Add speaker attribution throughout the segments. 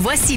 Speaker 1: Voici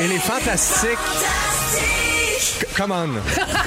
Speaker 2: Elle est fantastique. Come on.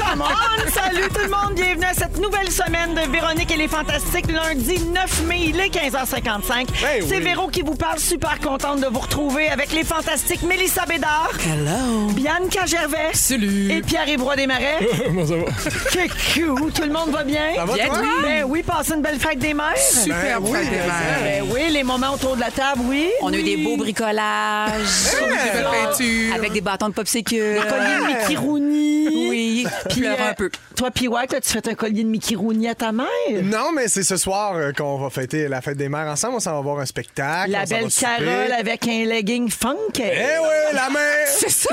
Speaker 3: Come on! Salut tout le monde, bienvenue à cette nouvelle semaine de Véronique et les Fantastiques, lundi 9 mai, il est 15h55.
Speaker 2: Ben
Speaker 3: C'est
Speaker 2: oui.
Speaker 3: Véro qui vous parle, super contente de vous retrouver avec les Fantastiques Mélissa Bédard,
Speaker 4: Hello.
Speaker 3: Bianca Gervais
Speaker 4: Salut.
Speaker 3: et Pierre-Yvroy Desmarais.
Speaker 2: Bon, ça va.
Speaker 3: que cool, tout le monde va bien?
Speaker 2: Ça va,
Speaker 4: Bien,
Speaker 2: toi?
Speaker 4: oui.
Speaker 3: Ben oui, passez une belle fête des mères.
Speaker 4: Super
Speaker 2: oui,
Speaker 4: fête des
Speaker 2: ben
Speaker 4: mères.
Speaker 3: Ben oui, les moments autour de la table, oui.
Speaker 4: On a eu des beaux
Speaker 5: Ah,
Speaker 4: bricolages.
Speaker 2: Ouais.
Speaker 4: On a eu des belles
Speaker 2: peintures.
Speaker 4: Avec des bâtons de popsicle.
Speaker 3: Collier de Mickey Rooney.
Speaker 4: Oui.
Speaker 3: Puis,
Speaker 4: Pleure
Speaker 3: euh,
Speaker 4: un peu.
Speaker 3: Toi, puis ouais, tu fais un collier de Mickey Rooney à ta mère?
Speaker 2: Non, mais c'est ce soir euh, qu'on va fêter la fête des mères ensemble. On s'en va voir un spectacle.
Speaker 3: La
Speaker 2: on s'en
Speaker 3: belle
Speaker 2: va souper.
Speaker 3: Carole avec un legging funk.
Speaker 2: Eh oui, la mère!
Speaker 4: C'est ça,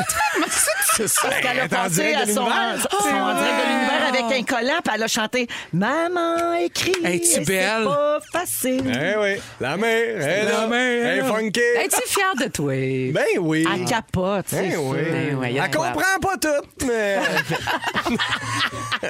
Speaker 2: C'est ça.
Speaker 3: Parce qu'elle
Speaker 2: Elle
Speaker 3: a
Speaker 2: est en
Speaker 3: pensé
Speaker 2: direct
Speaker 3: à
Speaker 2: de
Speaker 3: son, Ah!
Speaker 2: l'univers.
Speaker 3: son- son- en direct de l'univers avec un collant, puis elle a chanté Maman écrit.
Speaker 4: Es-tu
Speaker 3: et
Speaker 4: belle?
Speaker 3: C'est pas facile.
Speaker 2: Eh oui, la mère, elle
Speaker 4: La
Speaker 2: a-
Speaker 4: mère,
Speaker 2: elle est
Speaker 4: elle a-
Speaker 2: funky.
Speaker 4: Es-tu fière de toi?
Speaker 2: Ben oui.
Speaker 3: Elle capote,
Speaker 2: Ben
Speaker 3: c'est
Speaker 2: oui.
Speaker 4: Ben oui, y a
Speaker 2: Elle
Speaker 4: de quoi.
Speaker 2: comprend pas tout, mais.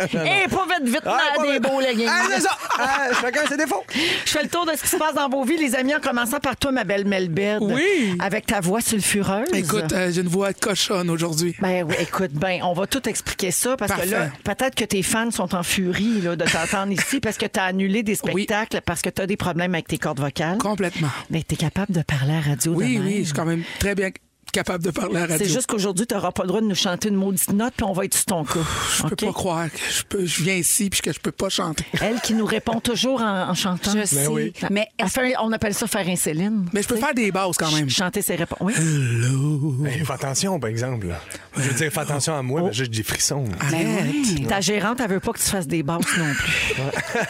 Speaker 3: sûr. Et pas vite, vite,
Speaker 2: Ah,
Speaker 3: là,
Speaker 2: pas
Speaker 3: des
Speaker 2: vrai.
Speaker 3: beaux leggings.
Speaker 2: Ah, c'est ça. Ah, chacun ses défauts.
Speaker 3: Je fais le tour de ce qui se passe dans vos vies, les amis, en commençant par toi, ma belle Melbert.
Speaker 5: Oui.
Speaker 3: Avec ta voix sulfureuse.
Speaker 5: Écoute, euh, j'ai une voix de cochonne aujourd'hui.
Speaker 3: Ben oui, écoute, ben, on va tout expliquer ça parce que
Speaker 5: Parfait.
Speaker 3: là, peut-être que tes fans sont en furie là, de t'entendre ici parce que t'as annulé des
Speaker 5: Oui.
Speaker 3: spectacles parce que t'as des problèmes avec tes cordes vocales.
Speaker 5: Complètement.
Speaker 3: Mais t'es capable de parler à la radio
Speaker 5: Oui,
Speaker 3: de même.
Speaker 5: oui, je suis quand même très bien capable de parler à la radio.
Speaker 3: C'est juste qu'aujourd'hui, t'auras pas le droit de nous chanter une maudite note, puis on va être sur ton cas.
Speaker 5: Je peux pas croire que je, peux, je viens ici puis que je peux pas chanter.
Speaker 3: Elle qui nous répond toujours en, en chantant.
Speaker 4: Je sais.
Speaker 2: oui.
Speaker 4: Mais
Speaker 3: Elle fait un- on appelle ça faire un Céline.
Speaker 5: Ben Mais je peux
Speaker 3: Tu sais.
Speaker 5: faire des bases quand même. Euh,
Speaker 3: Ch- Chanter ses réponses. Oui.
Speaker 2: Ben, fais attention, par exemple. là. Je veux dire, fais attention à moi, mais j'ai des frissons. là.
Speaker 4: Ben
Speaker 5: Arrête.
Speaker 3: Ben, Ta gérante, elle veut pas que tu fasses des basses non plus.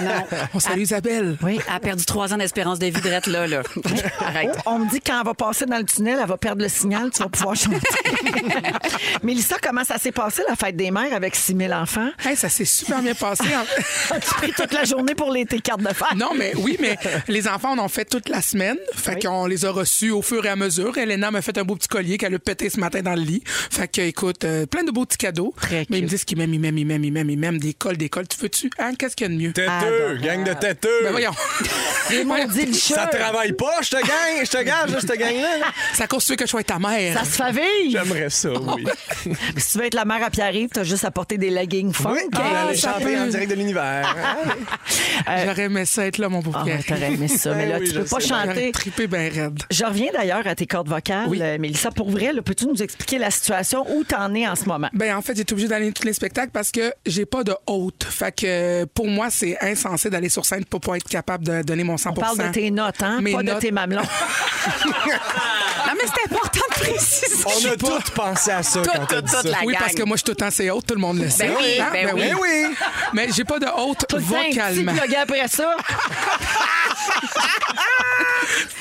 Speaker 4: non.
Speaker 5: On salue
Speaker 4: Ah.
Speaker 5: Isabelle.
Speaker 3: Oui.
Speaker 4: Elle a perdu trois ans d'espérance de vie drette, là, là. Arrête.
Speaker 3: Oh, on me dit que quand elle va passer dans le tunnel, elle va perdre le signal, tu vas pouvoir chanter. Mélissa, comment ça s'est passé la fête des mères avec 6000 enfants?
Speaker 5: Hey, ça s'est super bien passé. en-
Speaker 3: As-tu pris toute la journée pour les, tes cartes de fête?
Speaker 5: Non, mais oui, mais les enfants, on en fait toute la semaine. Fait qu'on les a reçus au fur et à mesure. Elena m'a fait un beau petit collier qu'elle a pété ce matin dans le lit. Fait que, écoute, euh, plein de beaux petits cadeaux.
Speaker 3: Très
Speaker 5: mais ils
Speaker 3: cute.
Speaker 5: me disent qu'ils m'aiment, ils m'aiment, ils m'aiment, ils m'aiment, ils m'aiment. Des cols, des cols. Tu veux-tu? Hein? Qu'est-ce qu'il y a de mieux?
Speaker 2: Têteux, gang de têteux.
Speaker 5: Ben voyons.
Speaker 3: Les maudits licheurs.
Speaker 2: Ça travaille pas, je te gagne, je te gagne, je te gagne là.
Speaker 5: Ça constitue que je sois ta mère.
Speaker 3: Ça se faville!
Speaker 2: J'aimerais ça, oui.
Speaker 3: Si tu veux être la mère à Pierre-Yves, t'as juste à porter des leggings funk. Euh,
Speaker 2: Oui, on va aller
Speaker 5: ça
Speaker 2: chanter
Speaker 5: peut.
Speaker 2: en direct de l'univers.
Speaker 5: J'aurais aimé ça être là, mon pauvre
Speaker 3: Ah,
Speaker 5: Pierre.
Speaker 3: ouais, t'aurais aimé ça, mais
Speaker 2: Ben
Speaker 3: là,
Speaker 2: oui,
Speaker 3: tu
Speaker 2: je
Speaker 3: peux pas
Speaker 2: sais.
Speaker 5: J'aurais
Speaker 3: chanter.
Speaker 5: trippé bien raide.
Speaker 3: Je reviens d'ailleurs à tes cordes vocales, euh, Mélissa. Pour vrai, là, peux-tu nous expliquer la situation où t'en es en ce moment?
Speaker 5: Ben en fait, j'étais obligée d'aller à tous les spectacles parce que j'ai pas de hôte. Fait que euh, pour moi, c'est insensé d'aller sur scène pour pas être capable de donner mon 100%.
Speaker 3: On parle de tes notes, hein?
Speaker 5: Mes
Speaker 3: pas de
Speaker 5: notes.
Speaker 3: tes mamelons.
Speaker 4: Non, mais c'est important de préciser.
Speaker 2: On a tous pensé à ça quand on
Speaker 4: toute,
Speaker 2: dit
Speaker 4: toute
Speaker 2: ça.
Speaker 4: la-
Speaker 5: oui,
Speaker 4: gang.
Speaker 5: parce que moi, je suis tout le temps c'est haute, tout le monde le sait.
Speaker 4: oui,
Speaker 5: Hein?
Speaker 4: ben
Speaker 2: Ben oui.
Speaker 5: Mais j'ai pas de hôte
Speaker 3: Tout le temps, un petit
Speaker 5: vocalement.
Speaker 3: plug après ça.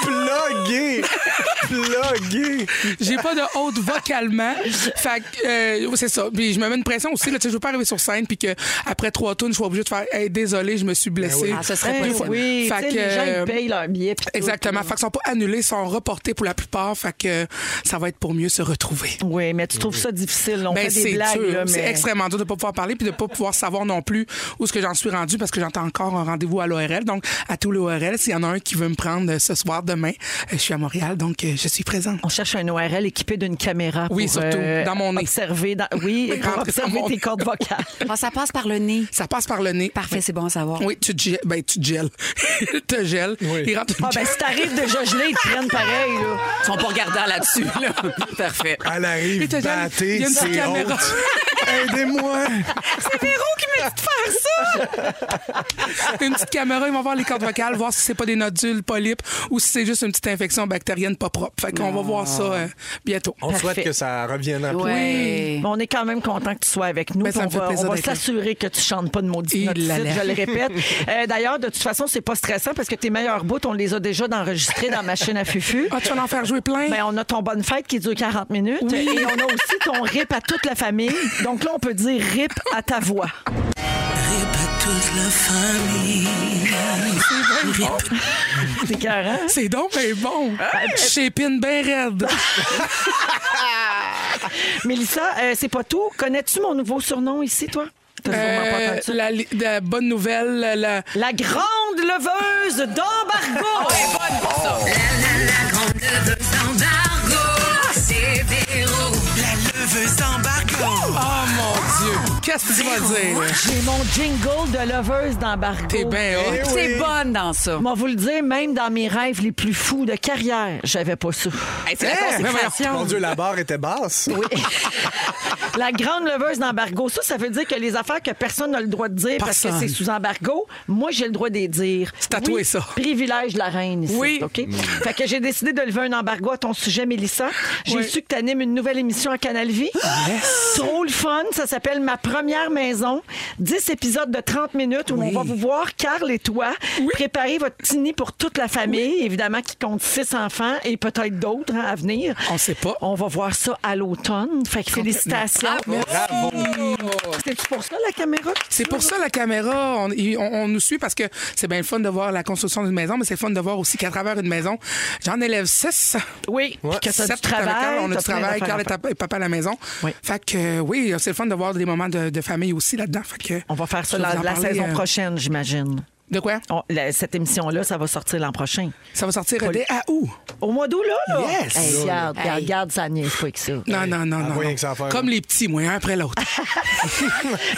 Speaker 2: Plugué. Plugué.
Speaker 5: J'ai pas de haute vocalement. Fait que, euh, c'est ça. Puis je me mets une pression aussi. Là, Tu sais, je veux pas arriver sur scène puis que après trois tunes, je sois obligée de faire Hey, désolé, je me suis blessée.
Speaker 4: Ah, ce serait
Speaker 3: Eh
Speaker 4: pas
Speaker 5: possible.
Speaker 3: oui,
Speaker 5: Fait
Speaker 3: tu sais,
Speaker 5: que,
Speaker 3: les gens, ils
Speaker 5: euh,
Speaker 3: payent leur billet. pis tout.
Speaker 5: Exactement. Fait qu'ils sont pas annulés, sont reportés pour la plupart. Fait que ça va être pour mieux se retrouver.
Speaker 3: Oui, mais tu trouves ça difficile. On
Speaker 5: Ben,
Speaker 3: fait des
Speaker 5: c'est
Speaker 3: blagues,
Speaker 5: dur.
Speaker 3: là,
Speaker 5: C'est
Speaker 3: mais...
Speaker 5: extrêmement dur de pas pouvoir parler puis de pas pouvoir savoir non plus où ce que j'en suis rendu parce que j'entends encore un rendez-vous à l'ORL. Donc, à tous les ORL, s'il y en a un qui veut me prendre euh, ce soir, demain, euh, je suis à Montréal, donc euh, je suis présente.
Speaker 3: On cherche un ORL équipé d'une caméra
Speaker 5: Oui,
Speaker 3: pour
Speaker 5: surtout,
Speaker 3: euh,
Speaker 5: dans mon nez.
Speaker 3: observer, dans- oui, pour
Speaker 5: Rentrer dans
Speaker 3: observer
Speaker 5: mon
Speaker 3: tes
Speaker 5: nez.
Speaker 3: cordes vocales.
Speaker 4: Ah, ça passe par le nez.
Speaker 5: Ça passe par le nez.
Speaker 4: Parfait, c'est bon à savoir.
Speaker 5: Oui, tu te gèles. Ben, tu te gèles. te gèles.
Speaker 2: Oui.
Speaker 5: Il rentre une
Speaker 3: Ah ben si t'arrives déjà gelé, ils te prennent pareil. Là.
Speaker 4: Ils sont pas regardants là-dessus, là. Parfait.
Speaker 2: Elle
Speaker 5: Il
Speaker 2: arrive
Speaker 5: te gèle. Il y a
Speaker 2: battée,
Speaker 5: une petite
Speaker 2: c'est
Speaker 5: caméra.
Speaker 2: haute. Aidez-moi.
Speaker 4: C'est Véro qui me
Speaker 3: Ah,
Speaker 5: de faire ça? une petite caméra, ils vont voir les cordes vocales, voir si c'est pas des nodules, polypes ou si c'est juste une petite infection bactérienne pas propre. Fait qu'on va voir ça euh, bientôt.
Speaker 2: On souhaite que ça revienne rapidement.
Speaker 3: Mais ben, on est quand même content que tu sois avec nous.
Speaker 5: Ben, ça
Speaker 3: puis
Speaker 5: me fait
Speaker 3: on va,
Speaker 5: plaisir
Speaker 3: on va
Speaker 5: d'être là.
Speaker 3: s'assurer que tu chantes pas de maudit
Speaker 5: Il
Speaker 3: notre
Speaker 5: la lève.
Speaker 3: je le répète. Euh, D'ailleurs, de toute façon, c'est pas stressant parce que tes meilleurs bouts, on les a déjà enregistrés dans Machine à Fufu.
Speaker 5: Ah, tu vas en faire jouer plein?
Speaker 3: Ben, on a ton bonne fête qui dure 40 minutes et on a aussi ton rip à toute la famille. Donc là, on peut dire rip à ta voix. C'est carré.
Speaker 5: C'est donc ben bon. Chépine bien raide.
Speaker 3: Ah, Mélissa, euh, c'est pas tout. Connais-tu mon nouveau surnom ici, toi? T'as sûrement pas
Speaker 5: Euh,
Speaker 3: entendu ça.
Speaker 5: la, li- la bonne nouvelle, la- la,
Speaker 3: La grande leveuse
Speaker 5: Ah,
Speaker 3: d'embargo!
Speaker 5: Oh mon Dieu! Qu'est-ce que tu vas dire? Eh là?
Speaker 3: J'ai mon jingle de leveuse d'embargo.
Speaker 5: T'es bien
Speaker 2: Eh
Speaker 5: hot.
Speaker 4: T'es Eh bonne dans ça.
Speaker 3: Moi, vous le dire, même dans mes rêves les plus fous de carrière, j'avais pas ça.
Speaker 4: Hey, c'est la
Speaker 5: Hein? Mais voyons.
Speaker 4: consécration.
Speaker 2: Eh, Mon Dieu, la barre était basse.
Speaker 3: La grande leveuse d'embargo, ça, ça veut dire que les affaires que personne n'a le droit de dire parce
Speaker 5: Personne.
Speaker 3: que c'est sous embargo, moi, j'ai le droit de les dire.
Speaker 5: C'est tatoué,
Speaker 3: Oui,
Speaker 5: ça.
Speaker 3: Privilège de la reine ici.
Speaker 5: Oui.
Speaker 3: OK? Fait que j'ai décidé de lever un embargo à ton sujet, Mélissa. J'ai
Speaker 5: Oui.
Speaker 3: su que tu animes une nouvelle émission à Canal Vie.
Speaker 5: Ah,
Speaker 3: Trop le fun. Ça s'appelle Ma première maison. 10 épisodes de 30 minutes où on va vous voir, Carl et toi, préparer votre petit nid pour toute la famille, évidemment, qui compte six enfants et peut-être d'autres hein, à venir.
Speaker 5: On sait pas. Ah,
Speaker 3: On va voir ça à l'automne. Fait que félicitations.
Speaker 2: Bravo.
Speaker 3: C'est pour ça la caméra?
Speaker 5: C'est pour ça la caméra, on, y- on- on nous suit parce que c'est bien le fun de voir la construction d'une maison, mais c'est le fun de voir aussi qu'à travers une maison, j'en élève six.
Speaker 3: Oui, puis que t'as
Speaker 5: Sept
Speaker 3: du travail.
Speaker 5: avec Carl, on
Speaker 3: t'as
Speaker 5: a du
Speaker 3: plein
Speaker 5: travail,
Speaker 3: d'affaires
Speaker 5: Carl
Speaker 3: à
Speaker 5: est
Speaker 3: faire.
Speaker 5: papa- et papa à la maison.
Speaker 3: Oui.
Speaker 5: Fait que euh, oui, c'est le fun de voir des moments de, de famille aussi là-dedans. Fait que,
Speaker 3: On va faire ça
Speaker 5: je vais
Speaker 3: la,
Speaker 5: vous en
Speaker 3: la
Speaker 5: parler,
Speaker 3: saison
Speaker 5: euh,
Speaker 3: prochaine, j'imagine.
Speaker 5: De quoi?
Speaker 3: On- la- cette émission-là, ça va sortir l'an prochain.
Speaker 5: Ça va sortir dès à août.
Speaker 3: Au mois d'août, là? là.
Speaker 2: Yes!
Speaker 3: Hey, regarde, regarde, regarde, ça niaise pas avec ça.
Speaker 5: Non, non, non,
Speaker 2: Ah,
Speaker 5: non.
Speaker 2: voyons
Speaker 5: non.
Speaker 2: que ça va faire.
Speaker 5: Comme les petits, moi, un après l'autre.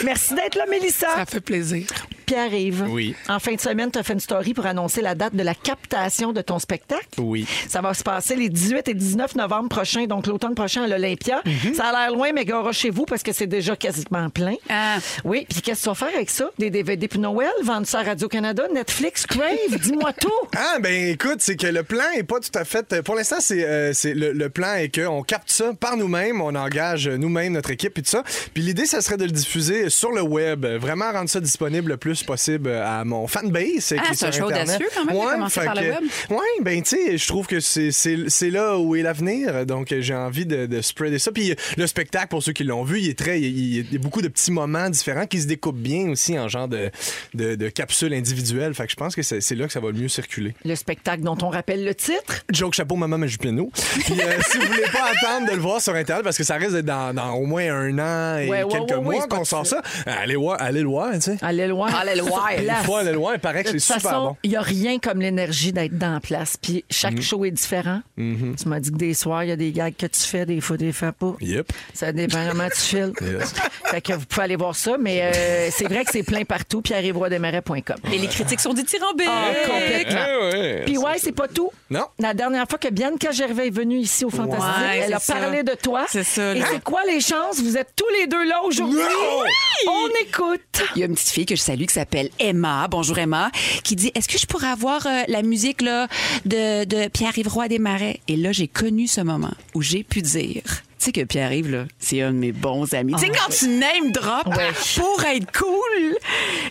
Speaker 3: Merci d'être là, Mélissa.
Speaker 5: ça fait plaisir.
Speaker 3: Pierre-Yves,
Speaker 2: Oui.
Speaker 3: en fin de semaine, tu as fait une story pour annoncer la date de la captation de ton spectacle.
Speaker 2: Oui.
Speaker 3: Ça va se passer les 18 et 19 novembre prochains, donc l'automne prochain à l'Olympia. Ça a l'air loin, mais gars, chez vous parce que c'est déjà quasiment plein.
Speaker 4: Ah.
Speaker 3: Oui, puis qu'est-ce que tu vas faire avec ça? Des DVD pour Noël, vendre ça à Radio-Canada, Netflix, Crave, dis-moi tout!
Speaker 2: Ah ben écoute, c'est que le plan est pas tout à fait. Pour l'instant, c'est euh, c'est- le, le plan est qu'on capte ça par nous-mêmes, on engage euh, nous-mêmes notre équipe et tout ça. Puis l'idée, ça serait de le diffuser sur le web, euh, vraiment rendre ça disponible le plus possible euh, à mon fanbase. euh,
Speaker 4: Ah,
Speaker 2: qui est
Speaker 4: c'est un
Speaker 2: sur
Speaker 4: choix
Speaker 2: Internet.
Speaker 4: audacieux quand même de commencer
Speaker 2: fait
Speaker 4: par le
Speaker 2: que-
Speaker 4: web.
Speaker 2: Ouais, ben tu sais, je trouve que c'est- c'est c'est là où est l'avenir, donc euh, j'ai envie de, de spreader ça. Puis euh, le spectacle, pour ceux qui l'ont vu, il est très, il, il y a beaucoup de petits moments différents qui se découpent bien aussi en genre de, de, de capsules individuelles. Fait que je pense que c'est c'est là que ça va le mieux circuler.
Speaker 3: Le spectacle dont on rappelle le titre.
Speaker 2: Joke chapeau maman mais Jupino. Puis euh, si vous voulez pas attendre de le voir sur internet parce que ça risque d'être dans, dans au moins un an et
Speaker 3: Ouais, ouais,
Speaker 2: quelques
Speaker 3: ouais, ouais,
Speaker 2: mois
Speaker 3: c'est pas
Speaker 2: qu'on
Speaker 3: tout
Speaker 2: sort ça, allez voir, allez le voir, tu sais.
Speaker 3: Allez loin.
Speaker 4: Allez loin.
Speaker 3: Sur
Speaker 4: Une
Speaker 3: place.
Speaker 2: Une fois allez le voir, il paraît
Speaker 3: De
Speaker 2: que c'est
Speaker 3: toute
Speaker 2: super
Speaker 3: façon,
Speaker 2: bon. Mhm.
Speaker 3: il n'y a rien comme l'énergie d'être dans la place. Puis chaque show est différent. Tu m'as dit que des soirs, il y a des gags que tu fais, des fois, des fais pas.
Speaker 2: Yep.
Speaker 3: Ça dépend comment tu files.
Speaker 2: Yes.
Speaker 3: Fait que vous pouvez aller voir ça, mais euh, c'est vrai que c'est plein partout. Pierre-Évroy-Desmarais.com.
Speaker 4: Et les critiques sont des tyrambiques.
Speaker 3: Ah, complètement.
Speaker 2: Eh ouais.
Speaker 3: Puis ouais, c'est pas tout.
Speaker 2: Non.
Speaker 3: La dernière fois que Bianca Gervais est venue ici au Fantastique,
Speaker 4: Ouais,
Speaker 3: elle a
Speaker 4: c'est
Speaker 3: parlé
Speaker 4: ça.
Speaker 3: de toi.
Speaker 4: C'est ça,
Speaker 3: Et
Speaker 4: là.
Speaker 3: c'est quoi les chances? Vous êtes tous les deux là aujourd'hui.
Speaker 2: Non!
Speaker 3: Oui! On écoute.
Speaker 4: Il y a une petite fille que je salue qui s'appelle Emma. Bonjour Emma. Qui dit Est-ce que je pourrais avoir euh, la musique là, de, de Pierre-Yves Roy des Marais Et là, j'ai connu ce moment où j'ai pu dire. Tu sais que Pierre-Yves, là, c'est un de mes bons amis. Tu sais, quand tu name drop pour être cool.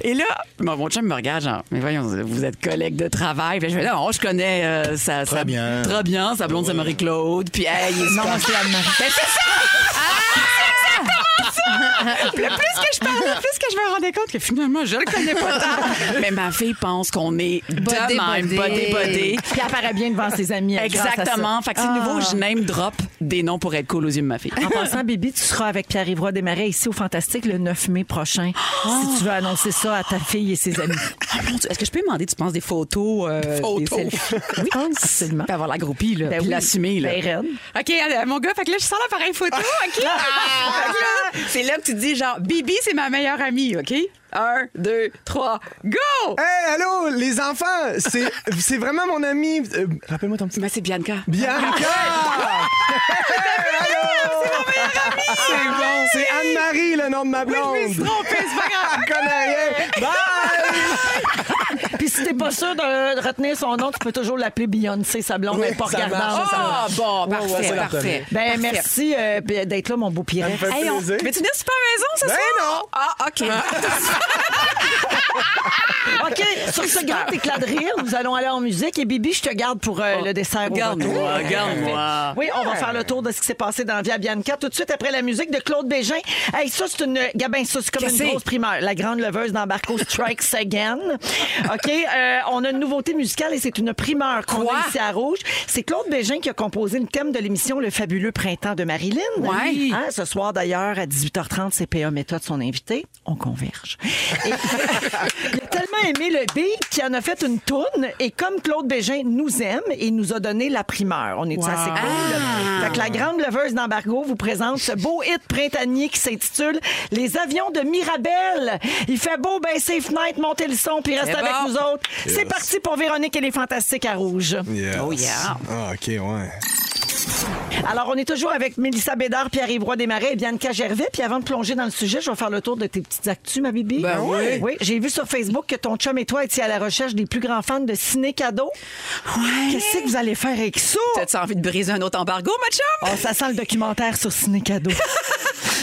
Speaker 4: Et là, mon, mon chum me regarde, genre, mais voyons, vous êtes collègues de travail. Puis je fais, non, je connais euh, sa, Très
Speaker 6: bien.
Speaker 4: Très bien, sa blonde, c'est Marie-Claude. Puis, hey, il est super- Ben, c'est ça! le plus que je parlais, le plus que je me rendais compte que finalement, je le connais pas tant. Mais ma fille pense qu'on est
Speaker 7: Bodé,
Speaker 4: de même,
Speaker 7: bodé.
Speaker 4: bodé, bodé.
Speaker 3: Puis elle paraît bien devant ses amis. elle, grâce à ça.
Speaker 4: Exactement. Fait que c'est nouveau, je name drop des noms pour être cool aux yeux de ma fille.
Speaker 3: Ah. En passant, Bibi, tu seras avec Pierre-Yvroy Desmarais ici au Fantastique le 9 mai prochain. Si tu veux annoncer ça à ta fille et ses amis.
Speaker 4: Oh mon Dieu, Est-ce que je peux demander, tu penses, des photos? euh, des
Speaker 5: Photos.
Speaker 4: selfies? Oui,
Speaker 3: absolument.
Speaker 4: absolument. Puis avoir la groupie, là,
Speaker 3: Ben
Speaker 4: puis
Speaker 3: oui.
Speaker 4: l'assumer, là. Ah.
Speaker 3: Ben, raide.
Speaker 4: OK, allez, mon gars, fait que là, je sors l'appareil photo, OK? Fait que là, c'est là que tu dis, genre, Bibi, c'est ma meilleure amie, OK? Un, deux, trois, go!
Speaker 2: Hey, allô, les enfants, c'est c'est vraiment mon ami. euh, Rappelle-moi ton petit.
Speaker 4: Mais c'est Bianca.
Speaker 2: Bianca! C'est bon! C'est Anne-Marie, le nom de ma blonde!
Speaker 4: Je me suis trompée, c'est pas grave.
Speaker 2: Elle connaît rien! Bye!
Speaker 3: Puis si t'es pas sûr de retenir son nom, tu peux toujours l'appeler Beyoncé, sa blonde,
Speaker 2: Oui,
Speaker 3: elle est pas
Speaker 2: ça
Speaker 3: regardante.
Speaker 2: marche, ça marche.
Speaker 4: Ah, bon,
Speaker 2: Ouais, ouais,
Speaker 4: parfait,
Speaker 2: c'est la
Speaker 4: parfait.
Speaker 3: Ben,
Speaker 4: parfait.
Speaker 3: merci euh, b- d'être là, mon
Speaker 2: Ça
Speaker 3: beau
Speaker 2: me
Speaker 3: Pierre.
Speaker 2: fait
Speaker 4: Hey, on...
Speaker 2: plaisir.
Speaker 4: Veux-tu venir super maison ce
Speaker 2: Ben
Speaker 4: soir?
Speaker 2: non.
Speaker 4: Ah, OK.
Speaker 3: OK, sur ce grand éclat de rire, nous allons aller en musique. Et Bibi, je te garde pour euh, le dessert. au retour.
Speaker 4: Regarde-moi, regarde-moi.
Speaker 3: Oui, on va faire le tour de ce qui s'est passé dans Via Bianca tout de suite après la musique de Claude Bégin. Hey, ça, c'est une. Gabin, ça, c'est comme
Speaker 4: Qu'est-ce
Speaker 3: une grosse primeur. La grande leveuse dans Barco Strikes Again. OK? euh, on a une nouveauté musicale et c'est une primeur qu'on
Speaker 4: Quoi?
Speaker 3: a ici à Rouge. C'est Claude Bégin qui a composé le thème de l'émission Le fabuleux printemps de Marilyn.
Speaker 4: Ouais.
Speaker 3: Hein, ce soir, d'ailleurs, à 18h30, CPA Méthode, son invité. On converge. Et- il a tellement aimé le beat qu'il en a fait une toune. Et comme Claude Bégin nous aime, il nous a donné la primeur. On est
Speaker 5: Wow.
Speaker 3: assez cool.
Speaker 4: Ah!
Speaker 3: Fait que la grande leveuse d'embargo vous présente ce beau hit printanier qui s'intitule Les avions de Mirabelle. Il fait beau, baisser les fenêtres, monter le son, puis reste
Speaker 4: C'est
Speaker 3: avec
Speaker 4: bon.
Speaker 3: nous autres. C'est parti pour Véronique et les Fantastiques à Rouge.
Speaker 2: Yes.
Speaker 4: Oh, yeah.
Speaker 2: Ah, OK, ouais.
Speaker 3: Alors, on est toujours avec Mélissa Bédard, Pierre-Yves Roy Desmarais et Bianca Gervais. Puis avant de plonger dans le sujet, je vais faire le tour de tes petites actus, ma bibi.
Speaker 4: Ben oui.
Speaker 3: Oui, j'ai vu sur Facebook que ton chum et toi étiez à la recherche des plus grands fans de ciné-cadeaux. Qu'est-ce que vous allez faire avec ça?
Speaker 4: T'as-tu envie de briser un autre embargo, ma chum?
Speaker 3: Oh, ça sent le documentaire sur ciné-cadeaux.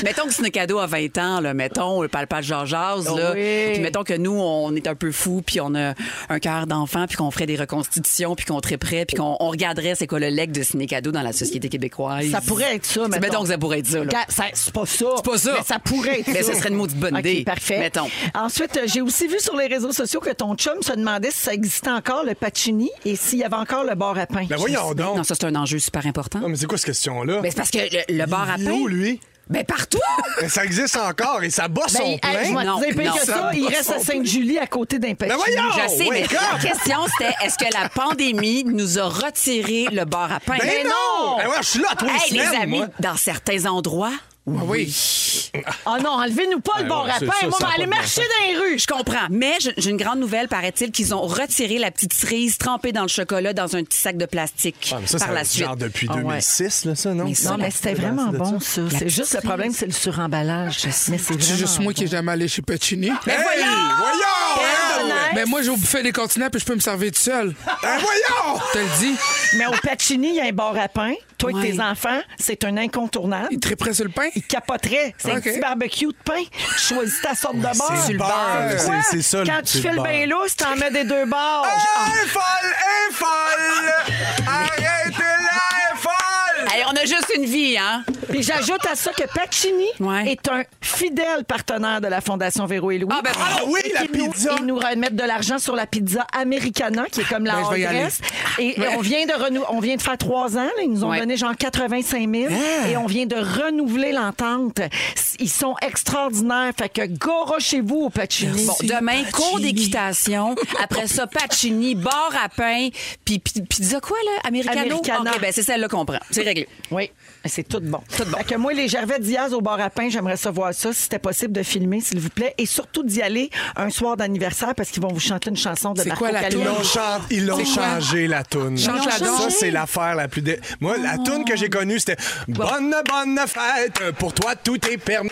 Speaker 4: Mettons que c'est un cadeau à 20 ans, là, mettons, le palpage georges là.
Speaker 3: oui.
Speaker 4: Puis mettons que nous, on est un peu fous, puis on a un cœur d'enfant, puis qu'on ferait des reconstitutions, puis qu'on triperait, puis qu'on on regarderait c'est quoi le leg de ciné-cadeau dans la société québécoise.
Speaker 3: Ça pourrait être ça, mettons.
Speaker 4: Mettons que ça pourrait être ça, là.
Speaker 3: Ga- ça- C'est pas ça. C'est
Speaker 4: pas ça.
Speaker 3: Mais ça pourrait être
Speaker 4: Mais
Speaker 3: ça.
Speaker 4: ce serait une maudite bonne
Speaker 3: OK,
Speaker 4: idée.
Speaker 3: parfait.
Speaker 4: Mettons.
Speaker 3: Ensuite, euh, j'ai aussi vu sur les réseaux sociaux que ton chum se demandait si ça existait encore, le pacini, et s'il y avait encore le bar à pain.
Speaker 2: Ben voyons donc.
Speaker 4: Non, ça, c'est un enjeu super important.
Speaker 2: Non, Oh, mais c'est quoi cette question-là?
Speaker 4: Ben, c'est parce que le, le bar à
Speaker 2: Il est
Speaker 4: pain.
Speaker 2: où, lui?
Speaker 4: Ben, partout!
Speaker 2: Ben, ça existe encore et ça bat
Speaker 3: Ben,
Speaker 2: son
Speaker 3: hey, je
Speaker 2: plein.
Speaker 3: vais
Speaker 4: Non,
Speaker 3: te dire pire
Speaker 4: non, ça
Speaker 3: que ça,
Speaker 4: va
Speaker 3: il reste à Sainte-Julie à côté d'un
Speaker 2: Ben
Speaker 3: pacini.
Speaker 2: voyons!
Speaker 4: Je sais, mais
Speaker 2: wake
Speaker 4: la
Speaker 2: up!
Speaker 4: question, c'était est-ce que la pandémie nous a retiré le bar à pain?
Speaker 2: Ben non! Ben ouais, je suis là tous les
Speaker 4: Hey, les
Speaker 2: semaines,
Speaker 4: amis,
Speaker 2: moi.
Speaker 4: dans certains endroits, oui.
Speaker 3: Ah non, enlevez-nous pas le
Speaker 2: Ben
Speaker 3: bar
Speaker 2: ouais,
Speaker 3: à
Speaker 2: c'est
Speaker 3: pain.
Speaker 2: ça,
Speaker 3: Moi,
Speaker 2: ça a
Speaker 3: on va
Speaker 2: pas
Speaker 3: aller
Speaker 2: de bon
Speaker 3: marcher dans les rues.
Speaker 4: Je comprends, mais j'ai j'ai une grande nouvelle, paraît-il, qu'ils ont retiré la petite cerise trempée dans le chocolat dans un petit sac de plastique
Speaker 2: Ah, mais ça,
Speaker 4: par
Speaker 2: ça
Speaker 4: la
Speaker 2: existe
Speaker 4: suite.
Speaker 2: genre depuis
Speaker 4: Ah ouais.
Speaker 2: 2006, là, ça, non?
Speaker 4: Mais ça,
Speaker 3: Non, mais c'était vraiment bon, ça.
Speaker 4: La
Speaker 3: C'est juste le
Speaker 4: petite
Speaker 3: problème, c'est le suremballage. Mais c'est
Speaker 5: C'est
Speaker 3: vraiment
Speaker 5: juste moi qui ai jamais allé chez Pacini.
Speaker 4: Mais
Speaker 2: Hey,
Speaker 4: Ben, voyons!
Speaker 2: voyons! hein!
Speaker 5: Ben moi, j'ai au buffet des continents puis je peux me servir tout seul.
Speaker 2: Ben voyons!
Speaker 5: Je te le dis.
Speaker 3: Mais au Pacini, il y a un bar à pain. Toi
Speaker 4: Ouais.
Speaker 3: et tes enfants, c'est un incontournable.
Speaker 5: Il triperait sur le pain.
Speaker 3: Capoterait. C'est un
Speaker 5: Ok.
Speaker 3: petit barbecue de pain. Tu choisis ta sorte de bar.
Speaker 2: C'est le beurre.
Speaker 3: Quoi?
Speaker 2: C'est- C'est ça,
Speaker 3: Quand
Speaker 2: c'est
Speaker 3: tu fais
Speaker 2: le
Speaker 3: le
Speaker 2: beurre.
Speaker 3: bain lousse, t'en mets des deux bords.
Speaker 2: Elle est folle! Elle est folle! Arrêtez-la! Elle est folle!
Speaker 4: Hey, on a juste une vie, hein?
Speaker 3: Et j'ajoute à ça que Pacini
Speaker 4: Ouais.
Speaker 3: est un fidèle partenaire de la Fondation Véro et Louis.
Speaker 4: Ah, ben bravo!
Speaker 2: Ah oui,
Speaker 3: Et
Speaker 2: la
Speaker 3: qu'ils nous-
Speaker 2: pizza!
Speaker 3: Ils nous remettent de l'argent sur la pizza Americana, qui est comme la
Speaker 5: Ben, je vais y
Speaker 3: Grèce. Et on vient de renou- on vient de faire trois ans. là. Ils nous ont
Speaker 4: Ouais.
Speaker 3: donné genre 85 000
Speaker 5: Ah.
Speaker 3: et on vient de renouveler l'entente. S- Ils sont extraordinaires. Fait que goro chez vous au Pacini.
Speaker 4: Bon, demain, cours d'équitation. Après ça, pacini, bar à pain, puis pi- pizza quoi, là? Americano?
Speaker 3: Americana.
Speaker 4: OK, ben c'est celle-là qu'on prend. C'est réglé.
Speaker 3: Oui, c'est tout bon. Fait que moi, les Gervais Diaz au bar à pain, j'aimerais savoir ça, si c'était possible de filmer, s'il vous plaît. Et surtout d'y aller un soir d'anniversaire parce qu'ils vont vous chanter une chanson de
Speaker 5: C'est
Speaker 3: Marco
Speaker 5: quoi la
Speaker 2: Ils
Speaker 3: Caliendo.
Speaker 5: toune?
Speaker 2: l'ont chan- Ils l'ont
Speaker 5: C'est quoi?
Speaker 2: changé, la toune.
Speaker 5: Change la
Speaker 2: Ça,
Speaker 5: donne.
Speaker 2: c'est l'affaire la plus... dé- Moi, la
Speaker 5: Oh.
Speaker 2: toune que j'ai connue, c'était « Bonne, bonne fête, pour toi, tout est permis.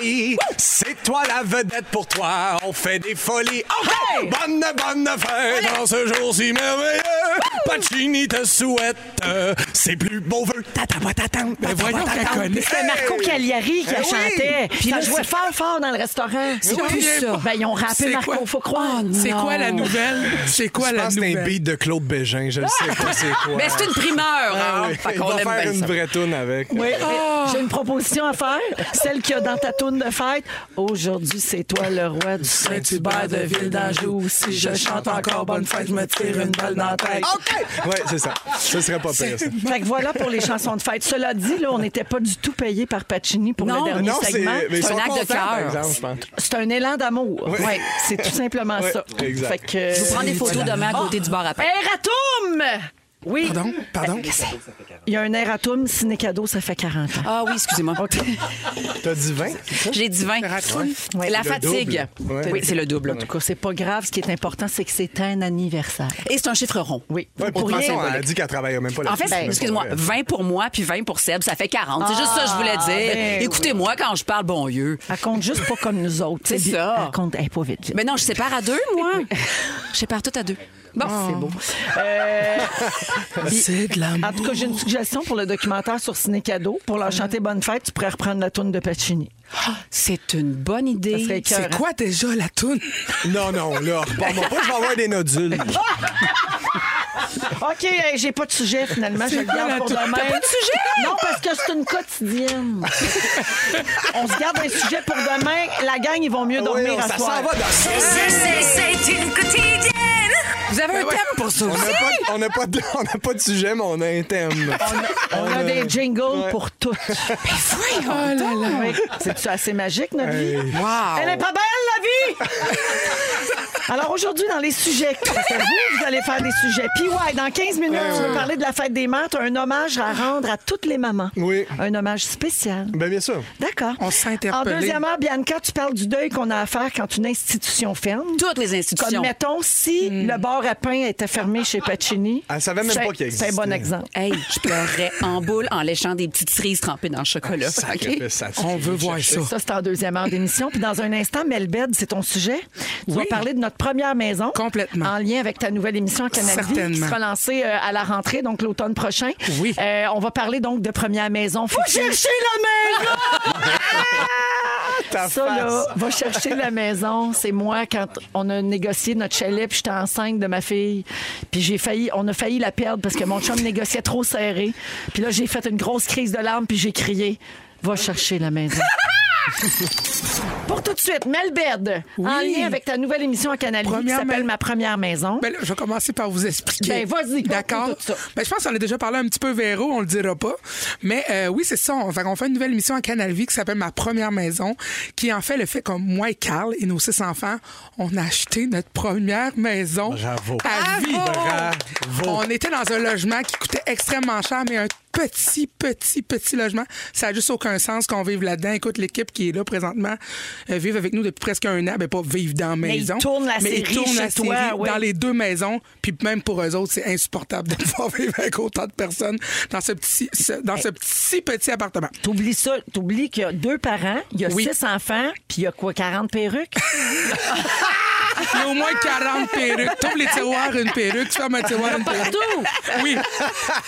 Speaker 2: C'est toi la vedette, pour toi, on fait des folies. OK! Bonne, bonne fête, dans ce jour si merveilleux. Pacini te souhaite euh, ses plus beaux vœux. Tatapatatang,
Speaker 5: Ben voyons
Speaker 2: tatapatatang.
Speaker 5: qu'elle connaît.
Speaker 3: C'était Marco
Speaker 2: Hey!
Speaker 3: Cagliari qui la
Speaker 2: Ben oui.
Speaker 3: chantait. Puis ça
Speaker 4: là,
Speaker 3: jouait fort, fort dans le restaurant. C'est
Speaker 5: plus ça.
Speaker 3: Ben, ils ont rappé
Speaker 5: C'est
Speaker 3: Marco,
Speaker 5: quoi?
Speaker 3: faut croire.
Speaker 5: C'est
Speaker 4: Non.
Speaker 5: quoi la nouvelle? C'est quoi
Speaker 2: Je
Speaker 5: la
Speaker 2: pense que c'est un
Speaker 5: nouvelle?
Speaker 2: beat de Claude Bégin, je le sais pas c'est quoi.
Speaker 4: Mais c'est une primeur,
Speaker 2: Ah
Speaker 4: hein?
Speaker 2: oui.
Speaker 4: Fait
Speaker 2: Il
Speaker 4: qu'on
Speaker 2: va
Speaker 4: aime
Speaker 2: faire
Speaker 4: bien
Speaker 2: une
Speaker 4: ça.
Speaker 2: vraie toune avec.
Speaker 3: Oui, mais j'ai une proposition à faire. Celle qu'il y a dans ta toune de fête. Aujourd'hui, c'est toi le roi du Saint-Hubert de Ville d'Anjou. Si je chante encore bonne fête, je me tire une balle dans la tête.
Speaker 2: Oui, c'est ça. Ce serait pas pire, ça.
Speaker 3: Fait que voilà pour les chansons de fête. Cela dit, là, on n'était pas du tout payé par Pacini pour
Speaker 4: Non.
Speaker 3: le dernier
Speaker 2: Non, c'est
Speaker 3: segment.
Speaker 2: mais ils
Speaker 4: C'est un
Speaker 2: sont
Speaker 4: acte de
Speaker 2: contents, par
Speaker 4: cœur.
Speaker 2: exemple, je pense.
Speaker 3: C'est un élan d'amour.
Speaker 2: Oui.
Speaker 3: Ouais, c'est tout simplement
Speaker 2: Oui,
Speaker 3: ça.
Speaker 2: exact.
Speaker 3: Fait que...
Speaker 4: Je vous prends des photos demain à côté du bar à pain.
Speaker 3: Eratum! Oui.
Speaker 5: Pardon? Pardon?
Speaker 3: Il y a un air atome, ciné cadeau, ça fait 40 ans.
Speaker 4: Ah oui, excusez-moi.
Speaker 2: T'as dit 20? c'est ça?
Speaker 4: J'ai dit 20.
Speaker 3: Ouais.
Speaker 4: La
Speaker 2: Le
Speaker 4: fatigue.
Speaker 2: double. Ouais.
Speaker 4: Oui, c'est le double.
Speaker 3: En tout cas, c'est pas grave. Ce qui est important, c'est que c'est un anniversaire.
Speaker 4: Et c'est un chiffre rond.
Speaker 3: Oui. Ben,
Speaker 2: Ouais,
Speaker 3: Vous
Speaker 2: pour de toute
Speaker 3: pourriez-
Speaker 2: façon, elle a dit qu'elle travaillait même pas
Speaker 4: En
Speaker 2: là-dessus,
Speaker 4: fait,
Speaker 2: c'est même
Speaker 4: excuse-moi,
Speaker 2: pas vrai.
Speaker 4: 20 pour moi puis 20 pour Seb, ça fait 40. c'est juste ça que je voulais dire.
Speaker 3: ben
Speaker 4: Écoutez-moi quand je parle bon Dieu.
Speaker 3: Elle compte juste pas comme nous autres.
Speaker 4: C'est
Speaker 3: T'sais,
Speaker 4: ça.
Speaker 3: Elle compte hey, pas vite. vite.
Speaker 4: Mais non, je sépare à deux, moi. Je sépare tout à deux. Bon,
Speaker 3: Ah,
Speaker 4: c'est beau.
Speaker 5: C'est de l'amour.
Speaker 3: En tout cas, j'ai une suggestion pour le documentaire sur Ciné Cadeau. Pour leur chanter Bonne Fête, tu pourrais reprendre la toune de Pacini.
Speaker 4: C'est une bonne
Speaker 3: Ça serait
Speaker 4: idée.
Speaker 5: C'est
Speaker 3: écœurant.
Speaker 5: quoi déjà la toune?
Speaker 2: Non, non, là, parle-moi pas, je vais avoir des nodules.
Speaker 3: OK, hey, j'ai pas de sujet finalement. Je le
Speaker 5: quoi
Speaker 3: garde
Speaker 5: la
Speaker 3: pour
Speaker 5: toune?
Speaker 3: demain.
Speaker 4: T'as pas de sujet?
Speaker 3: Non, parce que c'est une quotidienne. On se garde un sujet pour demain. La gang, ils vont mieux dormir
Speaker 2: Oui,
Speaker 3: à
Speaker 2: ça
Speaker 3: soir.
Speaker 2: s'en va dans
Speaker 1: C'est une quotidienne.
Speaker 4: Vous avez un thème pour ça
Speaker 2: On
Speaker 4: aussi?
Speaker 2: n'a pas, on n'a pas de- on n'a pas de sujet, mais on a un thème.
Speaker 3: On a des jingles pour toutes.
Speaker 4: Voyons donc.
Speaker 3: Oui. C'est-tu assez magique, notre vie?
Speaker 4: Oh Wow.
Speaker 3: Elle est pas belle, la vie! Alors aujourd'hui, dans les sujets, c'est vous, vous allez faire des sujets. Puis ouais, dans 15 minutes, tu veux parler de la fête des mères. Tu as un hommage à rendre à toutes les mamans.
Speaker 2: Oui.
Speaker 3: Un hommage spécial.
Speaker 2: Ben bien sûr.
Speaker 3: D'accord.
Speaker 5: On s'est
Speaker 3: En
Speaker 5: interpellé.
Speaker 3: deuxième heure, Bianca, tu parles du deuil qu'on a à faire quand une institution ferme.
Speaker 4: Toutes les
Speaker 3: Comme,
Speaker 4: institutions.
Speaker 3: mettons, si le bar à pain était fermé chez Pacini.
Speaker 2: Elle savait même
Speaker 3: c'est-
Speaker 2: pas qu'il
Speaker 3: C'est un bon
Speaker 2: existait.
Speaker 3: exemple.
Speaker 4: Hey, je pleurais en boule en léchant des petites cerises trempées dans le chocolat. OK?
Speaker 2: Sacré- ça-
Speaker 5: On veut voir ça.
Speaker 3: Ça, c'est en deuxième heure d'émission. Puis dans un instant, Melbed, c'est ton sujet. Tu vas parler de notre première maison.
Speaker 5: Complètement.
Speaker 3: En lien avec ta nouvelle émission à Canal Vie, qui
Speaker 5: Certainement.
Speaker 3: sera lancée euh, à la rentrée, donc l'automne prochain.
Speaker 5: Oui.
Speaker 3: Euh, on va parler donc de première maison. Faut chercher la maison!
Speaker 2: Ta
Speaker 3: Ça, là,
Speaker 2: face.
Speaker 3: va chercher la maison. C'est moi, quand on a négocié notre chalet, puis j'étais enceinte de ma fille. Puis j'ai failli, on a failli la perdre parce que mon chum négociait trop serré. Puis là, j'ai fait une grosse crise de larmes, puis j'ai crié Va chercher la maison. Pour tout de suite, Melbed, en
Speaker 5: Oui.
Speaker 3: lien avec ta nouvelle émission à Canal Vie qui
Speaker 5: Première
Speaker 3: s'appelle
Speaker 5: ma-
Speaker 3: Ma première maison.
Speaker 5: Ben là, je vais commencer par vous expliquer.
Speaker 3: Ben, vas-y, conte-nous
Speaker 5: D'accord.
Speaker 3: tout ça.
Speaker 5: Ben, je pense qu'on a déjà parlé un petit peu Véro, on le dira pas. Mais euh, oui, c'est ça. On fait, on fait une nouvelle émission à Canal Vie qui s'appelle Ma première maison, qui est en fait le fait que moi et Carl et nos six enfants, on a acheté notre première maison
Speaker 2: Bravo.
Speaker 5: à vie.
Speaker 2: Bravo.
Speaker 5: On était dans un logement qui coûtait extrêmement cher, mais un petit, petit, petit logement. Ça n'a juste aucun sens qu'on vive là-dedans. Écoute, l'équipe qui est là présentement euh, vive avec nous depuis presque un an. Ben, pas vivre dans la
Speaker 3: Mais ils
Speaker 5: maison.
Speaker 3: tournent la
Speaker 5: mais ils
Speaker 3: série
Speaker 5: tournent la
Speaker 3: chez toi,
Speaker 5: série
Speaker 3: ouais.
Speaker 5: dans les deux maisons. Puis même pour eux autres, c'est insupportable de pouvoir vivre avec autant de personnes dans ce petit, ce- dans ce petit, petit appartement.
Speaker 3: T'oublies ça, t'oublies qu'il y a deux parents, il y a
Speaker 5: Oui.
Speaker 3: six enfants, puis il y a quoi, 40 perruques?
Speaker 5: Il y a au moins 40 perruques. T'ouvres les tiroirs, une perruque. Tu fermes un tiroir, une perruque. Oui.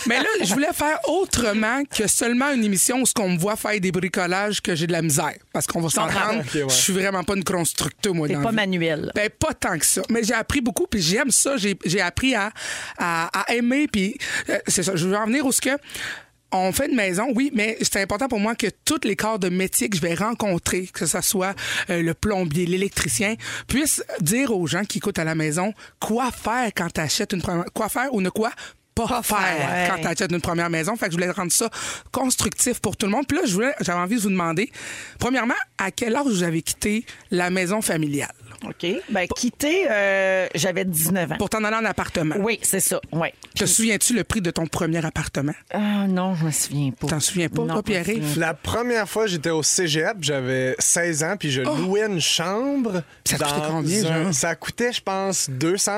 Speaker 5: Mais là, je voulais faire autrement que seulement une émission où ce qu'on me voit faire des bricolages que j'ai de la misère. Parce qu'on va s'entendre.
Speaker 2: Ok, ouais.
Speaker 5: Je suis vraiment pas une constructeur, moi,
Speaker 3: T'es
Speaker 5: dans la
Speaker 3: pas
Speaker 5: vie.
Speaker 3: manuel.
Speaker 5: Ben, pas tant que ça. Mais j'ai appris beaucoup, puis j'aime ça. J'ai j'ai appris à, à, à aimer, puis euh, c'est ça. Je veux en venir où ce que. On fait une maison, oui, mais c'est important pour moi que tous les corps de métier que je vais rencontrer, que ce soit euh, le plombier, l'électricien, puissent dire aux gens qui écoutent à la maison quoi faire quand tu achètes une première... quoi faire ou ne quoi pas, faire,
Speaker 3: faire.
Speaker 5: quand tu achètes une première maison. Fait que je voulais rendre ça constructif pour tout le monde. Puis là, je voulais- j'avais envie de vous demander, premièrement, à quel âge vous avez quitté la maison familiale?
Speaker 3: OK. Ben, quitter, euh, j'avais 19 ans.
Speaker 5: pour t'en aller en appartement.
Speaker 3: Oui, c'est ça. Oui.
Speaker 5: Te souviens-tu le prix de ton premier appartement?
Speaker 3: Ah non, je me souviens pas.
Speaker 5: T'en souviens pas,
Speaker 3: Non,
Speaker 5: toi,
Speaker 3: je me
Speaker 5: Pierre-Yves?
Speaker 3: souviens.
Speaker 2: La première fois, j'étais au cégep, j'avais 16 ans, puis je louais une chambre.
Speaker 5: Oh. Ça coûtait
Speaker 2: dans
Speaker 5: combien,
Speaker 2: un-
Speaker 5: genre?
Speaker 2: Ça coûtait, je pense,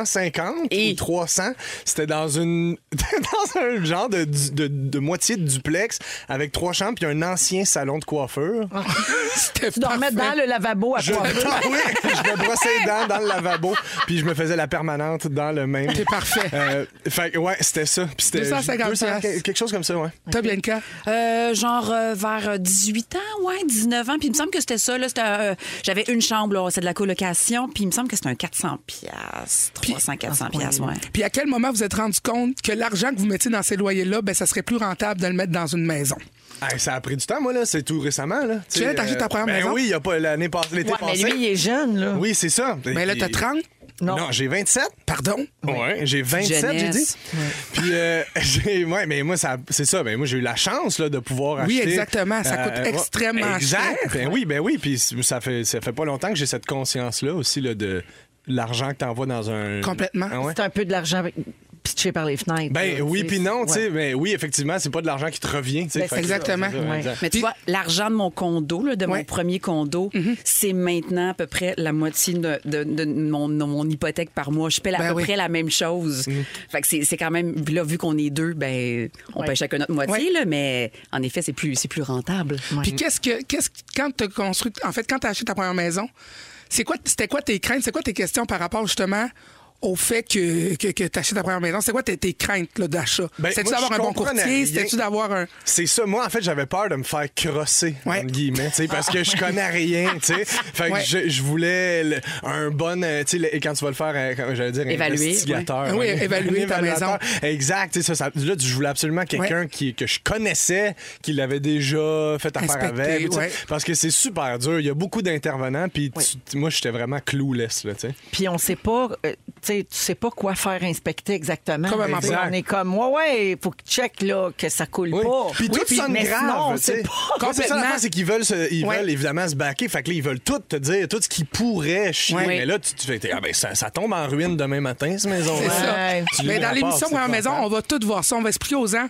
Speaker 2: 250
Speaker 4: Et-
Speaker 2: ou 300. C'était dans une dans un genre de, du- de, de moitié de duplex avec trois chambres puis un ancien salon de coiffure.
Speaker 5: Ah, C'était
Speaker 3: Tu dormais
Speaker 5: parfait.
Speaker 3: dans le lavabo à
Speaker 2: Je,
Speaker 3: poivre.
Speaker 2: Ah oui, je me brossais les dents dans le lavabo, puis je me faisais la permanente dans le même.
Speaker 5: C'est parfait.
Speaker 2: Euh, fait que, ouais, c'était ça. Puis c'était
Speaker 5: 250
Speaker 2: quelque chose comme ça, ouais.
Speaker 5: Toi, Bianca,
Speaker 4: Euh, genre euh, vers euh, 18 ans, ouais, 19 ans. Puis il me semble que c'était ça. là, c'était, euh, J'avais une chambre, là, c'est de la colocation. Puis il me semble que c'était un 400 piastres, 300, 400 piastres, ouais.
Speaker 5: puis à quel moment vous êtes rendu compte que l'argent que vous mettiez dans ces loyers-là, ben, ça serait plus rentable de le mettre dans une maison?
Speaker 2: Hey, ça a pris du temps, moi, là. C'est tout récemment, là.
Speaker 5: Tu viens d'acheter ta première
Speaker 2: ben
Speaker 5: maison?
Speaker 2: Oui, il y a pas l'année passée, l'été
Speaker 3: Ouais, mais
Speaker 2: passé.
Speaker 3: lui, il est jeune, là.
Speaker 2: Oui, c'est ça.
Speaker 5: Mais Ben, là,
Speaker 2: Ben, Et-
Speaker 5: t'as 30?
Speaker 3: Non.
Speaker 2: Non, j'ai 27.
Speaker 5: Pardon?
Speaker 2: Ouais, j'ai 27, j'ai dit.
Speaker 4: Jeunesse.
Speaker 2: Puis, euh, j'ai- ouais, mais moi, ça- c'est ça. Ben, moi, j'ai eu la chance là, de pouvoir
Speaker 5: Oui,
Speaker 2: acheter. euh,
Speaker 5: exactement. Ça coûte
Speaker 2: ouais.
Speaker 5: extrêmement
Speaker 2: exact.
Speaker 5: cher.
Speaker 2: Ben oui, ben oui. Puis ça fait, ça fait pas longtemps que j'ai cette conscience-là aussi là, de l'argent que t'envoies dans un.
Speaker 5: Complètement.
Speaker 2: Ah ouais.
Speaker 3: C'est un peu de l'argent avec- pitché par les fenêtres.
Speaker 2: Ben
Speaker 3: là,
Speaker 2: oui,
Speaker 3: tu sais,
Speaker 2: puis non, tu
Speaker 3: ouais.
Speaker 2: sais, ben oui, effectivement, c'est pas de l'argent qui te revient. tu sais,
Speaker 3: Ben,
Speaker 2: fait que-
Speaker 5: exactement.
Speaker 2: c'est ça,
Speaker 3: Ouais.
Speaker 2: exact.
Speaker 4: Mais tu
Speaker 5: Puis-
Speaker 4: vois, l'argent de mon condo, là, de
Speaker 5: Ouais.
Speaker 4: mon premier condo, c'est maintenant à peu près la moitié de, de- de mon, de mon hypothèque par mois. Je paie à
Speaker 5: Ben
Speaker 4: peu
Speaker 5: oui.
Speaker 4: près la même chose. Fait que c'est c'est quand même, là, vu qu'on est deux, ben, on
Speaker 3: Ouais.
Speaker 4: paie chacun notre moitié,
Speaker 5: Ouais.
Speaker 4: là, mais en effet, c'est plus, c'est plus rentable.
Speaker 5: Puis qu'est-ce que qu'est-ce que- quand tu construit en fait quand tu achètes ta première maison, c'est quoi c'était quoi tes craintes, c'est quoi tes questions par rapport justement au fait que, que, tu achètes ta première maison, c'est quoi tes, tes craintes là, d'achat?
Speaker 2: Ben,
Speaker 5: C'était-tu
Speaker 2: moi,
Speaker 5: d'avoir
Speaker 2: je
Speaker 5: un bon
Speaker 2: comprenais
Speaker 5: courtier?
Speaker 2: rien.
Speaker 5: C'était-tu d'avoir un.
Speaker 2: C'est ça. Moi, en fait, j'avais peur de me faire crosser,
Speaker 5: Ouais.
Speaker 2: entre guillemets, tu sais, parce que je connais rien, tu sais. Fait que
Speaker 5: Ouais.
Speaker 2: je, je voulais le- un bon, euh, tu sais, le- quand tu vas le faire, euh, comme j'allais dire,
Speaker 4: Évaluer,
Speaker 2: investigateur.
Speaker 5: ouais.
Speaker 2: un-
Speaker 5: Oui, évaluer
Speaker 2: un
Speaker 5: ta
Speaker 2: évaluateur. Exact. tu sais, Ça, ça- là, je voulais absolument quelqu'un
Speaker 5: Ouais.
Speaker 2: qui, que je connaissais, qui l'avait déjà fait affaire
Speaker 5: Inspecté,
Speaker 2: avec. tu sais,
Speaker 5: ouais.
Speaker 2: Parce que c'est super dur. Il y a beaucoup d'intervenants, puis tu- tu- moi, j'étais vraiment clueless, là, tu sais.
Speaker 3: Puis on sait pas, euh, tu sais, tu sais pas quoi faire inspecter exactement.
Speaker 5: Comme un
Speaker 3: Tu sais,
Speaker 2: enfant.
Speaker 3: on est comme, ouais, ouais, faut que tu check là, que ça coule
Speaker 2: Oui.
Speaker 3: pas.
Speaker 2: Puis tout
Speaker 3: puis-
Speaker 2: sonne
Speaker 3: mais
Speaker 2: grave.
Speaker 3: sinon, on
Speaker 2: tu sais.
Speaker 3: sait pas.
Speaker 2: Moi, c'est ça
Speaker 5: Complètement.
Speaker 2: l'affaire, c'est qu'ils veulent, se- ils
Speaker 5: Ouais.
Speaker 2: veulent évidemment se baquer. Fait que là, ils veulent tout te dire, tout ce qui pourrait chier.
Speaker 5: Ouais.
Speaker 2: Mais là, tu, tu fais, t'es, ah ben, ça, ça tombe en ruine demain matin, cette maison-là.
Speaker 5: C'est
Speaker 3: Ouais.
Speaker 5: ça.
Speaker 2: hein. Tu
Speaker 5: Mais
Speaker 2: lis le
Speaker 5: dans
Speaker 2: rapport,
Speaker 5: l'émission
Speaker 2: c'est
Speaker 5: Première Maison,
Speaker 2: épouvantable.
Speaker 5: on va tout voir ça. On va expliquer aux gens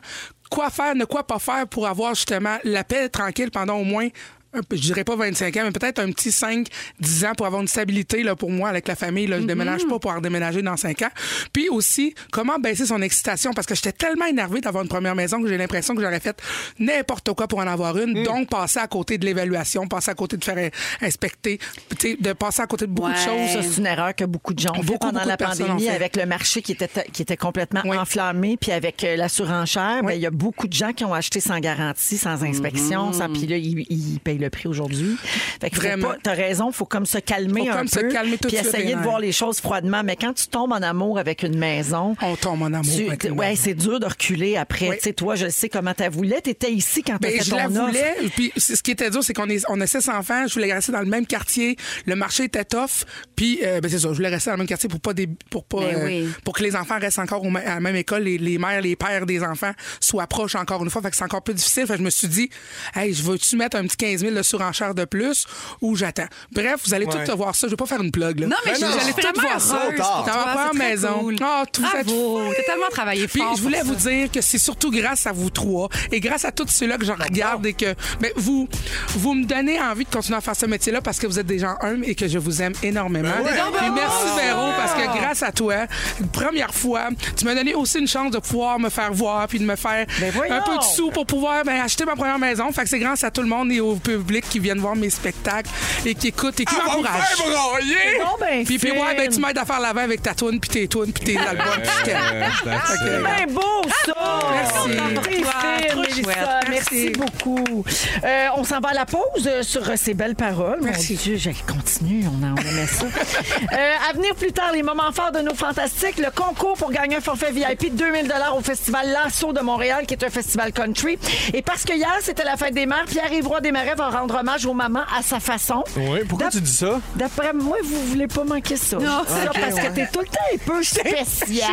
Speaker 5: quoi faire, ne quoi pas faire pour avoir justement la paix tranquille pendant au moins, un peu- je dirais pas 25 ans, mais peut-être un petit 5, 10 ans pour avoir une stabilité là, pour moi avec la famille. Là, Je déménage pas pour redéménager dans 5 ans. Puis aussi, comment baisser son excitation parce que j'étais tellement énervée d'avoir une première maison que j'ai l'impression que j'aurais fait n'importe quoi pour en avoir une. Donc, passer à côté de l'évaluation, passer à côté de faire in- inspecter, tu sais, de passer à côté de beaucoup
Speaker 4: Ouais.
Speaker 5: de
Speaker 3: Ça,
Speaker 5: choses.
Speaker 3: c'est une erreur que beaucoup de gens ont fait
Speaker 5: Hein. Beaucoup,
Speaker 3: pendant
Speaker 5: beaucoup
Speaker 3: la
Speaker 5: de personnes
Speaker 3: pandémie
Speaker 5: ont fait.
Speaker 3: avec le marché qui était, qui était complètement
Speaker 5: Oui.
Speaker 3: enflammé. Puis avec euh, la surenchère, ben, il
Speaker 5: Oui. Mm-hmm.
Speaker 3: y a beaucoup de gens qui ont acheté sans garantie, sans inspection. sans- puis là, ils, ils payent le prix aujourd'hui. Fait que faut
Speaker 5: Vraiment.
Speaker 3: pas- T'as raison, faut comme se calmer
Speaker 5: Faut
Speaker 3: un
Speaker 5: comme se
Speaker 3: peu.
Speaker 5: calmer tout
Speaker 3: puis
Speaker 5: de suite, hein.
Speaker 3: essayer de
Speaker 5: Hélène.
Speaker 3: voir les choses froidement. Mais quand tu tombes en amour avec une maison...
Speaker 5: On tombe en amour.
Speaker 3: tu-
Speaker 5: avec une
Speaker 3: ouais,
Speaker 5: maison.
Speaker 3: c'est dur de reculer après.
Speaker 5: Oui.
Speaker 3: Tu sais, toi, je sais comment t'as voulu. T'étais ici quand t'as
Speaker 5: Ben,
Speaker 3: fait
Speaker 5: je
Speaker 3: ton
Speaker 5: la
Speaker 3: offre.
Speaker 5: voulais. Puis c'est- ce qui était dur, c'est qu'on est, on a 16 enfants. Je voulais rester dans le même quartier. Le marché était tough. Puis euh, ben, c'est ça, je voulais rester dans le même quartier pour pas des, pour pas euh,
Speaker 4: Ben oui.
Speaker 5: pour que les enfants restent encore au ma- à la même école, les, les mères, les pères des enfants soient proches encore une fois. Fait que c'est encore plus difficile. Fait que je me suis dit, hey, je veux-tu mettre un petit 15 000 de surenchère de plus ou j'attends. Bref, vous allez
Speaker 2: Ouais.
Speaker 5: tous voir ça. Je vais pas faire une plug. Là.
Speaker 4: Non, mais
Speaker 2: Ben
Speaker 4: je
Speaker 2: non,
Speaker 4: vous allez
Speaker 2: c'est
Speaker 4: vraiment
Speaker 5: vraiment
Speaker 4: heureuse.
Speaker 2: trop tard.
Speaker 4: pour toi,
Speaker 5: Dans ma
Speaker 4: c'est
Speaker 5: première
Speaker 4: très
Speaker 5: maison.
Speaker 4: cool.
Speaker 5: Ah, tout ça,
Speaker 4: Bravo. T'as tellement travaillé
Speaker 5: Puis
Speaker 4: fort.
Speaker 5: je voulais
Speaker 4: pour
Speaker 5: vous
Speaker 4: ça.
Speaker 5: dire que c'est surtout grâce à vous trois et grâce à tous ceux-là que je regarde et que ben, vous, vous me donnez envie de continuer à faire ce métier-là parce que vous êtes des gens humbles et que je vous aime énormément.
Speaker 2: Ben ouais. Dis donc,
Speaker 5: Puis
Speaker 4: bravo.
Speaker 5: merci Véro parce que grâce à toi, une première fois, tu m'as donné aussi une chance de pouvoir me faire voir puis de me faire
Speaker 3: Ben voyons.
Speaker 5: un peu de sous pour pouvoir ben, acheter ma première maison. Fait que c'est grâce à tout le monde et au public qui viennent voir mes spectacles et qui écoutent et qui
Speaker 2: Ah, va me
Speaker 5: m'encouragent.
Speaker 2: faire broyer!
Speaker 3: Bon, ben,
Speaker 5: Puis, puis
Speaker 3: fine.
Speaker 5: ouais, ben, tu m'aides à faire l'avant avec ta toune, puis tes tounes, puis tes albums. puis je t'aime.
Speaker 2: Euh, that's
Speaker 5: Fait
Speaker 2: it.
Speaker 5: que-
Speaker 3: C'est bien Ben, beau, ça!
Speaker 5: Ah, Merci.
Speaker 3: T'es fine,
Speaker 4: Trop
Speaker 3: Mélissa.
Speaker 4: chouette.
Speaker 3: Merci
Speaker 5: Merci.
Speaker 3: beaucoup. Euh, on s'en va à la pause euh, sur euh, ces belles paroles.
Speaker 5: Merci.
Speaker 3: Mon Dieu, je continue, on en on aimait ça. Euh, à venir plus tard, les moments forts de nos fantastiques, le concours pour gagner un forfait VIP de 2000 au Festival Lasso de Montréal, qui est un festival country. Et parce que hier, c'était la fête des mères, Pierre-Yves Roy Desmarais va rendre hommage aux mamans à sa façon.
Speaker 2: Oui, pourquoi
Speaker 3: D'ap-
Speaker 2: tu dis ça?
Speaker 3: D'après moi, vous voulez pas manquer ça. Je dis ça parce que t'es tout le temps un peu spécial.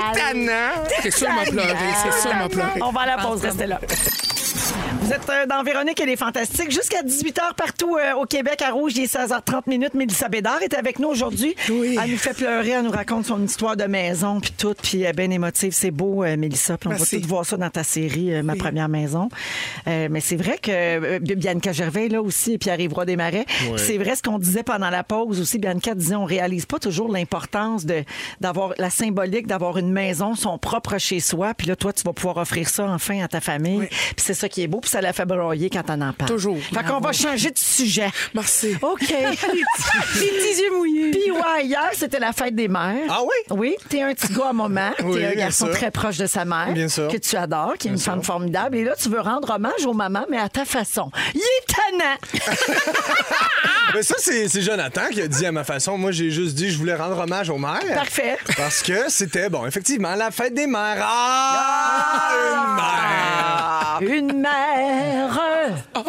Speaker 5: C'est sûr, m'a pleuré. C'est sûr, m'a pleuré.
Speaker 3: On va à la pause, restez là. Vous êtes euh, dans Véronique et les Fantastiques jusqu'à 18h partout euh, au Québec à Rouge, il est 16h30 minutes. Mélissa Bédard est avec nous aujourd'hui.
Speaker 5: Oui.
Speaker 3: Elle nous fait pleurer, elle nous raconte son histoire de maison puis tout, puis elle est bien émotive, c'est beau euh, Mélissa, puis on
Speaker 5: Merci.
Speaker 3: va tout voir ça dans ta série euh, Ma première maison. Euh, mais c'est vrai que euh, Bianca Gervais là aussi et Pierre-Yves Roy Desmarais, puis c'est vrai ce qu'on disait pendant la pause aussi Bianca disait on réalise pas toujours l'importance de d'avoir la symbolique d'avoir une maison son propre chez soi, puis là toi tu vas pouvoir offrir ça enfin à ta famille.
Speaker 5: Oui.
Speaker 3: Puis c'est ça qui est beau, puis ça la fait broyer quand on en parle.
Speaker 5: Toujours.
Speaker 3: Fait qu'on va changer de sujet.
Speaker 5: Merci.
Speaker 3: OK. Les petits yeux mouillés. Puis ouais, hier, c'était la fête des mères.
Speaker 2: Ah oui?
Speaker 3: Oui, t'es un petit gars à moment.
Speaker 2: Oui,
Speaker 3: t'es un
Speaker 2: bien
Speaker 3: garçon
Speaker 2: sûr.
Speaker 3: très proche de sa mère.
Speaker 2: Bien sûr.
Speaker 3: Que tu adores, qui est une femme formidable. Et là, tu veux rendre hommage aux mamans, mais à ta façon. Il est tannant!
Speaker 2: Mais Ben, ça, c'est c'est Jonathan qui a dit à ma façon. Moi, j'ai juste dit je voulais rendre hommage aux mères.
Speaker 3: Parfait.
Speaker 2: Parce que c'était, bon, effectivement, la fête des mères. Ah! Une mère!
Speaker 3: Une mère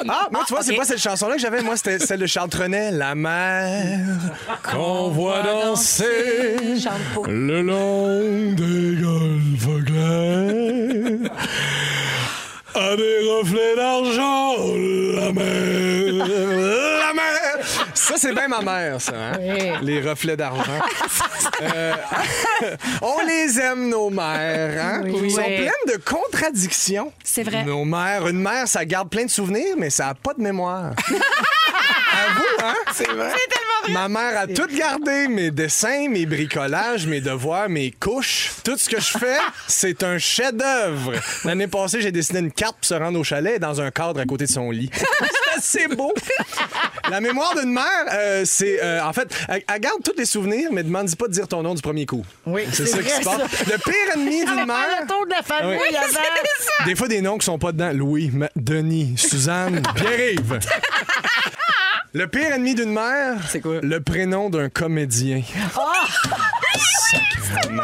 Speaker 2: Ah, moi, tu vois, c'est pas cette chanson-là que j'avais. Moi, c'était celle de Charles Trenet. La mer qu'on voit danser le long des golfes clairs. À des reflets d'argent, la mer, la mer. Ça, c'est bien ma mère, ça. hein? Les reflets d'argent. Euh, on les aime, nos mères. hein?
Speaker 3: Oui.
Speaker 2: Ils sont
Speaker 3: Oui.
Speaker 2: pleines de contradictions.
Speaker 4: C'est vrai.
Speaker 2: Nos mères. Une mère, ça garde plein de souvenirs, mais ça n'a pas de mémoire. À vous, hein? C'est vrai. Ma mère a tout gardé, mes dessins, mes bricolages, mes devoirs, mes couches. Tout ce que je fais, c'est un chef-d'œuvre. L'année passée, j'ai dessiné une carte pour se rendre au chalet dans un cadre à côté de son lit. C'est assez beau. La mémoire d'une mère, euh, c'est. euh, en fait, elle, elle garde tous les souvenirs, mais demande pas de dire ton nom du premier coup.
Speaker 3: Oui,
Speaker 2: c'est
Speaker 3: c'est
Speaker 2: ça qui
Speaker 3: vrai,
Speaker 2: se passe. Le pire ennemi d'une mère.
Speaker 3: Le tour de la famille
Speaker 2: Oui.
Speaker 3: avant.
Speaker 2: Des fois, des noms qui sont pas dedans. Louis, Ma- Denis, Suzanne, Pierre-Yves. Le pire ennemi d'une mère,
Speaker 4: C'est quoi? Ah!
Speaker 2: Le prénom d'un comédien. Sacrément.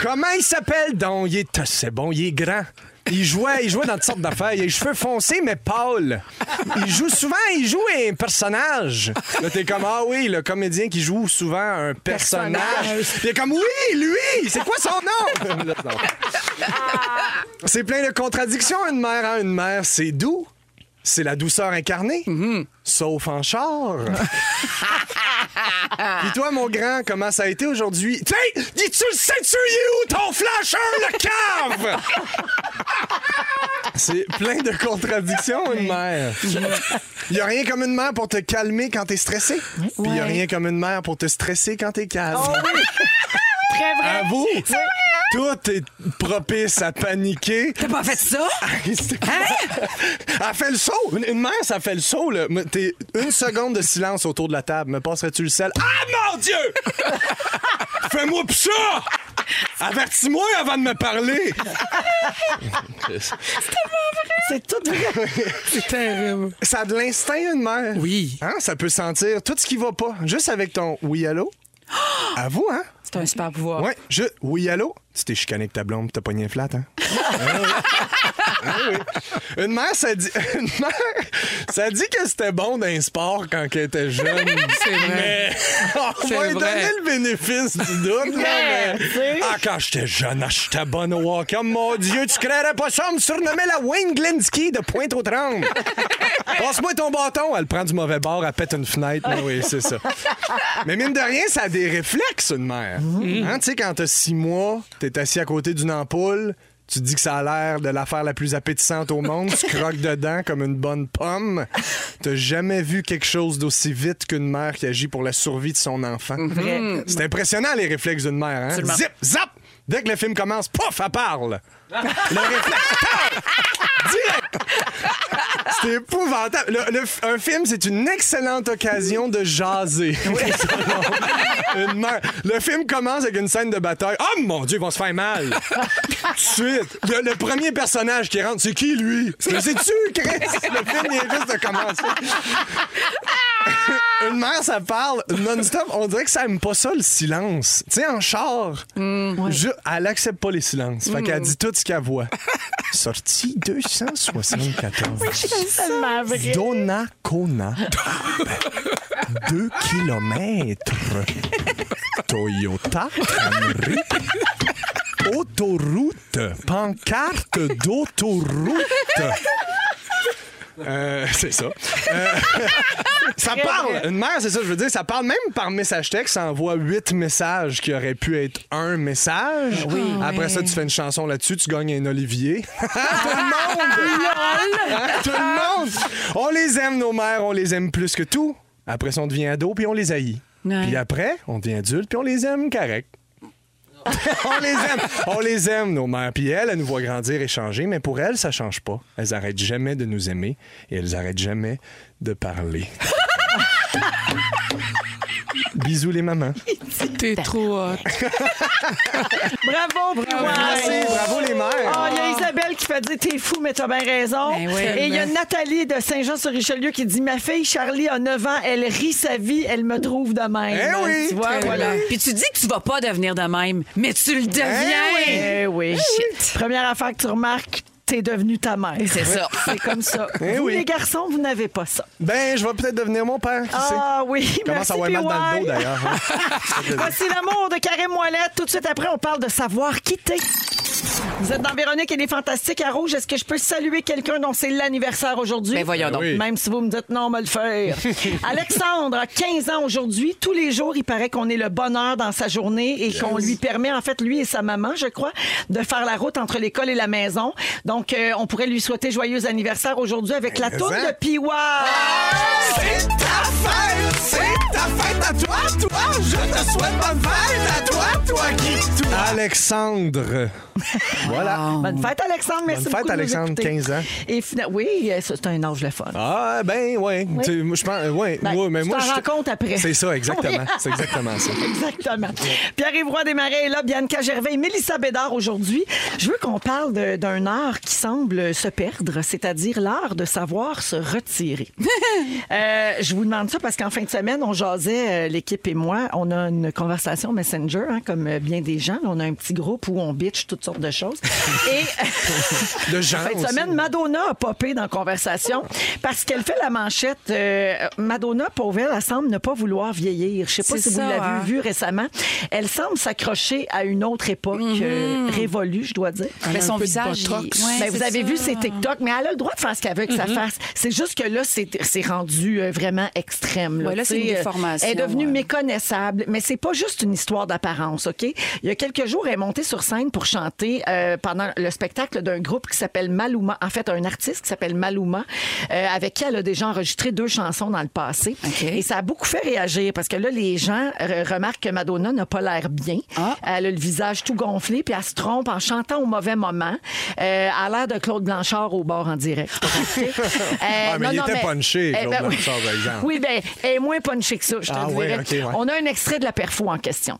Speaker 2: Comment il s'appelle donc? Il est assez bon, il est grand. Il jouait, il jouait dans toutes sortes d'affaires. Il a les cheveux foncés, mais pâle. Il joue souvent, il joue un personnage. Là, t'es comme, ah oui, le comédien qui joue souvent un personnage. Il est comme, oui, lui, c'est quoi son nom? Là, non. C'est plein de contradictions, une mère. Hein? Une mère, c'est doux. C'est la douceur incarnée.
Speaker 3: Mm-hmm.
Speaker 2: Sauf en char. Puis toi, mon grand, comment ça a été aujourd'hui? Tiens, dis-tu le sais-tu, il est où ton flasher, le cave? C'est plein de contradictions, une mère. Il y a rien comme une mère pour te calmer quand t'es stressé. Puis il y a rien comme une mère pour te stresser quand t'es calme.
Speaker 3: Oh Très vrai.
Speaker 2: À vous, tout est propice à paniquer.
Speaker 4: T'as pas fait ça?
Speaker 2: Elle fait le saut. Une, une mère, ça fait le saut. Là. Mais T'es une seconde de silence autour de la table. Me passerais-tu le sel? Ah, mon Dieu! Fais-moi pis ça! Avertis-moi avant de me parler!
Speaker 3: C'est tout vrai.
Speaker 5: C'est terrible.
Speaker 2: Ça a de l'instinct, une mère.
Speaker 5: Oui.
Speaker 2: Hein? Ça peut sentir tout ce qui va pas. Juste avec ton oui, allô? À vous, hein?
Speaker 4: C'est un super pouvoir.
Speaker 2: Ouais, je... Oui, allô? Tu t'es chicané avec ta blonde, t'as pogné un flat, hein? Ah oui. Ah oui. Une mère, ça dit... Une mère, ça dit que c'était bon d'un sport quand elle était jeune. oh,
Speaker 5: C'est vrai.
Speaker 2: On
Speaker 5: C'est
Speaker 2: va lui
Speaker 5: vrai.
Speaker 2: donner le bénéfice du doute, là, mais... Ah, quand j'étais jeune, ah, j'étais bonne au hockey. Oh, mon Dieu, tu créerais pas ça, on me surnommait la Wayne Glinsky de Pointe-aux-Trembles. Passe-moi ton bâton. Elle prend du mauvais bord, elle pète une fenêtre. Mais oui, c'est ça. Mais mine de rien, ça a des réflexes, une mère.
Speaker 5: Mm-hmm.
Speaker 2: Hein, tu sais, quand t'as six mois, t'es assis à côté d'une ampoule, tu dis que ça a l'air de l'affaire la plus appétissante au monde, tu croques dedans comme une bonne pomme. T'as jamais vu quelque chose d'aussi vite qu'une mère qui agit pour la survie de son enfant. C'est impressionnant, les réflexes d'une mère. hein? Zip, zap! Dès que le film commence, pouf, elle parle! Le réflexe, parle! Direct! C'est épouvantable. Le- le f- un film, c'est une excellente occasion de jaser. Une mère. Le film commence avec une scène de bataille. Oh mon Dieu, ils vont se faire mal. Tout de suite. Le, le premier personnage qui rentre, c'est qui lui? C'est tu, Chris? Le film vient juste de commencer. Une mère, ça parle non-stop. On dirait que ça aime pas ça, le silence. Tu sais, en char, je- elle accepte pas les silences. Fait qu'elle dit tout ce qu'elle voit. Sortie 274.
Speaker 3: Tellement vrai.
Speaker 2: Donacona. 2 kilomètres. Toyota Camry. Autoroute. Pancarte d'autoroute. Euh, c'est ça. Euh, ça parle. Une mère, c'est ça, je veux dire. Ça parle même par message texte. Ça envoie huit messages qui auraient pu être un message. Ah Après ça, tu fais une chanson là-dessus. Tu gagnes un Olivier. Tout le monde! Hein, Tout le monde! On les aime, nos mères, on les aime plus que tout. Après ça, on devient ado, puis on les haït.
Speaker 4: Ouais.
Speaker 2: Puis après, on devient adulte, puis on les aime correct. on les aime, on les aime, nos mères. Puis elles, elles nous voient grandir et changer, mais pour elles, ça change pas. Elles arrêtent jamais de nous aimer et elles arrêtent jamais de parler. Bisous les mamans.
Speaker 5: T'es trop hot.
Speaker 3: Bravo, bravo.
Speaker 2: Merci, bravo les
Speaker 3: Ah,
Speaker 2: mères.
Speaker 3: Il y a Isabelle qui fait dire T'es fou, mais t'as bien raison.
Speaker 4: Ben oui.
Speaker 3: Et il y a Nathalie de Saint-Jean-sur-Richelieu qui dit Ma fille Charlie a 9 ans, elle rit sa vie, elle me trouve de même. Ben,
Speaker 2: Eh oui,
Speaker 3: tu vois,
Speaker 5: très
Speaker 3: voilà.
Speaker 5: bien.
Speaker 4: Euh, Puis tu dis que tu vas pas devenir de même, mais tu le
Speaker 5: Ben
Speaker 4: deviens.
Speaker 3: Eh oui. Première affaire que tu remarques, t'es devenue ta mère.
Speaker 4: C'est ça.
Speaker 3: C'est comme ça.
Speaker 2: Eh
Speaker 3: vous,
Speaker 2: oui.
Speaker 3: les garçons, vous n'avez pas ça.
Speaker 2: Ben, je vais peut-être devenir mon père, qui sait?
Speaker 3: Ah oui,
Speaker 2: Je commence
Speaker 3: merci,
Speaker 2: à avoir mal dans le dos
Speaker 3: PY.
Speaker 2: d'ailleurs. hein. Ça fait plaisir.
Speaker 3: Voici l'amour de Karim Ouellet. Tout de suite après, on parle de savoir quitter. Vous êtes dans Véronique et les Fantastiques à Rouge. Est-ce que je peux saluer quelqu'un dont c'est l'anniversaire aujourd'hui?
Speaker 4: Ben voyons donc.
Speaker 2: oui.
Speaker 3: Même si vous me dites non, on va le faire. Alexandre a 15 ans aujourd'hui. Tous les jours, il paraît qu'on est le bonheur dans sa journée et qu'on lui permet, en fait, lui et sa maman, je crois, de faire la route entre l'école et la maison. Donc, euh, on pourrait lui souhaiter joyeux anniversaire aujourd'hui avec la
Speaker 2: mais
Speaker 3: tourne
Speaker 2: ça.
Speaker 3: de Piwa.
Speaker 8: C'est ta fête, c'est ta fête à toi, toi. Je te souhaite bonne fête à toi, toi qui, toi.
Speaker 2: Alexandre. voilà.
Speaker 3: Bonne fête, Alexandre. Merci
Speaker 2: Bonne
Speaker 3: beaucoup
Speaker 2: fête,
Speaker 3: de nous
Speaker 2: Alexandre,
Speaker 3: écouter.
Speaker 2: 15 ans.
Speaker 3: Et fina- oui, euh, c'est un âge le fun.
Speaker 2: Ah, ben, ouais. Tu- moi, Je pense. Ouais,
Speaker 3: Ben,
Speaker 2: ouais, mais
Speaker 3: tu
Speaker 2: moi.
Speaker 3: t'en
Speaker 2: je-
Speaker 3: rends compte après.
Speaker 2: C'est ça, exactement.
Speaker 3: Oui.
Speaker 2: C'est exactement ça.
Speaker 3: Exactement. Pierre-Yves Roy Desmarais est là, Bianca Gervais et Mélissa Bédard aujourd'hui. Je veux qu'on parle de- d'un art qui semble se perdre, c'est-à-dire l'art de savoir se retirer. Euh, je vous demande ça parce qu'en fin de semaine, on jasait, euh, l'équipe et moi, on a une conversation Messenger, hein, comme euh, bien des gens. On a un petit groupe où on bitch toutes sortes de choses. et...
Speaker 2: De gens.
Speaker 3: Fin de
Speaker 2: aussi.
Speaker 3: semaine, Madonna a popé dans Conversation parce qu'elle fait la manchette. euh, Madonna, pauvre elle, elle semble ne pas vouloir vieillir. Je sais pas
Speaker 4: C'est
Speaker 3: si vous
Speaker 4: ça,
Speaker 3: l'avez
Speaker 4: hein.
Speaker 3: vu récemment. Elle semble s'accrocher à une autre époque euh, révolue, je dois dire.
Speaker 4: Mm-hmm. Mais
Speaker 5: un
Speaker 4: son
Speaker 5: peu de
Speaker 4: visage. il-
Speaker 5: botox.
Speaker 4: ouais,
Speaker 3: Mais Ben, vous
Speaker 4: c'est
Speaker 3: avez
Speaker 4: ça. Mm-hmm.
Speaker 3: vu ses TikTok, mais elle a le droit de faire ce qu'elle veut que ça fasse. C'est juste que là, c'est c'est rendu euh, vraiment extrême. Là,
Speaker 4: Ouais, là, c'est
Speaker 3: Tu sais,
Speaker 4: une
Speaker 3: euh,
Speaker 4: déformation,
Speaker 3: Elle est devenue
Speaker 4: ouais.
Speaker 3: méconnaissable, mais c'est pas juste une histoire d'apparence, OK? Il y a quelques jours, elle est montée sur scène pour chanter euh, pendant le spectacle d'un groupe qui s'appelle Maluma. En fait, un artiste qui s'appelle Maluma, euh, avec qui elle a déjà enregistré deux chansons dans le passé.
Speaker 4: OK.
Speaker 3: Et ça a beaucoup fait réagir parce que là, les gens euh, remarquent que Madonna n'a pas l'air bien.
Speaker 4: Ah.
Speaker 3: Elle a le visage tout gonflé, puis elle se trompe en chantant au mauvais moment. Euh, à l'air de Claude Blanchard au bord en direct. Euh,
Speaker 2: Ah, mais il était punché,
Speaker 3: eh,
Speaker 2: Claude Blanchard, par exemple.
Speaker 3: Oui, bien, elle est moins punché que ça, je te
Speaker 2: Ah,
Speaker 3: dirais.
Speaker 2: ouais, ok, ouais.
Speaker 3: On a un extrait de la perfo en question.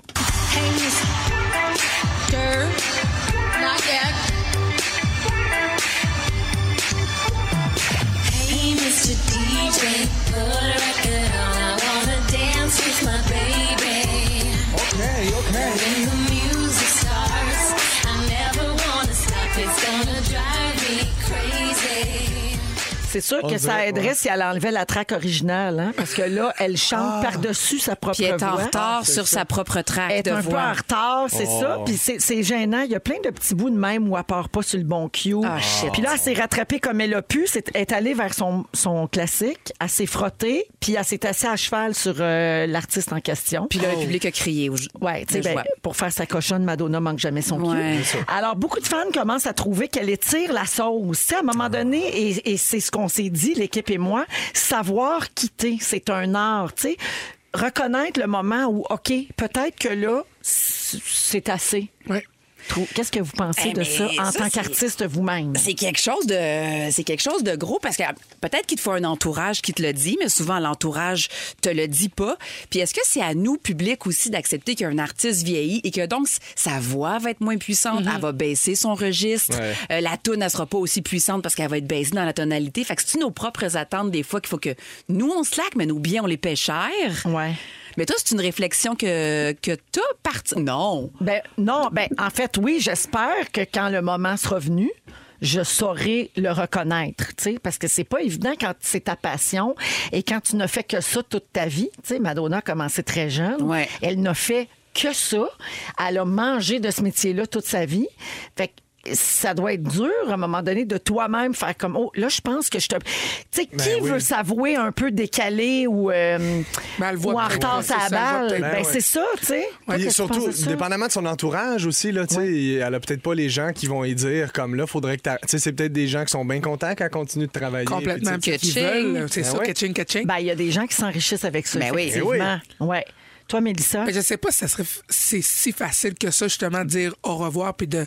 Speaker 9: Hey, Mr. DJ, put a record on. I wanna dance with my baby. When the music starts, I never wanna stop. It's gonna drive me crazy.
Speaker 3: C'est sûr que ça
Speaker 2: dirait,
Speaker 3: aiderait
Speaker 2: ouais.
Speaker 3: si elle enlevait la traque originale, hein, parce que là, elle
Speaker 2: Ah.
Speaker 3: chante par-dessus sa propre
Speaker 4: Puis elle est en
Speaker 3: voix.
Speaker 5: Ah,
Speaker 4: retard sur sa propre
Speaker 3: Elle
Speaker 4: traque
Speaker 3: est
Speaker 4: de
Speaker 3: un peu en
Speaker 4: voix.
Speaker 3: retard, c'est ça. Puis c'est- c'est gênant. Il y a plein de petits bouts de même où elle part pas sur le bon cue.
Speaker 4: Ah, shit.
Speaker 3: Puis là, elle s'est rattrapée comme elle a pu. C'est- Elle est allée vers son, son classique. Elle s'est frottée. Puis elle s'est assise à cheval sur euh, l'artiste en question.
Speaker 4: Puis là,
Speaker 5: Oh.
Speaker 4: le public a crié. au-
Speaker 3: Ouais, tu sais,
Speaker 4: de
Speaker 3: ben,
Speaker 4: joie.
Speaker 3: pour faire sa cochonne, Madonna manque jamais son cul.
Speaker 4: Ouais. Bien sûr.
Speaker 3: Alors, beaucoup de fans commencent à trouver qu'elle étire la sauce. Tu sais, à un
Speaker 4: Ah.
Speaker 3: moment donné, et, et c'est ce qu'on s'est dit, l'équipe et moi, savoir quitter, c'est un art, tu sais. Reconnaître le moment où, OK, peut-être que là, c- c'est assez.
Speaker 5: Ouais.
Speaker 3: Trou- Qu'est-ce que vous pensez
Speaker 4: Eh,
Speaker 3: de
Speaker 4: mais
Speaker 3: ça en
Speaker 4: ça,
Speaker 3: tant
Speaker 4: c'est-
Speaker 3: qu'artiste vous-même?
Speaker 4: C'est quelque chose de c'est quelque chose de gros parce que peut-être qu'il te faut un entourage qui te le dit, mais souvent l'entourage te le dit pas. Puis est-ce que c'est à nous public aussi d'accepter qu'un artiste vieillit et que donc sa voix va être moins puissante, elle va baisser son registre,
Speaker 2: Ouais.
Speaker 4: euh, la tune elle sera pas aussi puissante parce qu'elle va être baissée dans la tonalité. Fait que c'est nos propres attentes des fois qu'il faut que nous on se laque, mais nos biens on les paie cher.
Speaker 3: Ouais.
Speaker 4: Mais toi c'est une réflexion que que t'as parti. Non.
Speaker 3: Ben non, ben en fait oui, j'espère que quand le moment sera venu, je saurai le reconnaître, tu sais, parce que c'est pas évident quand c'est ta passion et quand tu ne fais que ça toute ta vie, tu sais, Madonna a commencé très jeune,
Speaker 4: Ouais.
Speaker 3: elle n'a fait que ça, elle a mangé de ce métier-là toute sa vie, fait que ça doit être dur à un moment donné de toi-même faire comme oh là je pense que je te tu sais qui
Speaker 2: oui.
Speaker 3: veut s'avouer un peu décalé ou, euh,
Speaker 5: Ben, elle voit
Speaker 3: ou en
Speaker 5: peut-être,
Speaker 3: retard
Speaker 5: ouais,
Speaker 3: sur la
Speaker 5: c'est ça, elle voit
Speaker 3: balle
Speaker 5: peut-être.
Speaker 3: ben,
Speaker 2: Ben, ouais.
Speaker 3: c'est ça tu sais Toi,
Speaker 2: Puis
Speaker 3: qu'est-ce que tu
Speaker 2: surtout,
Speaker 3: penses de ça?
Speaker 2: dépendamment de son entourage aussi, là, tu sais, elle a peut-être pas les gens qui vont y dire comme là, faudrait que t'arrêtes. tu sais, c'est peut-être des gens qui sont bien contents qu'elle continue de travailler.
Speaker 5: Complètement.
Speaker 2: puis tu sais,
Speaker 5: Qui
Speaker 4: catching.
Speaker 5: veulent, c'est
Speaker 2: Ben
Speaker 5: ça,
Speaker 2: ouais.
Speaker 5: catching, catching.
Speaker 3: Ben, il y a des gens qui s'enrichissent avec ça.
Speaker 4: Ben oui. Ben,
Speaker 3: effectivement. Ouais. Toi, Mélissa?
Speaker 5: Mais je sais pas si ça serait f- c'est si facile que ça, justement, de dire au revoir puis de,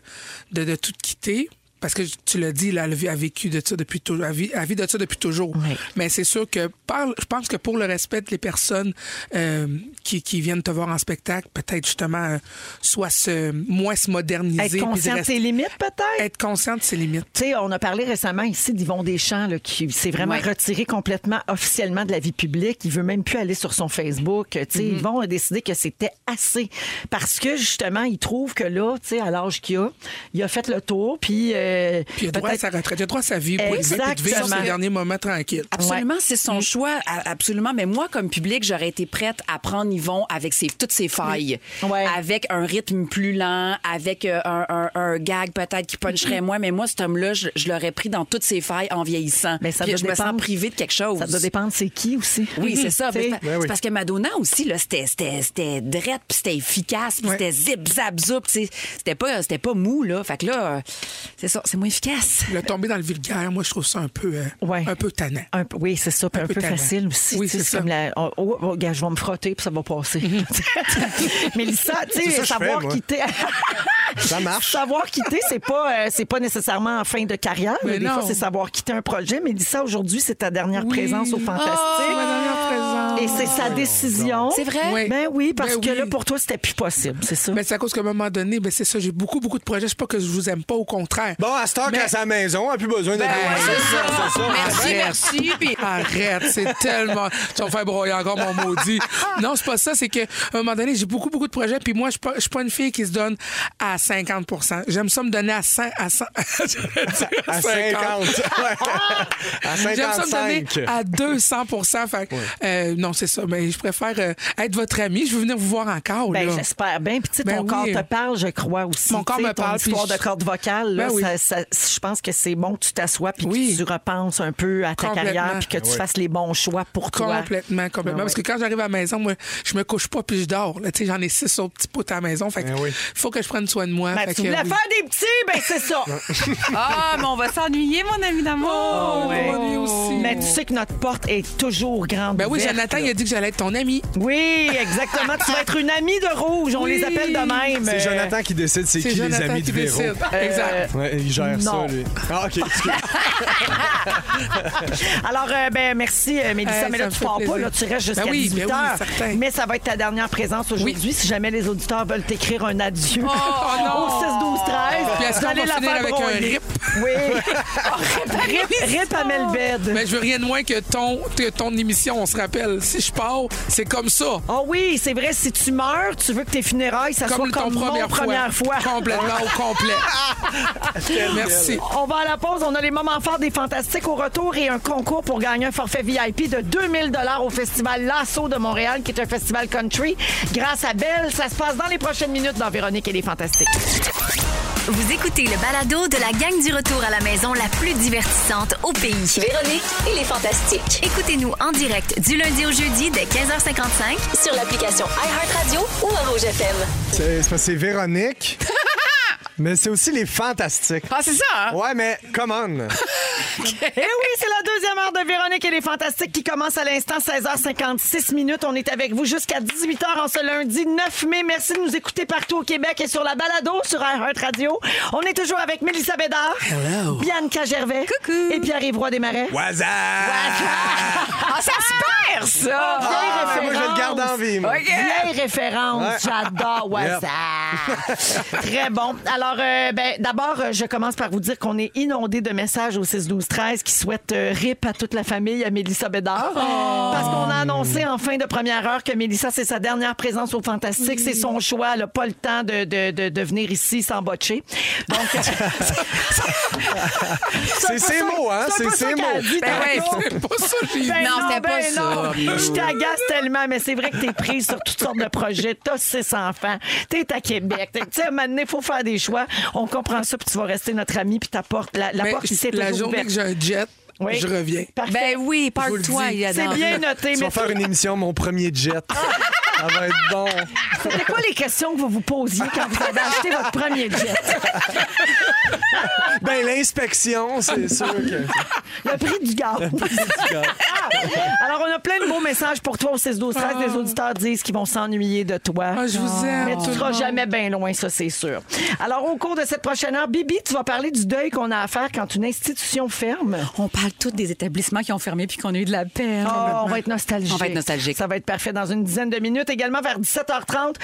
Speaker 5: de, de tout quitter. Parce que tu l'as dit, là, elle vit- a vécu de ça depuis toujours. Elle vit, elle vit de ça depuis toujours.
Speaker 3: Oui.
Speaker 5: Mais c'est sûr que par- je pense que pour le respect des personnes euh, qui, qui viennent te voir en spectacle, peut-être justement euh, soit se, moins se moderniser.
Speaker 3: Être
Speaker 5: puis de
Speaker 3: conscient de
Speaker 5: rester-
Speaker 3: ses limites, peut-être?
Speaker 5: Être conscient de ses limites.
Speaker 3: Tu sais, on a parlé récemment ici d'Yvon Deschamps, là, qui s'est vraiment
Speaker 4: Ouais.
Speaker 3: retiré complètement officiellement de la vie publique. Il veut même plus aller sur son Facebook. Tu sais,
Speaker 4: Mm-hmm.
Speaker 3: Yvon a décidé que c'était assez. Parce que, justement, il trouve que là, tu sais, à l'âge qu'il a, il a fait le tour, puis... euh,
Speaker 5: Puis il a droit à
Speaker 3: peut-être-
Speaker 5: sa retraite, il a droit à sa vie. pour vivre, puis de vivre
Speaker 3: Exactement.
Speaker 5: ses derniers moments tranquilles.
Speaker 4: Absolument, c'est
Speaker 3: Mm.
Speaker 4: son choix, a- absolument. Mais moi, comme public, j'aurais été prête à prendre Yvon avec ses, toutes ses failles,
Speaker 3: Mm. Ouais.
Speaker 4: avec un rythme plus lent, avec euh, un, un- un, un gag peut-être qui puncherait moins, mais moi, cet homme-là, je, je l'aurais pris dans toutes ses failles en vieillissant.
Speaker 3: Mais Ben, ça
Speaker 4: Puis
Speaker 3: doit
Speaker 4: je me sens
Speaker 3: dépendre.
Speaker 4: privée de quelque chose.
Speaker 3: Ça doit dépendre c'est qui aussi. Mm-hmm.
Speaker 4: Oui, c'est ça.
Speaker 3: Tu sais,
Speaker 4: Mais c'est-
Speaker 2: Ben oui.
Speaker 4: C'est parce que Madonna aussi, là, c'était, c'était, c'était drette, puis c'était efficace, puis
Speaker 5: Ouais.
Speaker 4: c'était zip, zap, zoup. tu sais. C'était pas, c'était pas mou, là. Fait que là, euh, c'est ça, c'est moins efficace.
Speaker 5: Le tomber dans le vulgaire, moi, je trouve ça un peu, euh,
Speaker 3: Ouais.
Speaker 5: un peu tannant.
Speaker 3: Un peu- oui, c'est ça. Puis
Speaker 5: Un
Speaker 3: un,
Speaker 5: peu
Speaker 3: peu,
Speaker 5: tannant.
Speaker 3: facile aussi.
Speaker 5: Oui,
Speaker 3: tu sais,
Speaker 5: c'est
Speaker 3: c'est
Speaker 5: ça.
Speaker 3: comme la- oh, oh, oh, gars, je vais me frotter, puis ça va passer. Mélissa,
Speaker 2: C'est
Speaker 3: tu
Speaker 2: ça que
Speaker 3: sais,
Speaker 2: je
Speaker 3: savoir
Speaker 2: fais, moi.
Speaker 3: quitter.
Speaker 2: Ça marche.
Speaker 3: Savoir quitter, c'est pas, euh, c'est pas nécessairement en fin de carrière.
Speaker 5: Mais
Speaker 3: là. des
Speaker 5: non.
Speaker 3: fois, c'est savoir quitter un projet. Mélissa, aujourd'hui, c'est ta dernière
Speaker 5: Oui.
Speaker 3: présence au Fantastique.
Speaker 5: Ma dernière présence.
Speaker 3: Et c'est sa décision.
Speaker 4: C'est vrai?
Speaker 5: Oui.
Speaker 3: Ben oui, parce
Speaker 5: Ben
Speaker 3: que
Speaker 5: oui. Ben
Speaker 3: là, pour toi, c'était plus possible, c'est ça?
Speaker 5: Mais c'est à cause qu'à un moment donné, ben c'est ça, j'ai beaucoup, beaucoup de projets. Je sais pas que je vous aime pas, au contraire.
Speaker 2: Bon, à Stark
Speaker 5: Mais-
Speaker 2: à sa maison, a plus besoin d'être
Speaker 5: Ben,
Speaker 2: dans
Speaker 5: c'est
Speaker 2: ça,
Speaker 5: ça.
Speaker 2: c'est ça.
Speaker 4: Merci, merci. Puis
Speaker 5: Arrête, c'est tellement. Tu vas me faire broyer encore mon maudit. Non, c'est pas ça, c'est qu'à un moment donné, j'ai beaucoup, beaucoup de projets, puis moi, je suis pas- je suis pas une fille qui se donne à 50 J'aime ça me donner à 100. À, 100, j'aurais dit
Speaker 2: À 50. Ouais. à
Speaker 5: J'aime ça
Speaker 2: 55.
Speaker 5: me donner à 200 fait, que, euh, Non, c'est ça. Mais je préfère euh, être votre ami. Je veux venir vous voir encore.
Speaker 3: Ben,
Speaker 5: là.
Speaker 3: j'espère bien. Puis, tu sais,
Speaker 5: Ben
Speaker 3: ton
Speaker 5: oui.
Speaker 3: corps te parle, je crois aussi.
Speaker 5: Mon corps
Speaker 3: Tu sais,
Speaker 5: me
Speaker 3: ton
Speaker 5: parle, puis
Speaker 3: histoire
Speaker 5: je-
Speaker 3: de corde vocale, là,
Speaker 5: Ben oui.
Speaker 3: ça- ça- je pense que c'est bon que tu t'assoies puis
Speaker 5: Oui.
Speaker 3: que tu repenses un peu à ta
Speaker 5: Complètement.
Speaker 3: carrière puis que tu
Speaker 2: Ouais.
Speaker 3: fasses les bons choix pour toi.
Speaker 5: Complètement, complètement.
Speaker 2: Ben
Speaker 3: Ah ouais.
Speaker 5: Parce que quand j'arrive à la maison, moi, je me couche pas puis je dors. là. Tu sais, J'en ai six autres petits poutres à la maison. Fait que
Speaker 2: Ben oui.
Speaker 5: faut que je prenne soin de moi.
Speaker 3: Ben,
Speaker 5: Fait
Speaker 3: tu
Speaker 5: que,
Speaker 3: voulais
Speaker 5: oui.
Speaker 3: faire des petits, ben c'est ça.
Speaker 4: Ah, mais on va s'ennuyer, mon ami d'amour.
Speaker 3: Ouais.
Speaker 5: Oh, lui aussi.
Speaker 3: Mais tu sais que notre porte est toujours grande.
Speaker 5: Ben oui,
Speaker 3: ouverte,
Speaker 5: Jonathan,
Speaker 3: là.
Speaker 5: il a dit que j'allais être ton ami.
Speaker 3: Oui, exactement. tu vas être une amie de rouge. On les appelle de même.
Speaker 2: C'est
Speaker 3: Euh,
Speaker 2: Jonathan qui décide c'est qui les amis de Véro.
Speaker 5: décide. Exact.
Speaker 2: Ouais, il gère
Speaker 3: Non.
Speaker 2: ça, lui. Ah, OK. excuse.
Speaker 3: Alors, euh, ben, merci, euh, Mélissa.
Speaker 5: Euh,
Speaker 3: mais
Speaker 5: ça
Speaker 3: là,
Speaker 5: me
Speaker 3: tu
Speaker 5: fait
Speaker 3: pars
Speaker 5: plaisir.
Speaker 3: pas, là, tu restes jusqu'à
Speaker 5: Ben oui,
Speaker 3: 18
Speaker 5: ben oui,
Speaker 3: heures.
Speaker 5: certain.
Speaker 3: mais ça va être ta dernière présence aujourd'hui. Si jamais les auditeurs veulent t'écrire un adieu au 6, 12, 13.
Speaker 5: Oh, Puis est-ce qu'on
Speaker 3: allez
Speaker 5: va
Speaker 3: la
Speaker 5: finir
Speaker 3: faire
Speaker 5: avec un
Speaker 3: broyer.
Speaker 5: rip? Oh,
Speaker 3: Oui. rip, rip à Melbed.
Speaker 5: Mais Ben, je veux rien de moins que ton, que ton émission, on se rappelle. Si je pars, c'est comme ça.
Speaker 3: Oh oui, c'est vrai, si tu meurs, tu veux que tes funérailles, ça
Speaker 5: Comme
Speaker 3: soit
Speaker 5: ton
Speaker 3: comme mon
Speaker 5: première fois.
Speaker 3: première fois.
Speaker 5: Complètement au complet. Merci.
Speaker 3: On va à la pause. On a les moments forts des Fantastiques au retour et un concours pour gagner un forfait VIP de 2000 au Festival Lasso de Montréal, qui est un festival country. Grâce à Belle, ça se passe dans les prochaines minutes dans Véronique et les Fantastiques.
Speaker 1: Vous écoutez le balado de la gang du retour à la maison la plus divertissante au pays.
Speaker 6: Véronique et les Fantastiques.
Speaker 1: Écoutez-nous en direct du lundi au jeudi dès 15h55
Speaker 6: Sur l'application iHeartRadio ou à Rouge FM.
Speaker 2: C'est c'est parce que c'est Véronique. Mais c'est aussi les fantastiques.
Speaker 4: Ah, c'est ça, hein?
Speaker 2: Ouais, mais come on.
Speaker 3: Eh oui, c'est la deuxième heure de Véronique et les Fantastiques qui commence à l'instant, 16h56 minutes. On est avec vous jusqu'à 18h en ce lundi 9 mai. Merci de nous écouter partout au Québec et sur la balado sur iHeart Radio. On est toujours avec Mélissa Bédard, Bianca Gervais
Speaker 4: Coucou.
Speaker 3: et Pierre-Yves Roy Desmarais.
Speaker 2: Waza!
Speaker 4: Ah, ça se perd, ça!
Speaker 2: Ah, mais moi, je le garde en vie, moi.
Speaker 3: Vieille référence, j'adore WhatsApp. Très bon. Alors, euh, ben, d'abord, euh, je commence par vous dire qu'on est inondé de messages au 6-12-13 qui souhaitent euh, rip à toute la famille à Mélissa Bédard.
Speaker 2: Oh.
Speaker 3: Parce qu'on a annoncé en fin de première heure que Mélissa, c'est sa dernière présence au Fantastique. C'est son choix. Elle n'a pas le temps de, de, de, de venir ici sans botcher. Donc,
Speaker 2: C'est ses mots, hein? C'est ses mots.
Speaker 4: Ben ouais,
Speaker 5: Ah, C'est pas ça, j'ai dit.
Speaker 3: Ben
Speaker 4: Non, c'était pas ça,
Speaker 5: Oh,
Speaker 3: non.
Speaker 4: Minou.
Speaker 3: Je t'agace tellement, mais c'est vrai que t'es prise sur toutes sortes de projets. T'as six enfants, t'es à Québec. T'es- Tu sais, maintenant, il faut faire des choix. On comprend ça, puis tu vas rester notre ami, puis ta porte, la, la
Speaker 5: Mais
Speaker 3: porte ici est
Speaker 5: Ben, la
Speaker 3: toujours
Speaker 5: journée
Speaker 3: ouverte.
Speaker 5: que j'ai un jet,
Speaker 3: Oui. Ah,
Speaker 5: je reviens.
Speaker 3: Parfait.
Speaker 4: Ben oui, parle-toi, il y a
Speaker 3: c'est
Speaker 4: dans-
Speaker 3: bien noté.
Speaker 2: Tu
Speaker 3: mais
Speaker 2: vas faire une émission, mon premier jet.
Speaker 3: Ah.
Speaker 2: Ça va être bon.
Speaker 3: C'était quoi les questions que vous vous posiez quand vous avez acheté votre premier jet?
Speaker 2: Ben, l'inspection, c'est sûr que.
Speaker 3: Le prix du gaz. Ah! Alors, on a plein de beaux messages pour toi au 6 12 13 Les auditeurs disent qu'ils vont s'ennuyer de toi.
Speaker 5: Ah, je vous aime.
Speaker 3: Mais tu
Speaker 5: tout
Speaker 3: ne
Speaker 5: le
Speaker 3: seras
Speaker 5: monde.
Speaker 3: jamais bien loin, ça, c'est sûr. Alors, au cours de cette prochaine heure, Bibi, tu vas parler du deuil qu'on a à faire quand une institution ferme.
Speaker 4: On parle tous des établissements qui ont fermé puis qu'on a eu de la peine.
Speaker 3: Oh, on va être nostalgique.
Speaker 4: On va être nostalgique.
Speaker 3: Ça va être parfait dans une dizaine de minutes. Également vers 17h30,